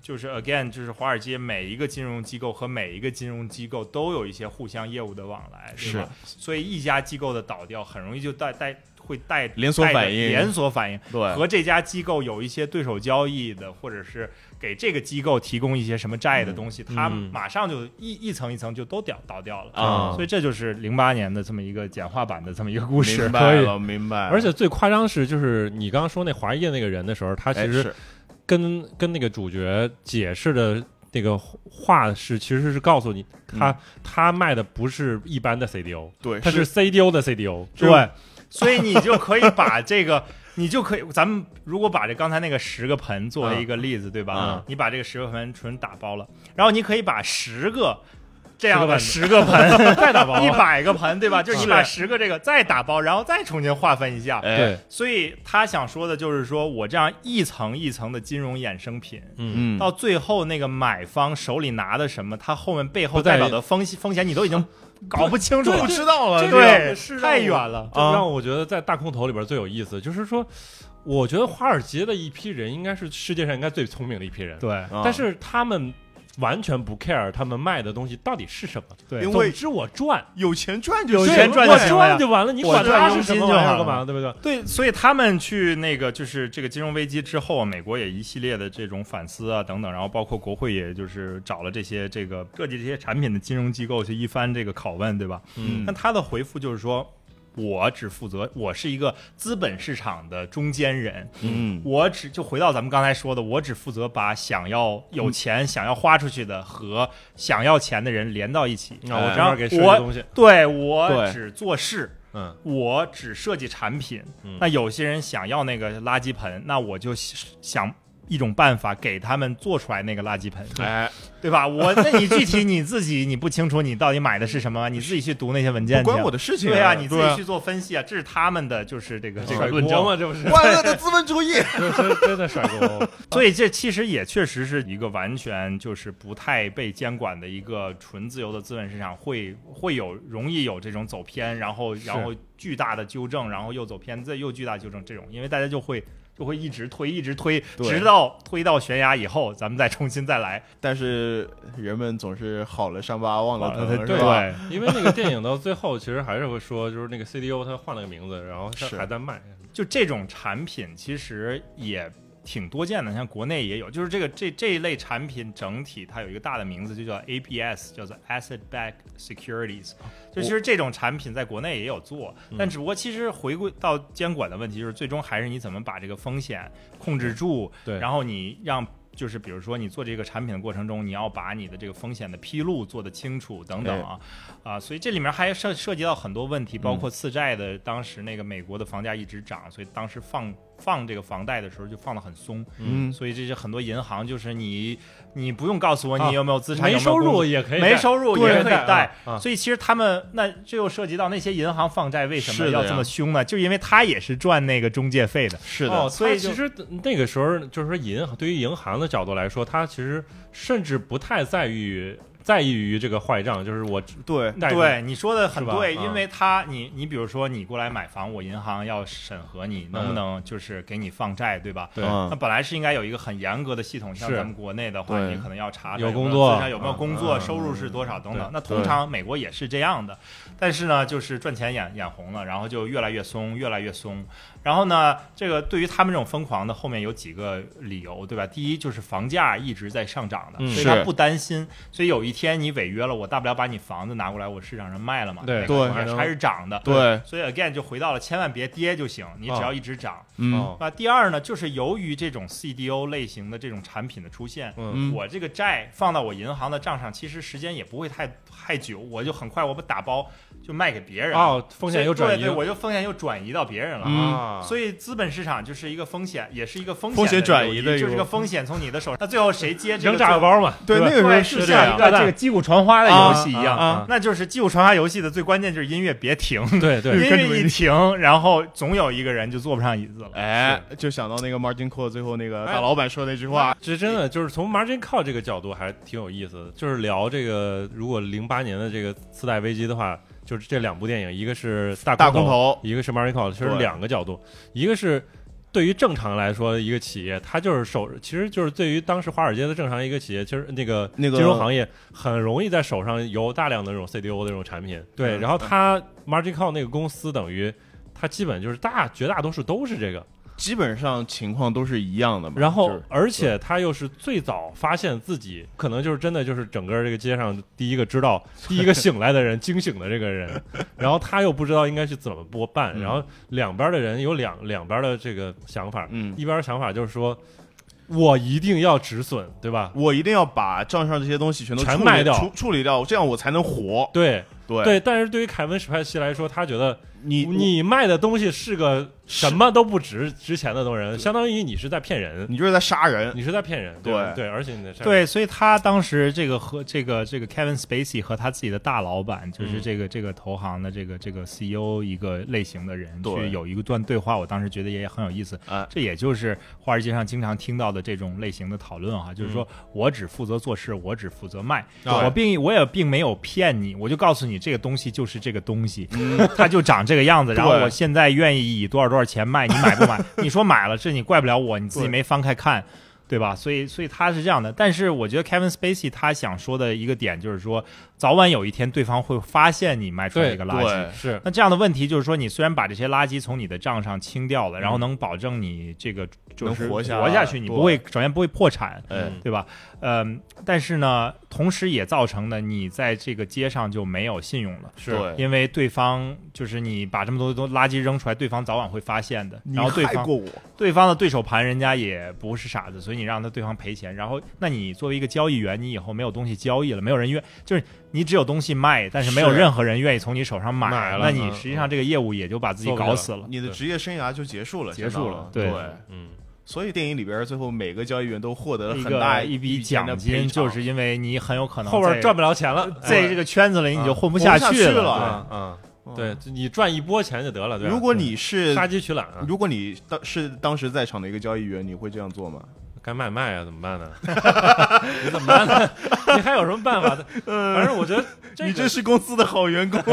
Speaker 3: 就是 again，就是华尔街每一个金融机构和每一个金融机构都有一些互相业务的往来，对
Speaker 2: 是
Speaker 3: 吧，所以一家机构的倒掉很容易就带带会带
Speaker 2: 连锁
Speaker 3: 带着
Speaker 2: 反应
Speaker 3: 连锁反应。
Speaker 2: 对，
Speaker 3: 和这家机构有一些对手交易的，或者是给这个机构提供一些什么债的东西，它
Speaker 1: 嗯
Speaker 3: 马上就一一层一层就都掉倒掉了
Speaker 2: 啊
Speaker 3: 所以这就是零八年的这么一个简化版的这么一个故事
Speaker 2: 明。
Speaker 1: 可
Speaker 2: 白
Speaker 1: 以
Speaker 2: 了，明白了。
Speaker 1: 而且最夸张是，就是你刚刚说那华裔那个人的时候，他其
Speaker 2: 哎
Speaker 1: 实
Speaker 2: 是
Speaker 1: 跟跟那个主角解释的那个话是，其实是告诉你他、他卖的不是一般的 CDO，
Speaker 2: 对，
Speaker 1: 他是 CDO 的 CDO，
Speaker 3: 对，所以你就可以把这个， 你就可以，咱们如果把这刚才那个十个盆作为一个例子，对吧？啊
Speaker 2: 嗯
Speaker 3: 你把这个十个盆纯打包了，然后你可以把十个。这样的
Speaker 1: 十
Speaker 3: 十个盆，
Speaker 1: 再打包啊
Speaker 3: 一百个盆，对吧？就是你
Speaker 2: 是
Speaker 3: 把十个这个再打包，然后再重新划分一下。
Speaker 2: 哎
Speaker 1: 对，
Speaker 3: 所以他想说的就是说，我这样一层一层的金融衍生品，
Speaker 1: 嗯，
Speaker 2: 嗯
Speaker 3: 到最后那个买方手里拿的什么，他后面背后
Speaker 1: 不在
Speaker 3: 代表的风险风险，你 都已经搞不清楚了
Speaker 2: 不。知道了，
Speaker 1: 这
Speaker 2: 对
Speaker 1: 个
Speaker 3: 对
Speaker 1: 是，
Speaker 3: 太
Speaker 1: 让
Speaker 3: 远
Speaker 1: 我
Speaker 3: 了。
Speaker 1: 这让我觉得在大空头里边最有意思，就是说，我觉得华尔街的一批人应该是世界上应该最聪明的一批人，
Speaker 3: 对
Speaker 2: 啊
Speaker 1: 但是他们完全不 care 他们卖的东西到底是什么，
Speaker 3: 对
Speaker 2: 因为
Speaker 1: 总之我赚。
Speaker 2: 有钱赚
Speaker 3: 有
Speaker 2: 就行
Speaker 3: 钱赚
Speaker 1: 我
Speaker 3: 就行了
Speaker 1: 赚
Speaker 3: 呀
Speaker 1: 就完了，你
Speaker 3: 我
Speaker 1: 管
Speaker 3: 赚
Speaker 1: 它
Speaker 3: 佣
Speaker 1: 是什
Speaker 3: 金
Speaker 1: 么
Speaker 3: 就
Speaker 1: 玩意儿干
Speaker 3: 好了
Speaker 1: 嘛，对不对？
Speaker 3: 对，所以他们去那个就是这个金融危机之后，啊美国也一系列的这种反思啊等等，然后包括国会也就是找了这些这个设计这些产品的金融机构去一番这个拷问，对吧？
Speaker 2: 嗯
Speaker 3: 但他的回复就是说。我只负责，我是一个资本市场的中间人，
Speaker 2: 嗯
Speaker 3: 我只就回到咱们刚才说的，我只负责把想要有钱、想要花出去的和想要钱的人连到一起。
Speaker 1: 那啊我
Speaker 2: 哎
Speaker 1: 这
Speaker 3: 然后
Speaker 1: 边给设计
Speaker 3: 我
Speaker 1: 东西，
Speaker 3: 对我
Speaker 2: 对
Speaker 3: 只做事，
Speaker 1: 嗯，
Speaker 3: 我只设计产品
Speaker 1: 嗯，
Speaker 3: 那有些人想要那个垃圾盆，那我就想一种办法给他们做出来那个垃圾盆，
Speaker 2: 哎，
Speaker 3: 对吧？我那你具体你自己你不清楚你到底买的是什么，你自己去读那些文件
Speaker 2: 不
Speaker 3: 去啊，
Speaker 2: 关我的事情，
Speaker 3: 对啊，你自
Speaker 2: 对，
Speaker 3: 己去做分析啊，这是他们的就是这个这个
Speaker 1: 甩
Speaker 3: 论
Speaker 1: 锅
Speaker 3: 证，
Speaker 1: 嘛，这不是
Speaker 2: 万恶的资本主义，
Speaker 1: 这是真的甩锅。
Speaker 3: 所以这其实也确实是一个完全就是不太被监管的一个纯自由的资本市场会会有容易有这种走偏，然后然后巨大的纠正，然后又走偏，再又巨大纠正这种，因为大家就会就会一直推，一直推，
Speaker 2: 对
Speaker 3: 直到推到悬崖以后，咱们再重新再来。
Speaker 2: 但是人们总是好了伤疤忘了
Speaker 3: 啊
Speaker 2: 疼，
Speaker 3: 对
Speaker 2: 是吧？
Speaker 1: 因为那个电影到最后其实还是会说，就是那个 CDO 他换了个名字，然后他
Speaker 2: 是
Speaker 1: 还在卖。
Speaker 3: 就这种产品其实也挺多见的，像国内也有，就是这个这这一类产品整体它有一个大的名字，就叫 APS，叫做 Asset Backed Securities。就其实这种产品在国内也有做，但只不过其实回归到监管的问题，就是最终还是你怎么把这个风险控制住，
Speaker 1: 对
Speaker 3: 然后你让。就是比如说，你做这个产品的过程中，你要把你的这个风险的披露做得清楚等等啊，啊，所以这里面还涉涉及到很多问
Speaker 1: 嗯
Speaker 3: 题，包括次贷的，当时那个美国的房价一直涨，所以当时放放这个房贷的时候就放得很松，
Speaker 2: 嗯，
Speaker 3: 所以这些很多银行就是你你不用告诉我
Speaker 1: 啊
Speaker 3: 你有没有资产，
Speaker 1: 没
Speaker 3: 有没有
Speaker 1: 收入
Speaker 3: 工
Speaker 1: 也可
Speaker 3: 作
Speaker 1: 以，
Speaker 3: 没。收入
Speaker 1: 对
Speaker 3: 也可以
Speaker 1: 贷啊
Speaker 3: 贷
Speaker 1: 啊，
Speaker 3: 所以其实他们那这又涉及到那些银行放债为什么
Speaker 2: 是的
Speaker 3: 要
Speaker 2: 呀
Speaker 3: 这么凶呢？就因为他也是赚那个中介费的，
Speaker 2: 是
Speaker 1: 哦，
Speaker 2: 的，
Speaker 3: 所以
Speaker 1: 它
Speaker 3: 就
Speaker 1: 其实那个时候就是说，银行对于银行的角度来说，它其实甚至不太在意在意于这个坏账，就是我
Speaker 2: 对，
Speaker 1: 贷款
Speaker 3: 对你说的很
Speaker 1: 是吧
Speaker 3: 对，
Speaker 1: 啊
Speaker 3: 因为他你你比如说你过来买房，我银行要审核你能不
Speaker 1: 嗯
Speaker 3: 能就是给你放债，对吧？
Speaker 1: 对
Speaker 2: 嗯
Speaker 3: 那本来是应该有一个很严格的系统，像
Speaker 1: 是
Speaker 3: 咱们国内的话，
Speaker 2: 对
Speaker 3: 你可能要查
Speaker 1: 有
Speaker 3: 有
Speaker 1: 工作
Speaker 3: 有没有工作，
Speaker 2: 嗯
Speaker 3: 收入是多少等等
Speaker 1: 对。
Speaker 3: 那通常美国也是这样的，但是呢，就是赚钱眼眼红了，然后就越来越松，越来越松。然后呢，这个对于他们这种疯狂的，后面有几个理由，对吧？第一就是房价一直在上涨的，
Speaker 1: 嗯
Speaker 3: 所以他
Speaker 2: 是
Speaker 3: 不担心。所以有一天你违约了，我大不了把你房子拿过来，我市场上卖了嘛，
Speaker 1: 对
Speaker 3: 那
Speaker 2: 对
Speaker 3: 个还是还是涨的。
Speaker 2: 对，
Speaker 3: 所以 again 就回到了，千万别跌就行，你只
Speaker 1: 啊
Speaker 3: 要一直涨。
Speaker 2: 嗯
Speaker 1: 哦
Speaker 3: 那第二呢，就是由于这种 CDO 类型的这种产品的出现，
Speaker 1: 嗯
Speaker 2: 嗯，
Speaker 3: 我这个债放到我银行的账上，其实时间也不会太太久，我就很快我把打包就卖给别人了，
Speaker 1: 哦，风险又转移
Speaker 3: 对对，我就风险又转移到别人了。
Speaker 2: 嗯
Speaker 1: 啊，
Speaker 3: 所以资本市场就是一个风险，也是一个风
Speaker 2: 风险
Speaker 3: 险
Speaker 2: 转移
Speaker 3: 移
Speaker 2: 的一个
Speaker 3: 就是个风险从你的手上，那最后谁接这
Speaker 1: 扔
Speaker 3: 个
Speaker 1: 炸药
Speaker 3: 最后？
Speaker 1: 包嘛，
Speaker 2: 对，
Speaker 1: 吧
Speaker 2: 那个时候
Speaker 3: 对，
Speaker 2: 是
Speaker 3: 是
Speaker 2: 这
Speaker 3: 像
Speaker 2: 样
Speaker 3: 一
Speaker 1: 炸
Speaker 3: 个
Speaker 1: 弹
Speaker 3: 这个击鼓传花的游戏一样，
Speaker 2: 啊
Speaker 3: 那就是击鼓传花游戏的最关键就是音乐别停，
Speaker 1: 对
Speaker 3: 音
Speaker 1: 对，
Speaker 3: 乐一停，然后总有一个人就坐不上椅子了。
Speaker 2: 哎，就想到那个 Martin Cole 最后那个大老板说那句话，
Speaker 1: 这真的就是从 margin call 这个角度还挺有意思的，就是聊这个如果零八年的这个次贷危机的话，就是这两部电影，一个是大
Speaker 2: 大
Speaker 1: 空
Speaker 2: 空头，
Speaker 1: 一个是 margin call，其实
Speaker 2: 对
Speaker 1: 两个角度，一个是对于正常来说一个企业，它就是手，其实就是对于当时华尔街的正常一个企业，其实那个
Speaker 2: 那个
Speaker 1: 金融行业很容易在手上有大量的这种 CDO 的这种产品，对，
Speaker 2: 嗯
Speaker 1: 然后它 margin call 那个公司等于它基本就是大绝大多数都是这个。
Speaker 2: 基本上情况都是一样的嘛。
Speaker 1: 然
Speaker 2: 嗯就
Speaker 1: 后
Speaker 2: 是，
Speaker 1: 而且他又是最早发现自己，可能就是真的就是整个这个街上第一个知 道、第一个醒来的人、惊醒的这个人。然后他又不知道应该去怎么拨办，
Speaker 2: 嗯
Speaker 1: 然后两边的人有两两边的这个想法，
Speaker 2: 嗯，
Speaker 1: 一边想法就是说，我一定要止损，对吧？
Speaker 2: 我一定要把账上这些东西全都
Speaker 1: 全
Speaker 2: 处理
Speaker 1: 卖掉
Speaker 2: 处处理掉，这样我才能活。
Speaker 1: 对
Speaker 2: 对，
Speaker 1: 对，但是对于凯文史派西来说，他觉得
Speaker 2: 你
Speaker 1: 你卖的东西是个什么都不值值钱的东西，相当于你是在骗人，
Speaker 2: 你就是在杀人。
Speaker 1: 你是在骗人，对吧对，而且你的
Speaker 3: 对，所以他当时这个和这个这个 Kevin Spacey 和他自己的大老板，
Speaker 2: 嗯
Speaker 3: 就是这个、这个投行的这个这个 CEO 一个类型的人，
Speaker 2: 对
Speaker 3: 去有一个段对话，我当时觉得也很有意思。
Speaker 2: 哎
Speaker 3: 这也就是华尔街上经常听到的这种类型的讨论哈，就是
Speaker 2: 嗯
Speaker 3: 说我只负责做事，我只负责卖，
Speaker 1: 对
Speaker 2: 啊
Speaker 3: 我并我也并没有骗你，我就告诉你这个东西就是这个东西，它就长这 个样子，然
Speaker 2: 嗯
Speaker 3: 后
Speaker 2: 对
Speaker 3: 我现在愿意以多少多少钱卖，你买不 买？你说买了，这你怪不了我，你自己
Speaker 2: 对
Speaker 3: 没翻开看。对吧？所以，所以他是这样的。但是，我觉得 Kevin Spacey 他想说的一个点就是说，早晚有一天对方会发现你卖出来
Speaker 1: 对
Speaker 3: 这个垃圾。
Speaker 2: 对，哎
Speaker 1: 是
Speaker 3: 那这样的问题就是说，你虽然把这些垃圾从你的账上清掉了，然后能保证你这个就
Speaker 2: 嗯
Speaker 3: 是
Speaker 2: 能活下
Speaker 3: 活下去，
Speaker 2: 来
Speaker 3: 你
Speaker 2: 对
Speaker 3: 不会首先不会破产，
Speaker 2: 哎，
Speaker 3: 对吧？嗯，但是呢，同时也造成了你在这个街上就没有信用了。
Speaker 1: 是
Speaker 2: 对，
Speaker 3: 因为对方就是你把这么多东垃圾扔出来，对方早晚会发现的。然后对
Speaker 2: 你害
Speaker 3: 方
Speaker 2: 过我，
Speaker 3: 对方的对手盘人家也不是傻子，所以你让他对方赔钱，然后那你作为一个交易员，你以后没有东西交易了，没有人愿，就是你只有东西卖，但是没有
Speaker 2: 是
Speaker 3: 任何人愿意从你手上买，
Speaker 1: 买了
Speaker 3: 那你实际上这个业务也就把自己
Speaker 1: 做不
Speaker 3: 搞
Speaker 1: 了
Speaker 3: 死了。
Speaker 2: 你的职业生涯就结束了，
Speaker 3: 结
Speaker 2: 相当
Speaker 3: 束
Speaker 2: 于
Speaker 3: 了
Speaker 2: 对
Speaker 3: 对
Speaker 1: 嗯。
Speaker 2: 所以电影里边最后每个交易员都获得了
Speaker 3: 一
Speaker 2: 很大
Speaker 3: 个一笔
Speaker 2: 钱的
Speaker 3: 奖金，
Speaker 2: 赔偿
Speaker 3: 就是因为你很有可能
Speaker 1: 后边
Speaker 3: 在
Speaker 1: 赚不了哎钱
Speaker 2: 呃
Speaker 1: 了，
Speaker 3: 在这个圈子里你就混
Speaker 2: 混
Speaker 3: 不
Speaker 2: 不下
Speaker 3: 去
Speaker 2: 去
Speaker 3: 了。
Speaker 2: 了
Speaker 1: 啊
Speaker 3: 对
Speaker 1: 啊，对你赚一波钱就得了。对吧
Speaker 2: 嗯如果你是
Speaker 1: 对杀鸡取卵啊，
Speaker 2: 如果你当是当时在场的一个交易员，你会这样做吗？
Speaker 1: 该卖卖啊，怎么 办呢？ 你怎么办呢？你还有什么办法？ 反正我觉得这
Speaker 2: 嗯你
Speaker 1: 个
Speaker 2: 真是公司的好员工，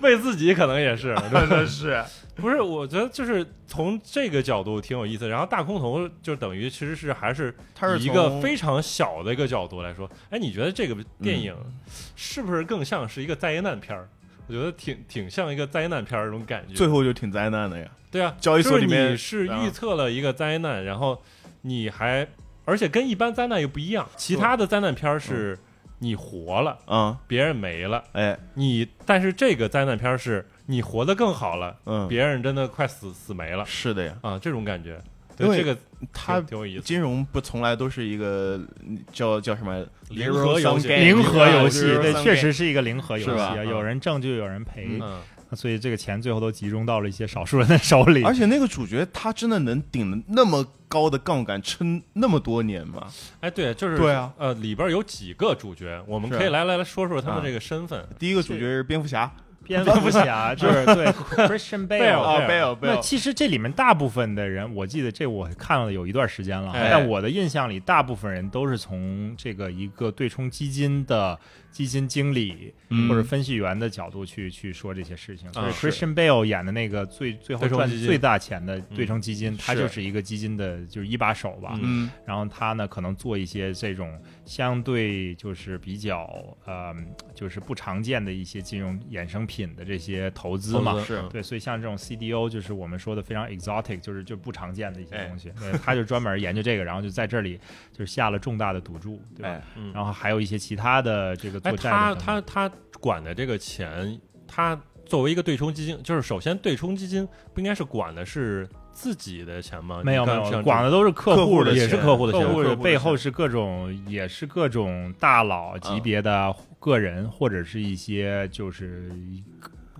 Speaker 1: 为自己可能也是，
Speaker 2: 真的是
Speaker 1: 不是，我觉得就是从这个角度挺有意思。然后大空头就等于其实是还是
Speaker 2: 它是
Speaker 1: 以一个
Speaker 2: 从
Speaker 1: 非常小的一个角度来说，哎，你觉得这个电影
Speaker 2: 嗯
Speaker 1: 是不是更像是一个灾难片儿？我觉得挺挺像一个灾难片儿那种感觉。
Speaker 2: 最后就挺灾难的呀。
Speaker 1: 对啊，
Speaker 2: 交易所里
Speaker 1: 就是
Speaker 2: 面
Speaker 1: 你是
Speaker 2: 啊
Speaker 1: 预测了一个灾难，然后你还而且跟一般灾难又不一样，其他的灾难片儿
Speaker 2: 嗯
Speaker 1: 是你活了，
Speaker 2: 啊，
Speaker 1: 别人没了，
Speaker 2: 哎，
Speaker 1: 你但是这个灾难片儿是你活得更好了，
Speaker 2: 嗯，
Speaker 1: 别人真的快死死没了
Speaker 2: 是的呀，
Speaker 1: 啊，这种感觉。
Speaker 2: 因
Speaker 1: 对
Speaker 2: 为
Speaker 1: 这个
Speaker 2: 它
Speaker 1: 挺挺有意思。
Speaker 2: 金融不从来都是一个嗯叫叫什么
Speaker 1: 零和游戏
Speaker 2: zero sum game，
Speaker 3: 零和游戏，
Speaker 2: 对
Speaker 3: 对，
Speaker 2: zero sum
Speaker 3: 确
Speaker 2: game
Speaker 3: 实是一个零和游
Speaker 2: 是
Speaker 3: 戏
Speaker 2: 吧
Speaker 3: 啊，
Speaker 1: 嗯
Speaker 3: 有人挣就有人赔，
Speaker 1: 嗯，
Speaker 3: 所以这个钱最后都集中到了一些少数人的手 里。
Speaker 2: 而且那个主角他真的能顶那么高的杠杆撑那么多年吗？
Speaker 1: 哎，对，就是
Speaker 2: 对啊，
Speaker 1: 呃，里边有几个主角，我们
Speaker 2: 是
Speaker 1: 可以来来来说说他们
Speaker 2: 啊
Speaker 1: 这个身份。
Speaker 2: 第一个主角是蝙蝠侠
Speaker 3: 蝙蝠侠就是对 Christian
Speaker 1: Bale，
Speaker 3: Bale。
Speaker 1: 啊
Speaker 2: 贝尔贝
Speaker 3: 那
Speaker 2: 尔，
Speaker 3: 其实这里面大部分的人，我记得这我看了有一段时间了，
Speaker 1: 哎
Speaker 3: 但我的印象里，大部分人都是从这个一个对冲基金的基金经理
Speaker 2: 嗯
Speaker 3: 或者分析员的角度去去说这些事情。所以
Speaker 1: 啊是
Speaker 3: Christian Bale 演的那个最最后
Speaker 1: 对冲
Speaker 3: 赚
Speaker 1: 基金
Speaker 3: 最大钱的对冲基金，
Speaker 2: 嗯
Speaker 3: 他
Speaker 2: 是
Speaker 3: 就是一个基金的就是一把手吧。
Speaker 1: 嗯
Speaker 2: 嗯
Speaker 3: 然后他呢，可能做一些这种相对就是比较呃，就是不常见的一些金融衍生品的这些投资嘛。
Speaker 1: 投资
Speaker 2: 是
Speaker 1: 嗯
Speaker 3: 对，所以像这种 CDO 就是我们说的非常 exotic，就是就不常见的一些
Speaker 2: 哎
Speaker 3: 东西。对，他就专门研究这个，然后就在这里就是下了重大的赌注，对吧？
Speaker 2: 哎
Speaker 1: 嗯
Speaker 3: 然后还有一些其他的这个
Speaker 1: 哎，
Speaker 3: 做债
Speaker 1: 他
Speaker 3: 的方
Speaker 1: 他
Speaker 3: 面，
Speaker 1: 他管的这个钱，他作为一个对冲基金，就是首先对冲基金不应该是管的是自己的钱吗？
Speaker 3: 没有
Speaker 1: 你
Speaker 3: 没
Speaker 1: 看像
Speaker 3: 有，
Speaker 1: 这
Speaker 3: 管的都是客
Speaker 2: 客户
Speaker 3: 的
Speaker 2: 的
Speaker 3: 钱，
Speaker 1: 也是客户的
Speaker 3: 客
Speaker 1: 钱
Speaker 2: 户
Speaker 3: 户
Speaker 2: 的
Speaker 3: 的
Speaker 2: 钱
Speaker 3: 背后是各种，也是各种大佬级别的个人，或者是一些就是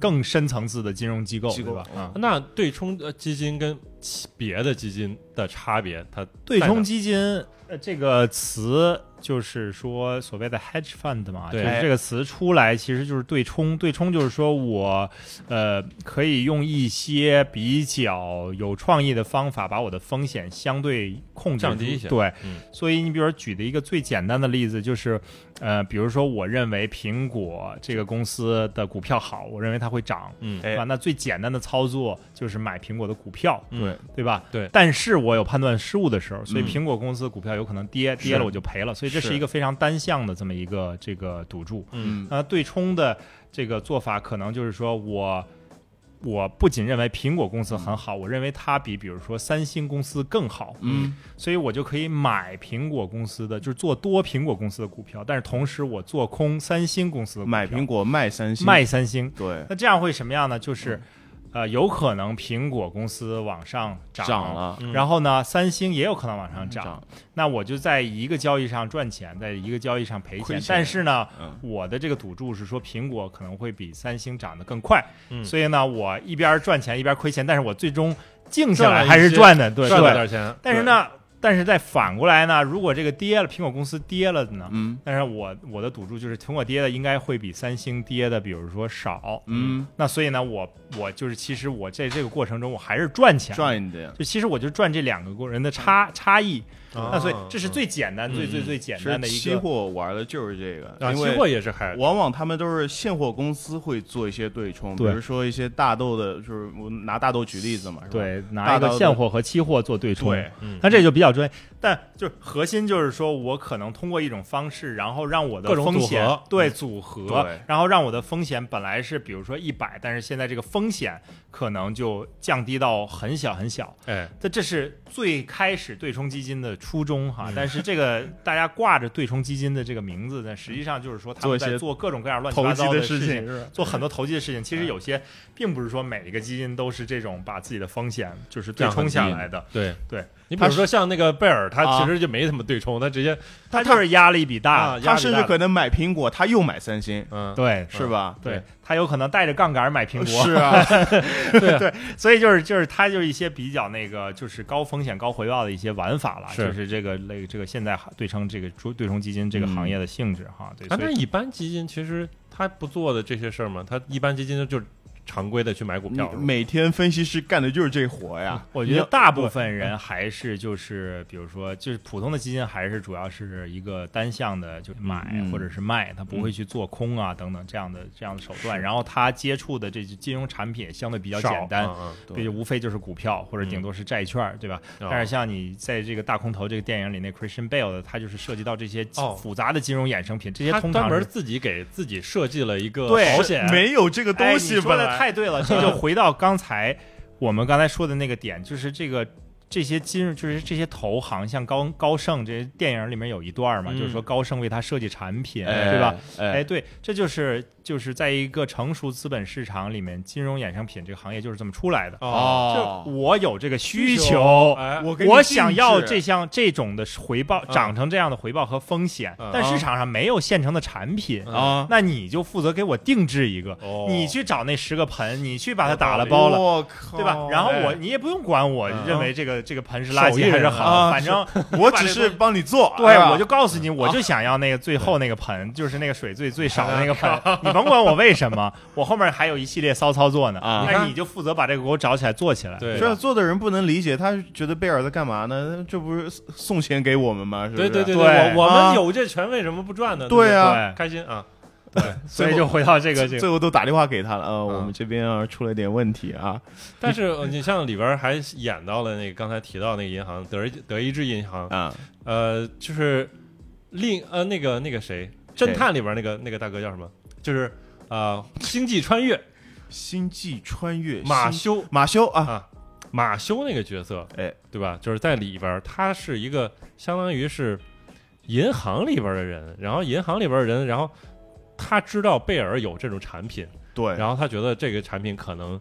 Speaker 3: 更深层次的金融机构，
Speaker 2: 机构
Speaker 3: 对吧？啊，
Speaker 1: 那对冲呃基金跟其别的基金的差别，它
Speaker 3: 对冲基金呃这个词就是说所谓的 hedge fund 嘛，就
Speaker 1: 对
Speaker 3: 是这个词出来其实就是对冲，对冲就是说我呃可以用一些比较有创意的方法把我的风险相对控制
Speaker 1: 降
Speaker 3: 住
Speaker 1: 低一些
Speaker 3: 对，
Speaker 1: 嗯
Speaker 3: 所以你比如说举的一个最简单的例子就是，呃，比如说我认为苹果这个公司的股票好，我认为它会涨，
Speaker 1: 嗯
Speaker 2: 哎
Speaker 3: 对吧？那最简单的操作就是买苹果的股票，
Speaker 1: 嗯
Speaker 3: 对吧？
Speaker 1: 对
Speaker 3: 但是我有判断失误的时候，所以
Speaker 2: 嗯
Speaker 3: 苹果公司的股票有可能跌，
Speaker 2: 是
Speaker 3: 跌了我就赔了，所以这是
Speaker 2: 是
Speaker 3: 一个非常单向的这么一个这个赌注。
Speaker 1: 嗯
Speaker 2: 嗯
Speaker 3: 那对冲的这个做法，可能就是说我。我不仅认为苹果公司很好，我认为它比比如说三星公司更好，
Speaker 2: 嗯，
Speaker 3: 所以我就可以买苹果公司的，就是做多苹果公司的股票，但是同时我做空三星公司的股票
Speaker 2: 买苹果卖三星
Speaker 3: 嗯卖三星，
Speaker 2: 对
Speaker 3: 那这样会什么样呢？
Speaker 2: 嗯
Speaker 3: 就是，呃，有可能苹果公司往上涨
Speaker 2: 涨了
Speaker 1: 嗯
Speaker 3: 然后呢，三星也有可能往上涨。
Speaker 2: 嗯涨
Speaker 3: 那我就在一个交易上赚钱，在一个交易上赔
Speaker 2: 亏
Speaker 3: 钱
Speaker 2: 钱。
Speaker 3: 但是呢，
Speaker 2: 嗯
Speaker 3: 我的这个赌注是说苹果可能会比三星涨得更快，
Speaker 1: 嗯
Speaker 3: 所以呢，我一边赚钱一边亏钱，但是我最终静下
Speaker 1: 赚了
Speaker 3: 来
Speaker 1: 一
Speaker 3: 还是
Speaker 1: 些
Speaker 3: 赚的，对
Speaker 1: 赚了
Speaker 3: 对。
Speaker 1: 点钱，
Speaker 3: 但是呢，但是再反过来呢，如果这个跌了，苹果公司跌了呢？
Speaker 2: 嗯
Speaker 3: 但是我我的赌注就是苹果跌的应该会比三星跌的，比如说少，
Speaker 2: 嗯
Speaker 3: 那所以呢，我我就是其实我在这个过程中我还是赚钱，
Speaker 2: 赚一点
Speaker 3: 就其实我就赚这两个过人的差差异。
Speaker 1: 嗯啊
Speaker 3: 那所以这是最简单、
Speaker 1: 嗯
Speaker 3: 最最
Speaker 1: 嗯
Speaker 3: 最简
Speaker 2: 其
Speaker 3: 单
Speaker 2: 实
Speaker 3: 的一
Speaker 2: 期
Speaker 3: 个。
Speaker 2: 货玩的就是这个，
Speaker 1: 啊，
Speaker 2: 因
Speaker 1: 期
Speaker 2: 为
Speaker 1: 货也是还
Speaker 2: 往往他们都是现货公司会做一些对冲，比
Speaker 3: 对
Speaker 2: 如说一些大豆的，就是我拿大豆举例子嘛，是吧？
Speaker 3: 对，拿
Speaker 2: 大
Speaker 3: 一个
Speaker 2: 刀的
Speaker 3: 现货和期货做对冲，
Speaker 2: 对，
Speaker 1: 啊嗯
Speaker 3: 那这就比较专业。但就是核心就是说我可能通过一种方式，然后让我的
Speaker 1: 各种
Speaker 3: 风
Speaker 1: 组
Speaker 3: 险
Speaker 1: 合嗯
Speaker 3: 对组合
Speaker 2: 对
Speaker 3: 然后让我的风险本来是比如说一百，但是现在这个风险可能就降低到很小很小。
Speaker 1: 哎
Speaker 3: 这这是最开始对冲基金的初衷哈，
Speaker 1: 嗯
Speaker 3: 但是这个大家挂着对冲基金的这个名字呢，实际上就是说他
Speaker 2: 做一
Speaker 3: 们
Speaker 2: 些
Speaker 3: 在做各种各样乱七
Speaker 2: 投
Speaker 3: 八
Speaker 2: 机
Speaker 3: 糟
Speaker 2: 的
Speaker 3: 事
Speaker 2: 事
Speaker 3: 情，
Speaker 2: 情，
Speaker 3: 做很多投机的事情。其实有些并不是说每一个基金都是这种把自己的风险就是对冲下来的，
Speaker 1: 对
Speaker 3: 对。
Speaker 1: 你比
Speaker 2: 他
Speaker 1: 如
Speaker 2: 是
Speaker 1: 说像那个贝尔，他
Speaker 2: 啊
Speaker 1: 其实就没怎么对冲，他直接
Speaker 3: 他就是压了一笔
Speaker 1: 啊
Speaker 3: 大，
Speaker 1: 压
Speaker 2: 他
Speaker 1: 力
Speaker 2: 甚
Speaker 1: 大的
Speaker 2: 至可能买苹果，他又买三星，
Speaker 1: 嗯
Speaker 3: 对
Speaker 2: 是吧？
Speaker 3: 对
Speaker 1: 对，
Speaker 3: 他有可能带着杠杆 买苹果，
Speaker 2: 是啊，
Speaker 3: 所以就是就是它就是一些比较那个就是高风险高回报的一些玩法了，
Speaker 1: 是
Speaker 3: 就是这个类这个现在对冲这个对冲基金这个
Speaker 2: 嗯
Speaker 3: 行业的性质哈，对，
Speaker 1: 啊，
Speaker 3: 所以
Speaker 1: 那一般基金其实他不做的这些事儿嘛，他一般基金就常规的去买股
Speaker 2: 你
Speaker 3: 嗯
Speaker 1: 票。是吧
Speaker 2: 每天分析师干的就是这活
Speaker 1: 啊
Speaker 2: 呀。
Speaker 3: 我觉得大部分人还是就是，比如说，就是普通的基金还是主要是一个单向的，就买
Speaker 2: 嗯
Speaker 3: 或者是卖，他不会去做空啊等等这样的这样的手段。
Speaker 1: 是
Speaker 3: 然后他接触的这金融产品相对比较
Speaker 1: 少
Speaker 3: 简单，
Speaker 1: 嗯嗯
Speaker 3: 对，无非就是股票或者
Speaker 1: 嗯
Speaker 3: 顶多是债券儿，对吧？
Speaker 1: 哦
Speaker 3: 但是像你在这个大空头这个电影里那 Christian Bale 的，他就是涉及到这些
Speaker 1: 哦
Speaker 3: 复杂的金融衍生品，这些
Speaker 1: 他
Speaker 3: 通
Speaker 1: 专
Speaker 3: 常
Speaker 1: 门
Speaker 3: 是
Speaker 1: 自己给自己设计了一个
Speaker 3: 对
Speaker 1: 保险，
Speaker 2: 没有这个
Speaker 3: 哎
Speaker 2: 东
Speaker 3: 你
Speaker 2: 西，
Speaker 3: 说
Speaker 2: 本
Speaker 3: 的
Speaker 2: 来
Speaker 3: 太对了，这就回到刚才 我们刚才说的那个点，就是这个这些金融，就是这些投行，像高高盛这些电影里面有一段嘛，
Speaker 1: 嗯
Speaker 3: 就是说高盛为他设计产品，
Speaker 2: 哎
Speaker 3: 对吧？？哎，
Speaker 2: 哎，
Speaker 3: 对，这就是就是在一个成熟资本市场里面，金融衍生品这个行业就是这么出来的。
Speaker 2: 哦
Speaker 3: 就我有这个需
Speaker 1: 需
Speaker 3: 求，
Speaker 1: 哎
Speaker 2: 我给你
Speaker 3: 我想要
Speaker 2: 定制
Speaker 3: 这项这种的回报，
Speaker 1: 嗯
Speaker 3: 长成这样的回报和风险，
Speaker 1: 嗯
Speaker 3: 但市场上没有现成的产品，
Speaker 1: 嗯
Speaker 2: 啊，
Speaker 3: 那你就负责给我定制一个，
Speaker 1: 哦
Speaker 3: 你去找那十个盆，你去把它
Speaker 1: 有道
Speaker 3: 打了
Speaker 1: 理
Speaker 3: 包了。
Speaker 2: 我哎靠，
Speaker 3: 对吧？然后我
Speaker 2: 哦哎
Speaker 3: 你也不用管我，
Speaker 1: 嗯
Speaker 3: 认为这个这个盆是垃
Speaker 1: 手艺
Speaker 3: 圾
Speaker 1: 人
Speaker 3: 还是好，
Speaker 2: 啊
Speaker 3: 反正
Speaker 2: 我只是帮你做，
Speaker 3: 对啊
Speaker 2: 哎呀
Speaker 3: 我就告诉你，我就想要那个最后那个盆，就是那个水最最少的那个盆，你甭管我为什么，我后面还有一系列骚操作呢。
Speaker 2: 啊
Speaker 3: 那你就负责把这个给我找起来做起来。
Speaker 1: 对
Speaker 2: 这样做的人不能理解，他觉得贝尔在干嘛呢？这不是送钱给我们吗？是不
Speaker 1: 对
Speaker 2: 是
Speaker 1: 对对
Speaker 3: 对
Speaker 1: 我我
Speaker 2: 啊
Speaker 1: 们有这权为什么不赚呢？
Speaker 2: 对
Speaker 1: 呀，
Speaker 2: 啊
Speaker 3: 对
Speaker 1: 开心啊！
Speaker 3: 所以就回到这个
Speaker 2: 最
Speaker 3: 这个
Speaker 2: 最后都打电话给他了，呃，
Speaker 1: 嗯
Speaker 2: 我们这边啊出了点问题啊，
Speaker 1: 但是呃你像里边还演到了那个刚才提到那个银行德意德意志银行，
Speaker 3: 嗯
Speaker 2: 啊，
Speaker 1: 呃，就是另呃那个那个谁
Speaker 2: 谁
Speaker 1: 侦探里边那个那个大哥叫什么？就是呃星际穿越
Speaker 2: 星际穿越
Speaker 1: 马
Speaker 2: 星
Speaker 1: 修
Speaker 2: 马修啊，
Speaker 1: 啊马修那个角色，
Speaker 2: 哎，
Speaker 1: 对吧？就是在里边他是一个相当于是银行里边的人，然后银行里边的人，然后他知道贝尔有这种产品。
Speaker 3: 嗯
Speaker 2: 对，
Speaker 1: 然后他觉得这个产品可能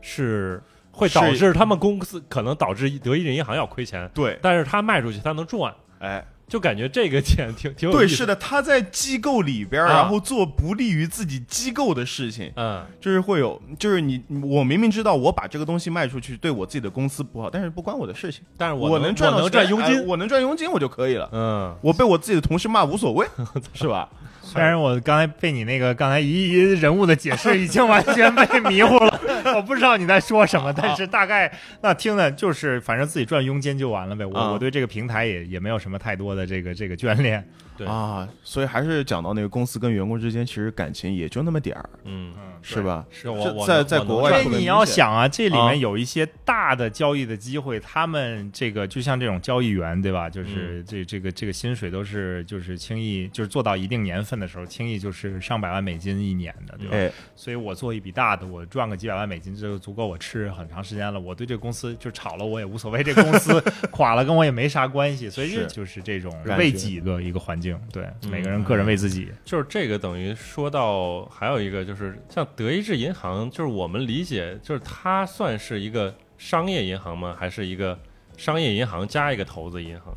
Speaker 1: 是会导致他们公司可能导致德意志银行要亏钱，
Speaker 2: 对，
Speaker 1: 但是他卖出去他能赚，
Speaker 2: 哎，
Speaker 1: 就感觉这个点挺挺有
Speaker 2: 对，
Speaker 1: 意思
Speaker 2: 是
Speaker 1: 的。
Speaker 2: 的，他在机构里边，
Speaker 1: 啊
Speaker 2: 然后做不利于自己机构的事情，
Speaker 1: 嗯，
Speaker 2: 就是会有，就是你，我明明知道我把这个东西卖出去对我自己的公司不好，但是不关我的事情，
Speaker 1: 但是
Speaker 2: 我
Speaker 1: 能
Speaker 2: 赚
Speaker 1: 我
Speaker 2: 到
Speaker 1: 能赚
Speaker 2: 钱
Speaker 1: 佣
Speaker 2: 哎
Speaker 1: 金，
Speaker 2: 我能赚佣金我就可以了。
Speaker 1: 嗯，
Speaker 2: 我被我自己的同事骂 无所谓，是 吧？
Speaker 3: 虽然我刚才被你那个刚才一一人物的解释已经完全被迷糊了， 我不知道你在说什么，但是大概那听的就是反正自己赚佣金就完了呗。我、
Speaker 2: 啊
Speaker 3: 我对这个平台也也没有什么太多的这个这个眷恋。
Speaker 1: 对
Speaker 2: 啊，所以还是讲到那个公司跟员工之间其实感情也就那么点儿，
Speaker 1: 嗯，
Speaker 3: 嗯，
Speaker 2: 是吧？
Speaker 1: 是我我
Speaker 2: 在
Speaker 1: 能
Speaker 2: 在
Speaker 1: 我能
Speaker 2: 国
Speaker 1: 赚
Speaker 2: 外
Speaker 3: 所以
Speaker 2: 特别
Speaker 3: 你
Speaker 2: 明
Speaker 3: 要
Speaker 2: 显
Speaker 3: 想啊，这里
Speaker 2: 啊
Speaker 3: 面有一些大的交易的机会，他们这个就像这种交易员，对吧？
Speaker 2: 嗯
Speaker 3: 就是这这个这个薪水都是就是轻易就是做到一定年份的时候，轻易就是上百万美金一年的，对吧？
Speaker 2: 哎，
Speaker 3: 所以我做一笔大的，我赚个几百万美金，这就足够我吃很长时间了。我对这个公司就炒了，我也无所谓，这个公司垮了跟我也没啥关系。所以这
Speaker 2: 是
Speaker 3: 就是这种
Speaker 2: 感觉
Speaker 3: 为己的一个环境，对
Speaker 1: 嗯
Speaker 3: 每个人个人为自己。
Speaker 1: 就是这个等于说到还有一个就是像德意志银行，就是我们理解就是它算是一个商业银行吗？还是一个商业银行加一个投资银行？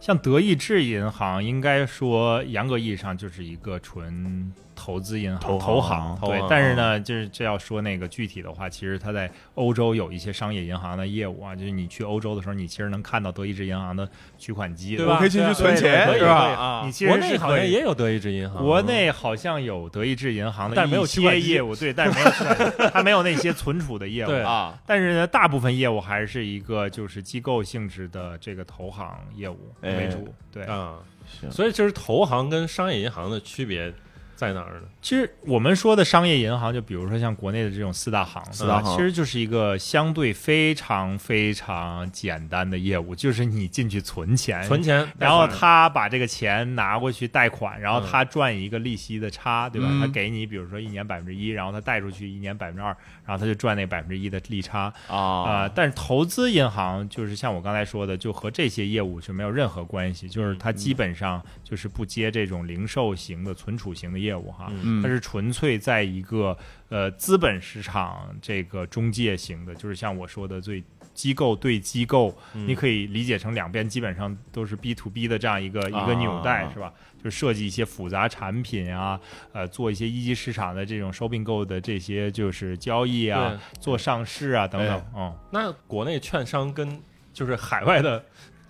Speaker 3: 像德意志银行，应该说严格意义上就是一个纯投资银行，
Speaker 2: 投
Speaker 3: 投
Speaker 2: 行
Speaker 1: 投
Speaker 3: 对
Speaker 1: 行，
Speaker 3: 但是呢，就是这要说那个具体的话，其实它在欧洲有一些商业银行的业务啊，就是你去欧洲的时候，你其实能看到德意志银行的取款机，
Speaker 1: 对
Speaker 2: 我
Speaker 1: 吧
Speaker 2: 可以进去
Speaker 1: 对
Speaker 2: 存
Speaker 1: 对
Speaker 2: 钱，
Speaker 1: 可以
Speaker 2: 是吧？
Speaker 1: 可以
Speaker 2: 啊
Speaker 3: 你，其实
Speaker 1: 国
Speaker 3: 是
Speaker 1: 内好
Speaker 3: 可
Speaker 1: 像
Speaker 3: 以
Speaker 1: 也有德意志银行，
Speaker 3: 国内好像有德意志银行的，
Speaker 1: 啊但是没有
Speaker 3: 一
Speaker 1: 取款
Speaker 3: 些
Speaker 1: 机
Speaker 3: 业务，对，但是没有取款机，它没有那些存储的业务。
Speaker 1: 对
Speaker 2: 啊，
Speaker 3: 但是呢，大部分业务还是一个就是机构性质的这个投行业务为主。对，
Speaker 1: 啊，
Speaker 2: 是
Speaker 1: 所以就是投行跟商业银行的区别在哪儿呢？
Speaker 3: 其实我们说的商业银行，就比如说像国内的这种四大行，
Speaker 2: 四大行
Speaker 3: 对吧其实就是一个相对非常非常简单的业务，就是你进去存钱，
Speaker 1: 存钱，
Speaker 3: 哎然后他把这个钱拿过去贷款，然后他赚一个利息的差，对吧？
Speaker 2: 嗯
Speaker 3: 他给你比如说一年百分之一，然后他贷出去一年百分之二，然后他就赚那百分之一的利差啊、
Speaker 2: 啊
Speaker 3: 呃但是投资银行就是像我刚才说的，就和这些业务是没有任何关系，就是它基本上就是不接这种零售型的、存储型的业务哈。
Speaker 1: 嗯
Speaker 2: 嗯
Speaker 3: 它是纯粹在一个呃资本市场这个中介型的，就是像我说的最机构对机构，
Speaker 1: 嗯
Speaker 3: 你可以理解成两边基本上都是 B to B 的这样一个、一个纽带
Speaker 2: 啊，
Speaker 3: 是吧？就设计一些复杂产品啊，呃，做一些一级市场的这种收并购的这些就是交易啊，做上市啊等等
Speaker 2: 哎，
Speaker 3: 嗯。
Speaker 1: 那国内券商跟就是海外的，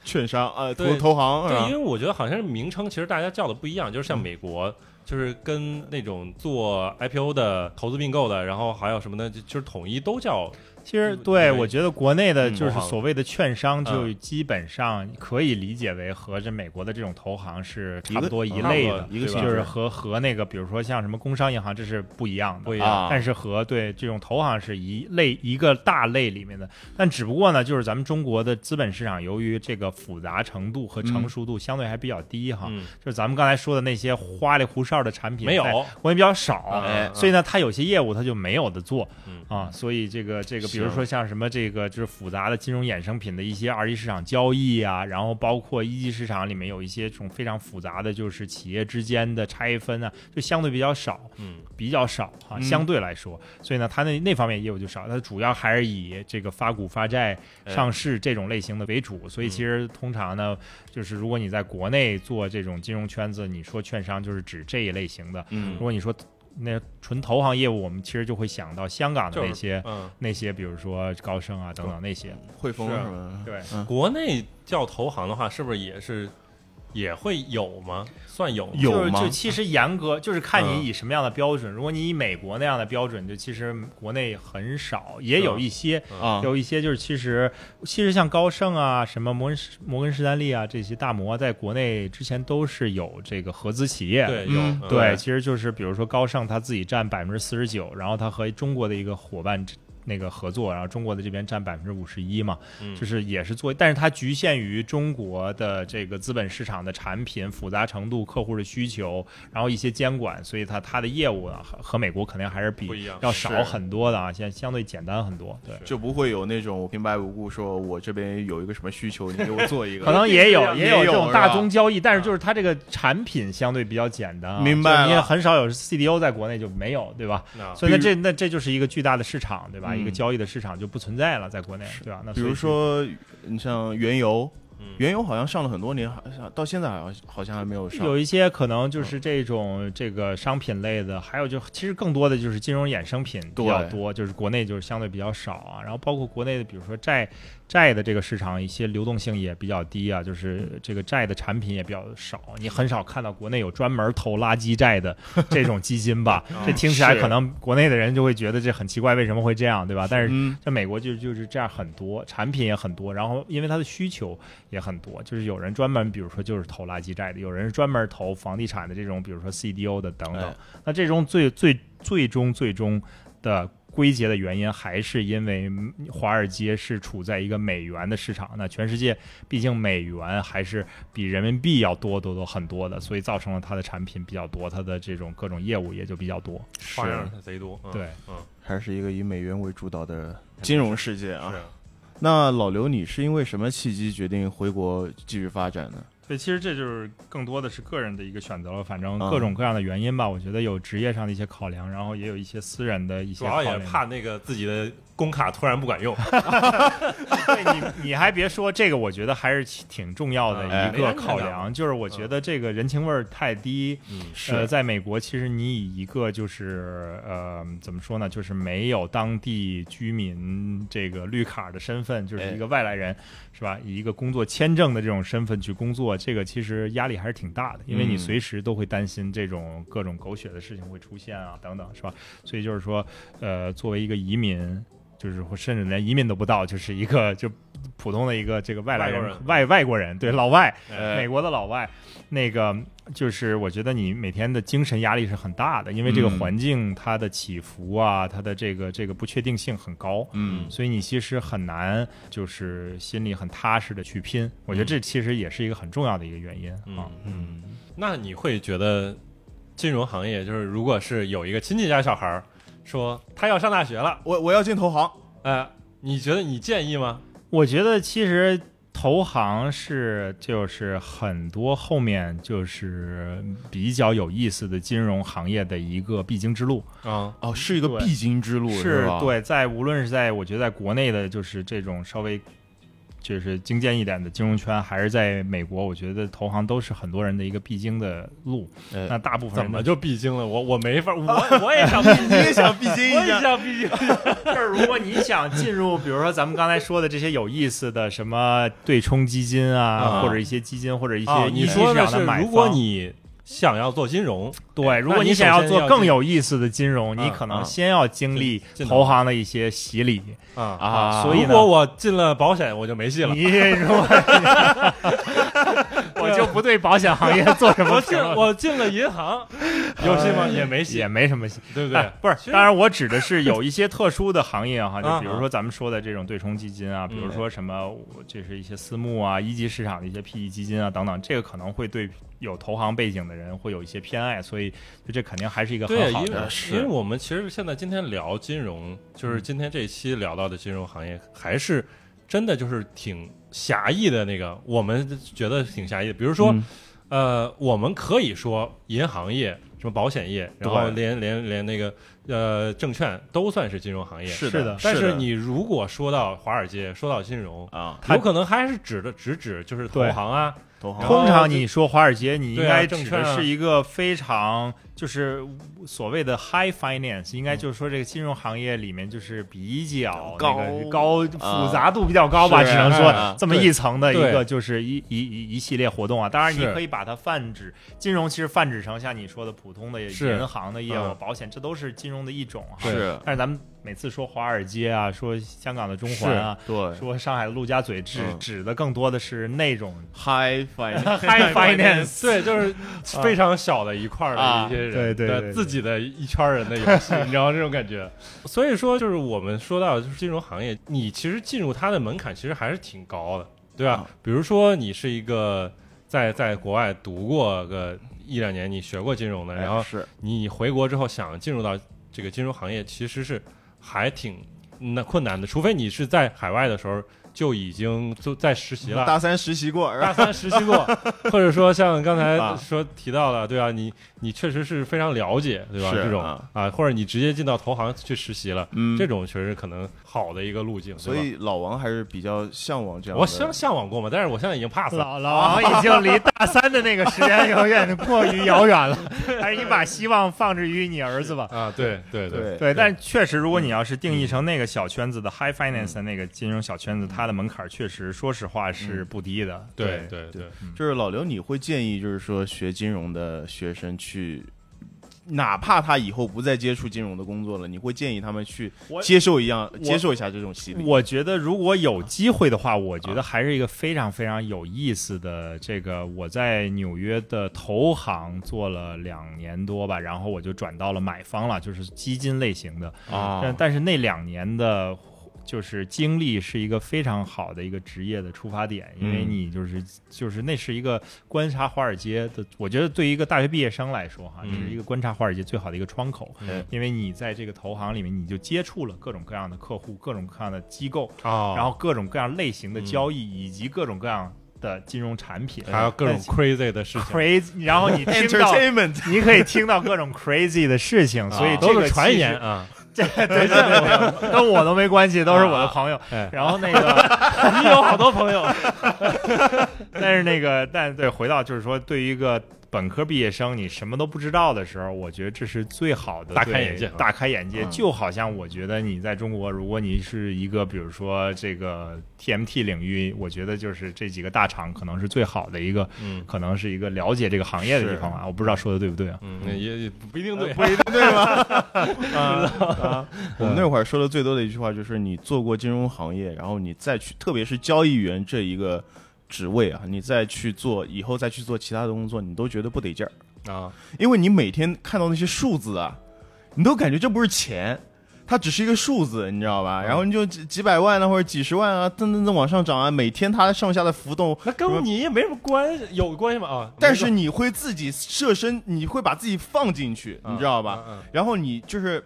Speaker 2: 券商啊，投
Speaker 1: 对
Speaker 2: 投行
Speaker 1: 对，因
Speaker 2: 啊，
Speaker 1: 为我觉得好像是名称，其实大家叫的不一样，就是像美国就是跟那种做 IPO 的、投资并购的，然后还有什么的，就就是统一都叫
Speaker 3: 其实
Speaker 1: 嗯
Speaker 3: 对，
Speaker 1: 对
Speaker 3: 我觉得国内的
Speaker 1: 嗯
Speaker 3: 就
Speaker 1: 投
Speaker 3: 是
Speaker 1: 行
Speaker 3: 所谓的券商，就
Speaker 1: 嗯
Speaker 3: 基本上可以理解为和这美国的这种投行是差不多
Speaker 2: 一
Speaker 3: 一
Speaker 1: 个
Speaker 3: 类
Speaker 1: 差不
Speaker 3: 的
Speaker 1: 多，
Speaker 2: 一个
Speaker 1: 对
Speaker 2: 性
Speaker 1: 吧
Speaker 3: 就是
Speaker 2: 质
Speaker 3: 和和那个比如说像什么工商银行，这是不一样的。
Speaker 1: 不一样。
Speaker 2: 啊，
Speaker 3: 但是和对这种投行是一类一个大类里面的，但只不过呢，就是咱们中国的资本市场由于这个复杂程度和成熟度相对还比较低哈，
Speaker 1: 嗯，
Speaker 3: 就是咱们刚才说的那些花里胡哨的产品
Speaker 1: 没有，
Speaker 3: 在国内比较少，
Speaker 1: 哎
Speaker 3: 所以呢，它有些业务它就没有的做、
Speaker 1: 嗯
Speaker 3: 啊，所以这个这个，比如
Speaker 2: 行
Speaker 3: 说像什么这个就是复杂的金融衍生品的一些二级市场交易啊，然后包括一级市场里面有一些这种非常复杂的，就是企业之间的拆分啊，就相对比较少，
Speaker 1: 嗯，
Speaker 3: 比较少哈、
Speaker 2: 嗯
Speaker 3: 相对来说，所以呢，它那那方面业务就少，它主要还是以这个发股发债、
Speaker 1: 哎嗯
Speaker 3: 上市这种类型的为主，所以其实通常呢，就是如果你在国内做这种金融圈子，你说券商就是指这一类型的，
Speaker 2: 嗯
Speaker 3: 如果你说那纯投行业务，我们其实就会想到香港的
Speaker 1: 就是
Speaker 3: 那些、
Speaker 1: 嗯，
Speaker 3: 那些，比如说高盛啊
Speaker 2: 哦
Speaker 3: 等等那些，
Speaker 2: 汇丰
Speaker 1: 是啊
Speaker 2: 什么的，
Speaker 3: 对。
Speaker 1: 国内叫投行的话，是不是也是也会有吗？算有吗
Speaker 2: 有
Speaker 3: 就是
Speaker 2: 吗
Speaker 3: 就其实严格就是看
Speaker 1: 嗯
Speaker 3: 你以什么样的标准。如果你以美国那样的标准，就其实国内很少，也有一些，
Speaker 2: 啊，
Speaker 3: 有一些就是其实其实像高盛啊、什么摩根士摩根士丹利啊这些大摩，在国内之前都是有这个合资企业。
Speaker 1: 对，有
Speaker 2: 嗯
Speaker 1: 嗯
Speaker 3: 对，其实就是比如说高盛它自己占百分之四十九，然后它和中国的一个伙伴之那个合作，然后中国的这边占百分之五十一嘛，
Speaker 1: 嗯
Speaker 3: 就是也是做，但是它局限于中国的这个资本市场的产品复杂程度、客户的需求，然后一些监管，所以它它的业务啊和和美国肯定还是比
Speaker 1: 不一样
Speaker 3: 要
Speaker 2: 是
Speaker 3: 少很多的啊，现在相对简单很多，对。
Speaker 2: 就不会有那种我平白无故说我这边有一个什么需求，你给我做 一个，
Speaker 3: 可能也有
Speaker 2: 也
Speaker 3: 也有
Speaker 2: 有
Speaker 3: 这
Speaker 2: 是
Speaker 3: 种
Speaker 2: 吧
Speaker 3: 大宗交易，但是
Speaker 1: 啊
Speaker 3: 就是它这个产品相对比较简单、啊，
Speaker 2: 明白了
Speaker 3: 就是你也很少有 CDO 在国内就没有，对吧？
Speaker 1: 那
Speaker 3: 所以那这那这就是一个巨大的市场，对吧？
Speaker 2: 啊嗯
Speaker 3: 一个交易的市场就不存在了，在国内，对吧？那
Speaker 2: 比
Speaker 3: 所以
Speaker 2: 如
Speaker 3: 就
Speaker 2: 说你像原油
Speaker 1: 嗯，
Speaker 2: 原油好像上了很多年，好像到现在好像好像还没有上。
Speaker 3: 有一些可能
Speaker 2: 嗯
Speaker 3: 就是这种这个商品类的，还有就其实更多的就是金融衍生品比较
Speaker 2: 对
Speaker 3: 多，就是国内就是相对比较少啊。然后包括国内的，比如说债债的这个市场，一些流动性也比较低啊，就是这个债的产品也比较少，你很少看到国内有专门投垃圾 债的这种基金吧
Speaker 1: 啊？
Speaker 3: 这听起来
Speaker 2: 是
Speaker 3: 可能国内的人就会觉得这很奇怪，为什么会这样，对吧？但是
Speaker 2: 嗯，
Speaker 3: 在美国就就是这样很多，产品也很多，然后因为它的需求也很多，就是有人专门，比如说就是投垃圾债的，有人是专门投房地产的这种，比如说 CDO 的等等。
Speaker 2: 哎
Speaker 3: 那这种最最最终最终的归结的原因，还是因为嗯华尔街是处在一个美元的市场，那全世界毕竟美元还是比人民币要多多多很多的，所以造成了它的产品比较多，它的这种各种业务也就比较多。
Speaker 1: 花样贼多，嗯
Speaker 3: 对，
Speaker 1: 嗯，
Speaker 2: 还是一个以美元为主导的金融世界啊。
Speaker 1: 是。
Speaker 2: 那老刘，你是因为什么契机决定回国继续发展呢？
Speaker 3: 对，其实这就是更多的是个人的一个选择了，反正
Speaker 2: 嗯
Speaker 3: 各种各样的原因吧。我觉得有职业上的一些考量，然后也有一些私人的一
Speaker 1: 主
Speaker 3: 些考
Speaker 1: 要也
Speaker 3: 量。
Speaker 1: 是怕那个自己的工卡突然不管用，
Speaker 3: 对你，你还别说这个，我觉得还是挺重要
Speaker 1: 哎
Speaker 3: 的一个
Speaker 1: 没人看
Speaker 3: 考量，就是我觉得这个人情味儿太低。
Speaker 1: 嗯，
Speaker 3: 呃，在美国，其实你以一个就是呃，怎么说呢，就是没有当地居民这个绿卡的身份，就是一个外来人，是吧？以一个工作签证的这种身份去工作，这个其实压力还是挺大的，因为你
Speaker 2: 嗯
Speaker 3: 随时都会担心这种各种狗血的事情会出现啊，等等，是吧？所以就是说，呃，作为一个移民，就是或甚至连移民都不到，就是一个就普通的一个这个外来
Speaker 1: 外
Speaker 3: 人
Speaker 1: 国人
Speaker 3: 外外国人，对老外，
Speaker 2: 呃
Speaker 1: 哎
Speaker 3: 美国的老外，那个就是我觉得你每天的精神压力是很大的，因为这个
Speaker 2: 嗯
Speaker 3: 环境它的起伏啊，它的这个这个不确定性很高。
Speaker 2: 嗯
Speaker 3: 所以你其实很难，就是心里很踏实的去拼。我觉得这其实也是一个很重要的一个原因啊。
Speaker 1: 嗯，
Speaker 2: 嗯，
Speaker 1: 那你会觉得金融行业就是，如果是有一个亲戚家小孩儿说他要上大学了，
Speaker 2: 我我要进投行，
Speaker 1: 呃，你觉得你建议吗？
Speaker 3: 我觉得其实投行是就是很多后面就是比较有意思的金融行业的一个必经之路。
Speaker 1: 啊，
Speaker 2: 哦，是一个
Speaker 3: 嗯对
Speaker 2: 必经之路，
Speaker 3: 是
Speaker 2: 吧？
Speaker 3: 对，在无论是在我觉得在国内的，就是这种稍微就是精尖一点的金融圈，还是在美国，我觉得投行都是很多人的一个必经的路。
Speaker 2: 哎
Speaker 3: 那大部分
Speaker 1: 怎
Speaker 3: 人
Speaker 1: 么
Speaker 3: 呢
Speaker 1: 就必经了？我我没法，
Speaker 3: 啊
Speaker 1: 我我也想必 经，
Speaker 2: 你也想必经
Speaker 1: 我也想必经。
Speaker 3: 就是如果你想进入，比如说咱们刚才说的这些有意思的什么对冲基金啊，
Speaker 1: 啊
Speaker 3: 或者一些基金，或者一
Speaker 1: 啊
Speaker 3: 些，一
Speaker 1: 你
Speaker 3: 级市
Speaker 1: 说的
Speaker 3: 场
Speaker 1: 是，
Speaker 3: 买
Speaker 1: 如
Speaker 3: 方，
Speaker 1: 果你想要做金融，哎
Speaker 3: 对，如果
Speaker 1: 你
Speaker 3: 想
Speaker 1: 首
Speaker 3: 要
Speaker 1: 先
Speaker 3: 做
Speaker 1: 要
Speaker 3: 更
Speaker 1: 进
Speaker 3: 有意思的金融，你
Speaker 1: 嗯
Speaker 3: 可能
Speaker 2: 嗯
Speaker 3: 先要经历
Speaker 1: 进
Speaker 3: 投行的一些洗礼。
Speaker 1: 啊。
Speaker 2: 啊
Speaker 3: 所以
Speaker 1: 如
Speaker 3: 呢
Speaker 1: 果我进了保险，我就没戏了。
Speaker 3: 你如果 我就不对保险行业做什么
Speaker 1: 我 进
Speaker 3: 评论，
Speaker 1: 我进了银行，有戏吗？也没戏
Speaker 3: 呃也，没什么戏。
Speaker 1: 对不对
Speaker 3: 哎？不
Speaker 1: 其
Speaker 3: 是，
Speaker 1: 实
Speaker 3: 当然我指的是有一些特殊的行业哈，就
Speaker 1: 啊
Speaker 3: 比如说咱们说的这种对冲基金啊，比如
Speaker 1: 嗯
Speaker 3: 说什么就是一些私募啊、一级市场的一些 PE 基金啊等等，这个可能会对有投行背景的人会有一些偏爱，所以就这肯定还是一个
Speaker 1: 对，
Speaker 3: 很好
Speaker 1: 因为
Speaker 3: 的。
Speaker 2: 是
Speaker 1: 因为我们其实现在今天聊金融，就是今天这一期聊到的金融行业，还是真的就是挺狭义的那个，我们觉得挺狭义的。比如说，
Speaker 2: 嗯
Speaker 1: 呃，我们可以说银行业、什么保险业，然后连连连那个呃证券都算是金融行业。
Speaker 2: 是
Speaker 3: 是
Speaker 2: 的
Speaker 3: 的，
Speaker 1: 但
Speaker 2: 是
Speaker 1: 是
Speaker 2: 的
Speaker 1: 你如果说到华尔街，说到金融，
Speaker 2: 啊，
Speaker 1: 有可能还是指的只指就是投
Speaker 3: 对
Speaker 1: 行啊，
Speaker 2: 投
Speaker 1: 然
Speaker 2: 行
Speaker 1: 后
Speaker 3: 通常你说华尔街，你应
Speaker 1: 对啊
Speaker 3: 该
Speaker 1: 证
Speaker 3: 指
Speaker 1: 券
Speaker 3: 的
Speaker 1: 啊
Speaker 3: 是一个非常就是所谓的 high finance，应该
Speaker 1: 嗯
Speaker 3: 就是说这个金融行业里面就是比较
Speaker 2: 高
Speaker 3: 那个高
Speaker 2: 啊
Speaker 3: 复杂度比较高吧，
Speaker 2: 是
Speaker 3: 只能说
Speaker 2: 哎
Speaker 3: 这么
Speaker 1: 对
Speaker 3: 一层的一
Speaker 1: 啊对
Speaker 3: 个就是一一一一系列活动啊。当然你
Speaker 1: 是
Speaker 3: 可以把它泛指，金融其实泛指成像你说的普通的
Speaker 1: 是
Speaker 3: 银行的业务、
Speaker 1: 嗯
Speaker 3: 保险，这都是金融的一种哈。
Speaker 2: 是
Speaker 3: 但是咱们每次说华尔街啊，说香港的中环啊。
Speaker 2: 对
Speaker 3: 说上海的陆家嘴指
Speaker 2: 嗯
Speaker 3: 指的更多的是 那种
Speaker 2: high finance
Speaker 3: high finance，
Speaker 1: 对，就是非常小的一块儿
Speaker 2: 啊
Speaker 1: 的一些人，
Speaker 3: 对对对对
Speaker 1: 自己的一圈儿人的游戏，你知道这种感觉。所以说，就是我们说到就是金融行业，你其实进入它的门槛其实还是挺高的，对吧？
Speaker 2: 啊
Speaker 1: 比如说你是一个在在国外读过个一两年，你学过金
Speaker 3: 哎
Speaker 2: 哎
Speaker 1: 融的，然后
Speaker 2: 是
Speaker 1: 你回国之后想进入到这个金融行业，其实是还挺那困难的，除非你是在海外的时候就已经就在实习了。
Speaker 2: 大三实习过，然
Speaker 1: 大
Speaker 2: 后
Speaker 1: 三实习过，或者说像刚才
Speaker 2: 啊
Speaker 1: 说提到了，对吧？啊你你确实是非常了解，对吧？
Speaker 2: 是
Speaker 1: 这种
Speaker 2: 啊
Speaker 1: 啊，或者你直接进到投行去实习了，
Speaker 2: 嗯
Speaker 1: 这种确实可能好的一个路径。
Speaker 2: 所
Speaker 1: 对吧
Speaker 2: 以老王还是比较向往这样的。
Speaker 1: 我向向往过嘛，但是我现在已经 pass 了。
Speaker 3: 老老王已经离大三的那个时间有点过于遥远 了，还是你把希望放置于你儿子吧。
Speaker 1: 啊，对对
Speaker 2: 对
Speaker 3: 对，嗯但确实，如果你要是定义成那个小圈子的 high finance 的那个金融小圈子，它的门槛确实，说实话是不低的。
Speaker 1: 对对对，
Speaker 2: 就是老刘，你会建议就是说学金融的学生去，哪怕他以后不再接触金融的工作了，你会建议他们去
Speaker 3: 我
Speaker 2: 接受一样接受一下这种洗礼
Speaker 3: 我觉得如果有机会的话，我觉得还是一个非常非常有意思的。这个我在纽约的投行做了两年多吧，然后我就转到了买方了，就是基金类型的。
Speaker 1: 嗯
Speaker 2: 啊
Speaker 3: 但但是那两年的，就是经历是一个非常好的一个职业的出发点，因为
Speaker 2: 嗯
Speaker 3: 你就是就是那是一个观察华尔街的，我觉得对于一个大学毕业生来说哈，这
Speaker 1: 嗯
Speaker 3: 是一个观察华尔街最好的一个窗口。
Speaker 2: 嗯
Speaker 3: 因为你在这个投行里面，你就接触了各种各样的客户、各种各样的机构，
Speaker 1: 哦，
Speaker 3: 然后各种各样类型的
Speaker 1: 嗯哎
Speaker 3: 交易，以及各种各样的金融产品，
Speaker 1: 还有各种 crazy 的事情，
Speaker 3: crazy。然后你听到，
Speaker 1: 嗯
Speaker 2: ，entertainment
Speaker 3: 你可以听到各种 crazy 的事情，所以
Speaker 1: 啊
Speaker 3: 这
Speaker 1: 都
Speaker 3: 个
Speaker 1: 是传
Speaker 3: 其实
Speaker 1: 言啊。
Speaker 3: 这对对对，对跟我都没关系，都是我的朋友。
Speaker 1: 哎
Speaker 3: 然后那个，你有好多朋友，但是那个，但对，回到就是说，对于一个本科毕业生，你什么都不知道的时候，我觉得这是最好的
Speaker 1: 大开
Speaker 3: 对
Speaker 1: 眼界啊
Speaker 3: 大开眼界。
Speaker 2: 嗯
Speaker 3: 就好像我觉得你在中国，如果你是一个比如说这个 TMT 领域，我觉得就是这几个大厂可能是最好的一个，
Speaker 1: 嗯
Speaker 3: 可能是一个了解这个行业的地方吧。我不知道说的对不对啊？
Speaker 1: 嗯，那也也不一定对。
Speaker 2: 不一定对吧？啊，我们那会儿说的最多的一句话就是，你做过金融行业，然后你再去，特别是交易员这一个职位啊，你再去做，以后再去做其他的工作，你都觉得不得劲儿，
Speaker 1: 啊，
Speaker 2: 因为你每天看到那些数字啊，你都感觉这不是钱。它只是一个数字，你知道
Speaker 1: 嗯
Speaker 2: 吧？然后你就几几百万啊，或者几十万啊，噔噔噔往上涨啊，每天它上下的浮动，
Speaker 1: 那跟你也没什么关系，有关系吗？啊，
Speaker 2: 但是你会自己设身，你会把自己放进去，你知道吧？
Speaker 1: 嗯？嗯
Speaker 2: 然后你就是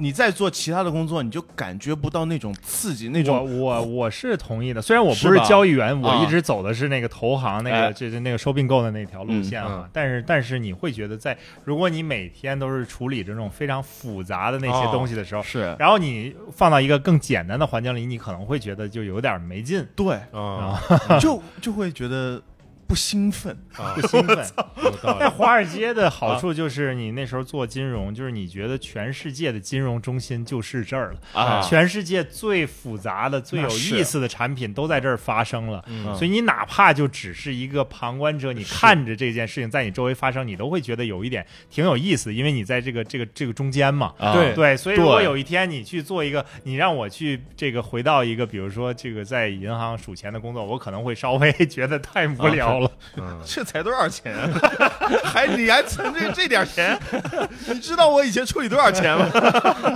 Speaker 2: 你在做其他的工作，你就感觉不到那种刺激，那
Speaker 3: 我
Speaker 2: 种
Speaker 3: 我我是同意的，虽然我
Speaker 2: 是
Speaker 3: 不是
Speaker 2: 吧
Speaker 3: 交易员，我
Speaker 2: 啊
Speaker 3: 一直走的是那个投行那
Speaker 2: 哎
Speaker 3: 个就是那个收并购的那条路线
Speaker 1: 嗯
Speaker 3: 啊
Speaker 1: 嗯。
Speaker 3: 但是但是你会觉得在，如果你每天都是处理这种非常复杂的那
Speaker 1: 哦
Speaker 3: 些东西的时候，
Speaker 2: 是
Speaker 3: 然后你放到一个更简单的
Speaker 1: 嗯
Speaker 3: 环境里，你可能会觉得就有点没劲。
Speaker 2: 对，
Speaker 1: 嗯啊，
Speaker 2: 就就会觉得不兴奋。
Speaker 1: 啊
Speaker 3: 不，兴奋。
Speaker 1: 有道
Speaker 3: 在
Speaker 1: 理。
Speaker 3: 华尔街的好处就是，你那时候做金融，就是你觉得全世界的金融中心就是这儿了
Speaker 2: 啊
Speaker 3: 全世界最复杂的、最有
Speaker 2: 那是
Speaker 3: 意思的产品都在这儿发生了。
Speaker 1: 嗯
Speaker 3: 所以你哪怕就只是一个旁观者，你看着这件事情在你周围发生，你都会觉得有一点挺有意思，因为你在这个这个这个中间嘛。
Speaker 2: 啊
Speaker 1: 对
Speaker 3: 对，所以如果
Speaker 2: 对
Speaker 3: 有一天你去做一个，你让我去这个回到一个，比如说这个在银行数钱的工作，我可能会稍微觉得太无聊了。
Speaker 1: 嗯
Speaker 2: 这才多少钱？啊 还你还存这这点钱？ 你知道我以前处理多少钱吗？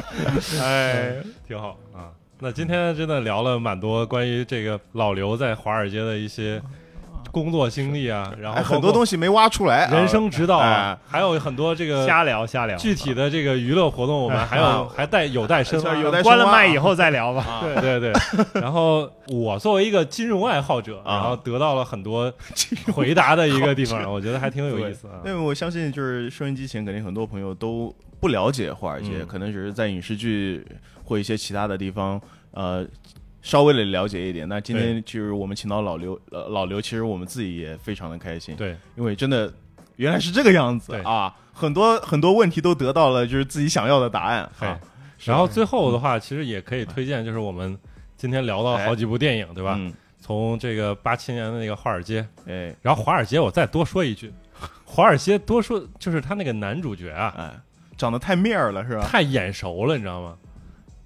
Speaker 3: 哎，
Speaker 1: 挺好啊。那今天真的聊了蛮多关于这个老刘在华尔街的一些工作经历啊，然后
Speaker 2: 哎很多东西没挖出来，
Speaker 1: 西人生指导啊
Speaker 2: 哎，
Speaker 1: 还有很多这个
Speaker 3: 哎瞎聊瞎聊，
Speaker 1: 具体的这个娱乐活动，我们还有
Speaker 2: 啊
Speaker 1: 还带有待深挖。
Speaker 2: 有待
Speaker 3: 关了
Speaker 2: 深挖啊
Speaker 3: 麦以后再聊吧。
Speaker 2: 啊
Speaker 1: 对对对。然后我作为一个金融爱好者，
Speaker 2: 啊
Speaker 1: 然后得到了很多回答的一个地方，我觉得还挺有意思啊。
Speaker 2: 因为我相信，就是收音机前肯定很多朋友都不了解华尔街，
Speaker 1: 嗯
Speaker 2: 可能只是在影视剧或一些其他的地方，呃，稍微的了解一点。那今天就是我们请到老刘，呃，老刘，其实我们自己也非常的开心，
Speaker 1: 对，
Speaker 2: 因为真的原来是这个样子
Speaker 1: 对
Speaker 2: 啊，很多很多问题都得到了就是自己想要的答案
Speaker 1: 嘿
Speaker 2: 啊。
Speaker 1: 然后最后的话，其实也可以推荐，就是我们今天聊到好几部电影，对
Speaker 2: 对
Speaker 1: 吧？
Speaker 2: 嗯，
Speaker 1: 从这个八七年的那个《华尔街》，
Speaker 2: 哎
Speaker 1: 然后华尔街，我再多说一句，华尔街多说就是他那个男主角啊，
Speaker 2: 哎，长得太面儿了是吧？
Speaker 1: 太眼熟了，你知道吗？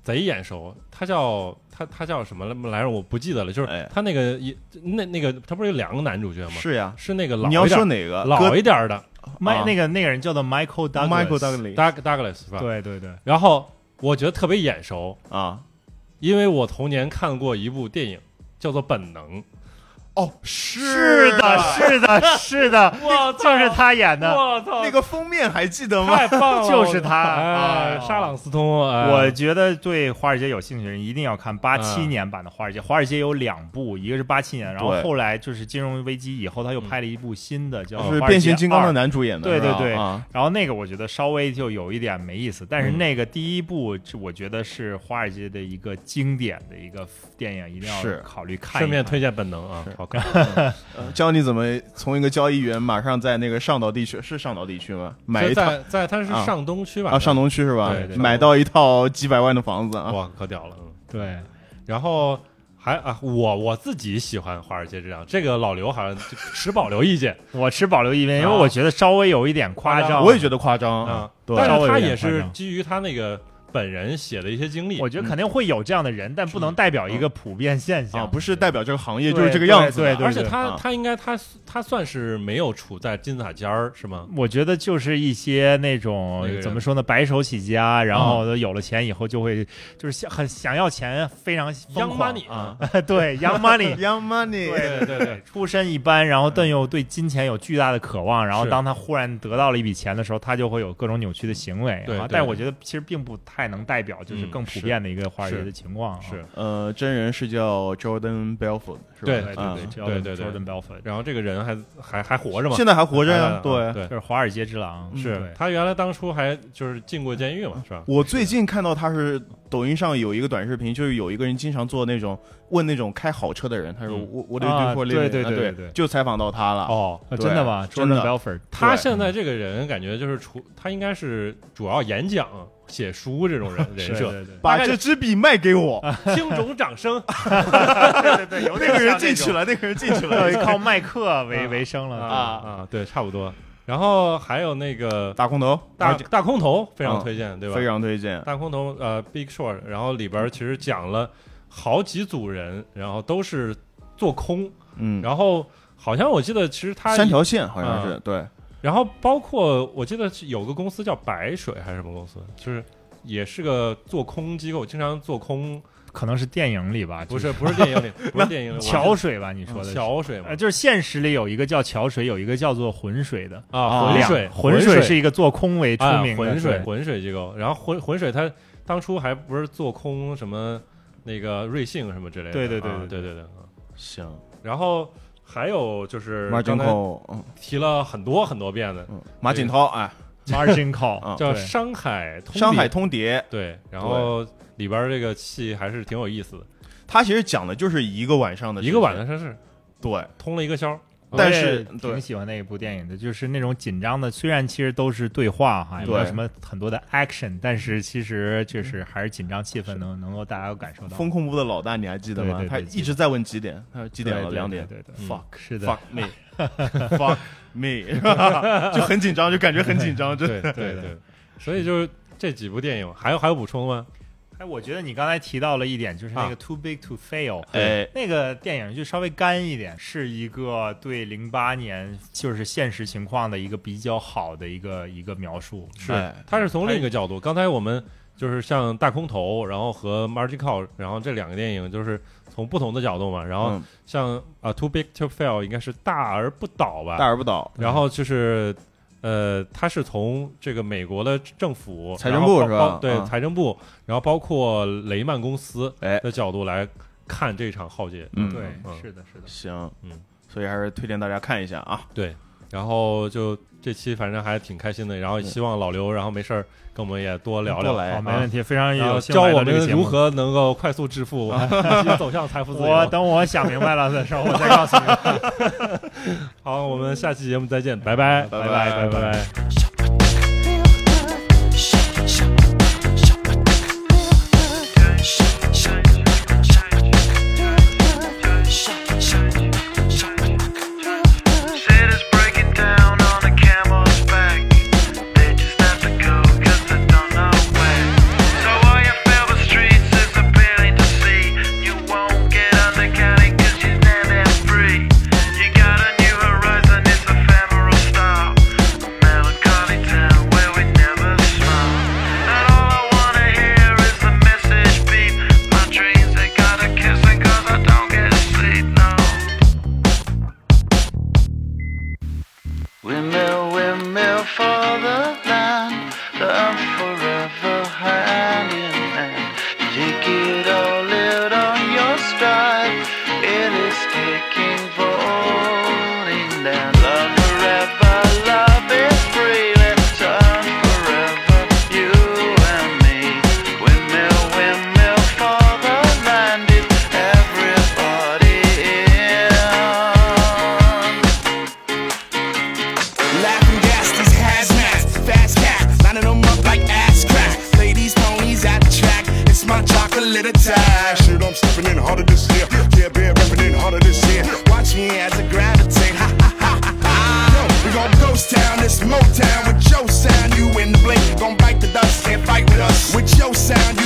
Speaker 1: 贼眼熟，他叫他他叫什么来着？我不记得了。就是
Speaker 2: 哎
Speaker 1: 他那个一那那个他不是有两个男主角吗？
Speaker 2: 是呀，
Speaker 1: 是那个老
Speaker 2: 你要
Speaker 1: 一点
Speaker 2: 说
Speaker 1: 儿
Speaker 2: 哪个？
Speaker 1: 老一点儿的
Speaker 3: 麦
Speaker 2: 啊
Speaker 3: 那个那个人叫做 Michael
Speaker 2: d Michael d
Speaker 3: Douglas，
Speaker 2: u g l a
Speaker 1: ，Doug Douglas 是吧？。
Speaker 3: 对对对，
Speaker 1: 然后我觉得特别眼熟，
Speaker 2: 啊，
Speaker 1: 因为我童年看过一部电影叫做《本能》。
Speaker 2: 哦，
Speaker 3: 的，是的，是 的，
Speaker 1: 我
Speaker 3: 就是他演的。
Speaker 1: 我操
Speaker 2: 那个封面还记得 吗？
Speaker 1: 太棒了，
Speaker 3: 就是他
Speaker 1: 哎
Speaker 3: 哎，
Speaker 1: 沙朗斯通，哎
Speaker 3: 我觉得对华尔街有兴趣的人一定要看八七
Speaker 1: 嗯
Speaker 3: 年版的华尔街。华尔街有两部，一个是八七年，然后
Speaker 2: 对
Speaker 3: 后来就是金融危机以后，他又拍了一部新的叫《
Speaker 2: 是
Speaker 1: 哦
Speaker 3: 华尔
Speaker 2: 变
Speaker 3: 街
Speaker 2: 形金刚
Speaker 3: 二
Speaker 2: 的男主演的，
Speaker 3: 对对
Speaker 2: 是吧
Speaker 3: 对
Speaker 2: 啊，
Speaker 3: 然后那个我觉得稍微就有一点没意思，但是
Speaker 1: 嗯
Speaker 3: 那个第一部是我觉得是华尔街的一个经典的一个电影，一定
Speaker 2: 是
Speaker 3: 要考虑看一看。
Speaker 1: 顺便推荐《本能》啊，好看。
Speaker 2: 呃教你怎么从一个交易员马上在那个上岛地区是上岛地区吗？买
Speaker 1: 就
Speaker 2: 一套
Speaker 1: 在在他是
Speaker 2: 啊
Speaker 1: 上东区吧？
Speaker 2: 啊，上东区是吧
Speaker 1: 对对？对
Speaker 2: 买到一套几百万的房子啊，
Speaker 1: 哇，可屌了。嗯
Speaker 3: 对，
Speaker 1: 然后还啊，我我自己喜欢华尔街之狼，这个老刘好像就持保留意见
Speaker 3: 我持保留意见，因
Speaker 1: 啊
Speaker 3: 为我觉得稍微有一点夸
Speaker 1: 夸张
Speaker 3: 张。
Speaker 2: 我也觉得夸张
Speaker 1: 啊，
Speaker 2: 对
Speaker 1: 但
Speaker 3: 稍微
Speaker 1: 是他
Speaker 3: 有点
Speaker 1: 也
Speaker 3: 夸
Speaker 1: 是
Speaker 3: 张
Speaker 1: 基于他那个本人写的一些经历。
Speaker 3: 我觉得肯定会有这样的人，但不能代表一个普遍现
Speaker 2: 嗯啊，
Speaker 3: 象。
Speaker 2: 不是代表这个行业
Speaker 3: 对
Speaker 2: 就是这个样子的，
Speaker 3: 对对
Speaker 1: 而且他
Speaker 2: 啊
Speaker 1: 他应该他他算是没有处在金字塔尖儿是吗？
Speaker 3: 我觉得就是一些那
Speaker 1: 那个
Speaker 3: 种
Speaker 1: 人啊
Speaker 3: 怎么说呢，白手起家，然后有了钱以后就会就是想很想要钱，非常疯
Speaker 1: Young
Speaker 3: 狂。
Speaker 1: money
Speaker 2: 啊
Speaker 3: 对，Young money，
Speaker 2: ，Young Money，
Speaker 1: 对对对，
Speaker 3: 出身一般，然后但又对金钱有巨大的渴望，然后
Speaker 1: 是
Speaker 3: 当他忽然得到了一笔钱的时候，他就会有各种扭曲的行为。
Speaker 1: 对
Speaker 3: 啊
Speaker 1: 对
Speaker 3: 但我觉得其实并不太能代表就是
Speaker 1: 嗯
Speaker 3: 更普
Speaker 1: 是
Speaker 3: 遍的一个华尔街
Speaker 1: 是
Speaker 3: 的情况。啊
Speaker 1: 是，。
Speaker 2: 呃，真人是叫 Jordan Belfort，是吧？
Speaker 1: 对
Speaker 2: 啊
Speaker 3: 对对
Speaker 1: 嗯对
Speaker 3: 对
Speaker 1: 对对
Speaker 3: ，Jordan Belfort
Speaker 1: 然后这个人还还还活着吗？
Speaker 2: 现在还活着
Speaker 1: 还
Speaker 2: 呀
Speaker 1: 还，
Speaker 2: 对。
Speaker 1: 对，
Speaker 3: 就是华尔街之狼，
Speaker 1: 是
Speaker 3: 对
Speaker 1: 他原来当初还就是进过监狱嘛，是吧？
Speaker 2: 我最近看到他是抖音上有一个短视频，就是有一个人经常做那种问那种开好车的人，他说
Speaker 1: 嗯
Speaker 2: 我我得
Speaker 3: 啊
Speaker 2: do for
Speaker 3: 对
Speaker 2: living，
Speaker 3: 对
Speaker 2: 啊
Speaker 3: 对
Speaker 2: 对
Speaker 3: 对对
Speaker 2: 就采访到他了。
Speaker 1: 哦，
Speaker 3: 啊
Speaker 2: 对
Speaker 3: 真的吗
Speaker 2: 真的
Speaker 3: ？Jordan Belfort，
Speaker 1: 他现在这个人感觉就是除他应该是主要演讲、写书这种 人人
Speaker 3: 对
Speaker 1: 设。
Speaker 3: 对对
Speaker 2: 把
Speaker 1: 大概
Speaker 2: 这支笔卖给我，
Speaker 1: 听众掌 声，
Speaker 3: 对对对，有
Speaker 2: 那个人进去，了，那个人进 去了，
Speaker 3: 对，靠卖课为
Speaker 1: 啊
Speaker 3: 为生了。
Speaker 1: 啊啊，对，差不多。然后还有那个
Speaker 2: 大空头，
Speaker 1: 大呃
Speaker 2: 而且
Speaker 1: 大空头，非常
Speaker 2: 嗯
Speaker 1: 推荐，对吧？
Speaker 2: 非常推荐。
Speaker 1: 大空头呃，Big Short，然后里边儿其实讲了好几组人，然后都是做空，
Speaker 2: 嗯，
Speaker 1: 然后好像我记得其实他
Speaker 2: 三条线好像是对，
Speaker 1: 然后包括我记得是有个公司叫白水还是什么公司，就是也是个做空机构，经常做空，
Speaker 3: 可能是电影里吧，
Speaker 1: 不
Speaker 3: 啊就是
Speaker 1: 不是电 影里，不是电影里，
Speaker 3: 桥水吧？你说的是
Speaker 1: 桥水嘛
Speaker 3: 呃，，就是现实里有一个叫桥水，有一个叫做浑水的。
Speaker 1: 啊，浑
Speaker 3: 两
Speaker 1: 水
Speaker 3: 浑
Speaker 1: 水
Speaker 3: 是一个做空为出
Speaker 1: 啊
Speaker 3: 名的，
Speaker 1: 浑水
Speaker 3: 对
Speaker 1: 浑水机构，然后浑浑水它当初还不是做空什么那个瑞幸什么之类的，
Speaker 3: 对对对
Speaker 1: 啊
Speaker 3: 对
Speaker 1: 对对对，啊
Speaker 2: 行
Speaker 1: 然后。还有就是
Speaker 2: 马景
Speaker 1: 刚才
Speaker 2: 涛，嗯
Speaker 1: 提了很多很多遍的，
Speaker 2: 嗯马景涛，哎，
Speaker 3: margin call
Speaker 2: 啊
Speaker 1: 叫
Speaker 3: 对
Speaker 1: 上海通
Speaker 2: 上海
Speaker 1: 禀
Speaker 2: 通牒，
Speaker 1: 对，然后里边儿这个戏还是挺有意思的，
Speaker 2: 他其实讲的就是一个晚上的
Speaker 1: 一个晚
Speaker 2: 事
Speaker 1: 上它是
Speaker 2: 情，对，
Speaker 1: 通了一个宵，
Speaker 2: 但是
Speaker 3: 我也
Speaker 2: 对
Speaker 3: 挺喜欢那一部电影的，就是那种紧张的，虽然其实都是对话哈，也没有
Speaker 2: 对
Speaker 3: 什么很多的 action，但是其实就是还是紧张气氛能能够大家感受到。
Speaker 2: 风控部的老大你还记得吗？
Speaker 3: 对对对
Speaker 2: 他一直在问几点，他说几
Speaker 3: 一
Speaker 2: 点了？两点。
Speaker 3: 对对对
Speaker 2: Fuck
Speaker 3: 是的
Speaker 2: fuck me，fuck me，就 很紧张，就感觉很紧张，真的。
Speaker 1: 对对
Speaker 3: 对的
Speaker 1: 对，所以就是这几部电影，还有还有补充吗？
Speaker 3: 哎，我觉得你刚才提到了一点，就是那
Speaker 1: 啊
Speaker 3: 个 Too Big to Fail，、
Speaker 2: 哎，
Speaker 3: 那个电影就稍微干一点，是一个对零八年就是现实情况的一个比较好的一个一个描述。
Speaker 1: 是
Speaker 2: 哎，
Speaker 1: 它是从另一个角度。刚才我们就是像大空头，然后和 Magical，然后这两个电影就是从不同的角度嘛。然后
Speaker 2: 嗯
Speaker 1: 像啊，Too Big to Fail 应该是大而不倒吧？
Speaker 2: 大而不倒，
Speaker 1: 然后就是，呃，他是从这个美国的政府、
Speaker 2: 财政
Speaker 1: 然后
Speaker 2: 部
Speaker 1: 包
Speaker 2: 是吧
Speaker 1: 包对，
Speaker 2: 嗯
Speaker 1: 财政部，然后包括雷曼公司
Speaker 2: 哎
Speaker 1: 的角度来看这场浩劫。
Speaker 2: 嗯，
Speaker 3: 对，
Speaker 1: 嗯
Speaker 3: 是的，是的。
Speaker 2: 行，
Speaker 1: 嗯，
Speaker 2: 所以还是推荐大家看一下啊。
Speaker 1: 对，然后就这期反正还挺开心的，然后希望老刘，然后没事儿跟我们也多聊聊。
Speaker 2: 嗯多来啊
Speaker 3: 好，没问题，非常
Speaker 1: 然后
Speaker 3: 有
Speaker 1: 哎教我
Speaker 3: 这个
Speaker 1: 们
Speaker 3: 节目
Speaker 1: 如。何能够快速致 富，以及走向财富自
Speaker 3: 我
Speaker 1: 由。
Speaker 3: 等我想明白了的时候，我再告诉你们。
Speaker 1: 好，我们下期节目再见，拜拜，
Speaker 2: 拜
Speaker 1: 拜，
Speaker 2: 拜
Speaker 1: 拜拜。
Speaker 4: Said it's breaking down on a camel's back. They just have to go 'cause they don't know where. So all you feel the streets is a barely to see. You won't get under county 'cause you're damn damn free. You got a new horizon, it's ephemeral style. A melancholy town where we never smile. And all I wanna hear is the message beep. My dreams they gotta kiss 'cause I don't get sleep no. Windmill, windmill for the land, the earth forever hand in hand. Take it all out on your stride, it is taking falling down. Love forever, love is free, let's turn forever, you and me. Windmill, windmill for the land, it's everybody in.
Speaker 5: Laughing gas, these hazmats, fast pack, lining them up like ass crack. Ladies, ponies at the track, it's my chocolate attack.
Speaker 6: Shit, I'm stepping in harder this year. Yeah, bear rapping in harder this year.
Speaker 5: Watch me as I gravitate, ha ha ha ha ha. Yo, we gon' ghost town, this Motown with your sound, you in the blink. Gon' bite the dust, can't fight with us. With your sound, you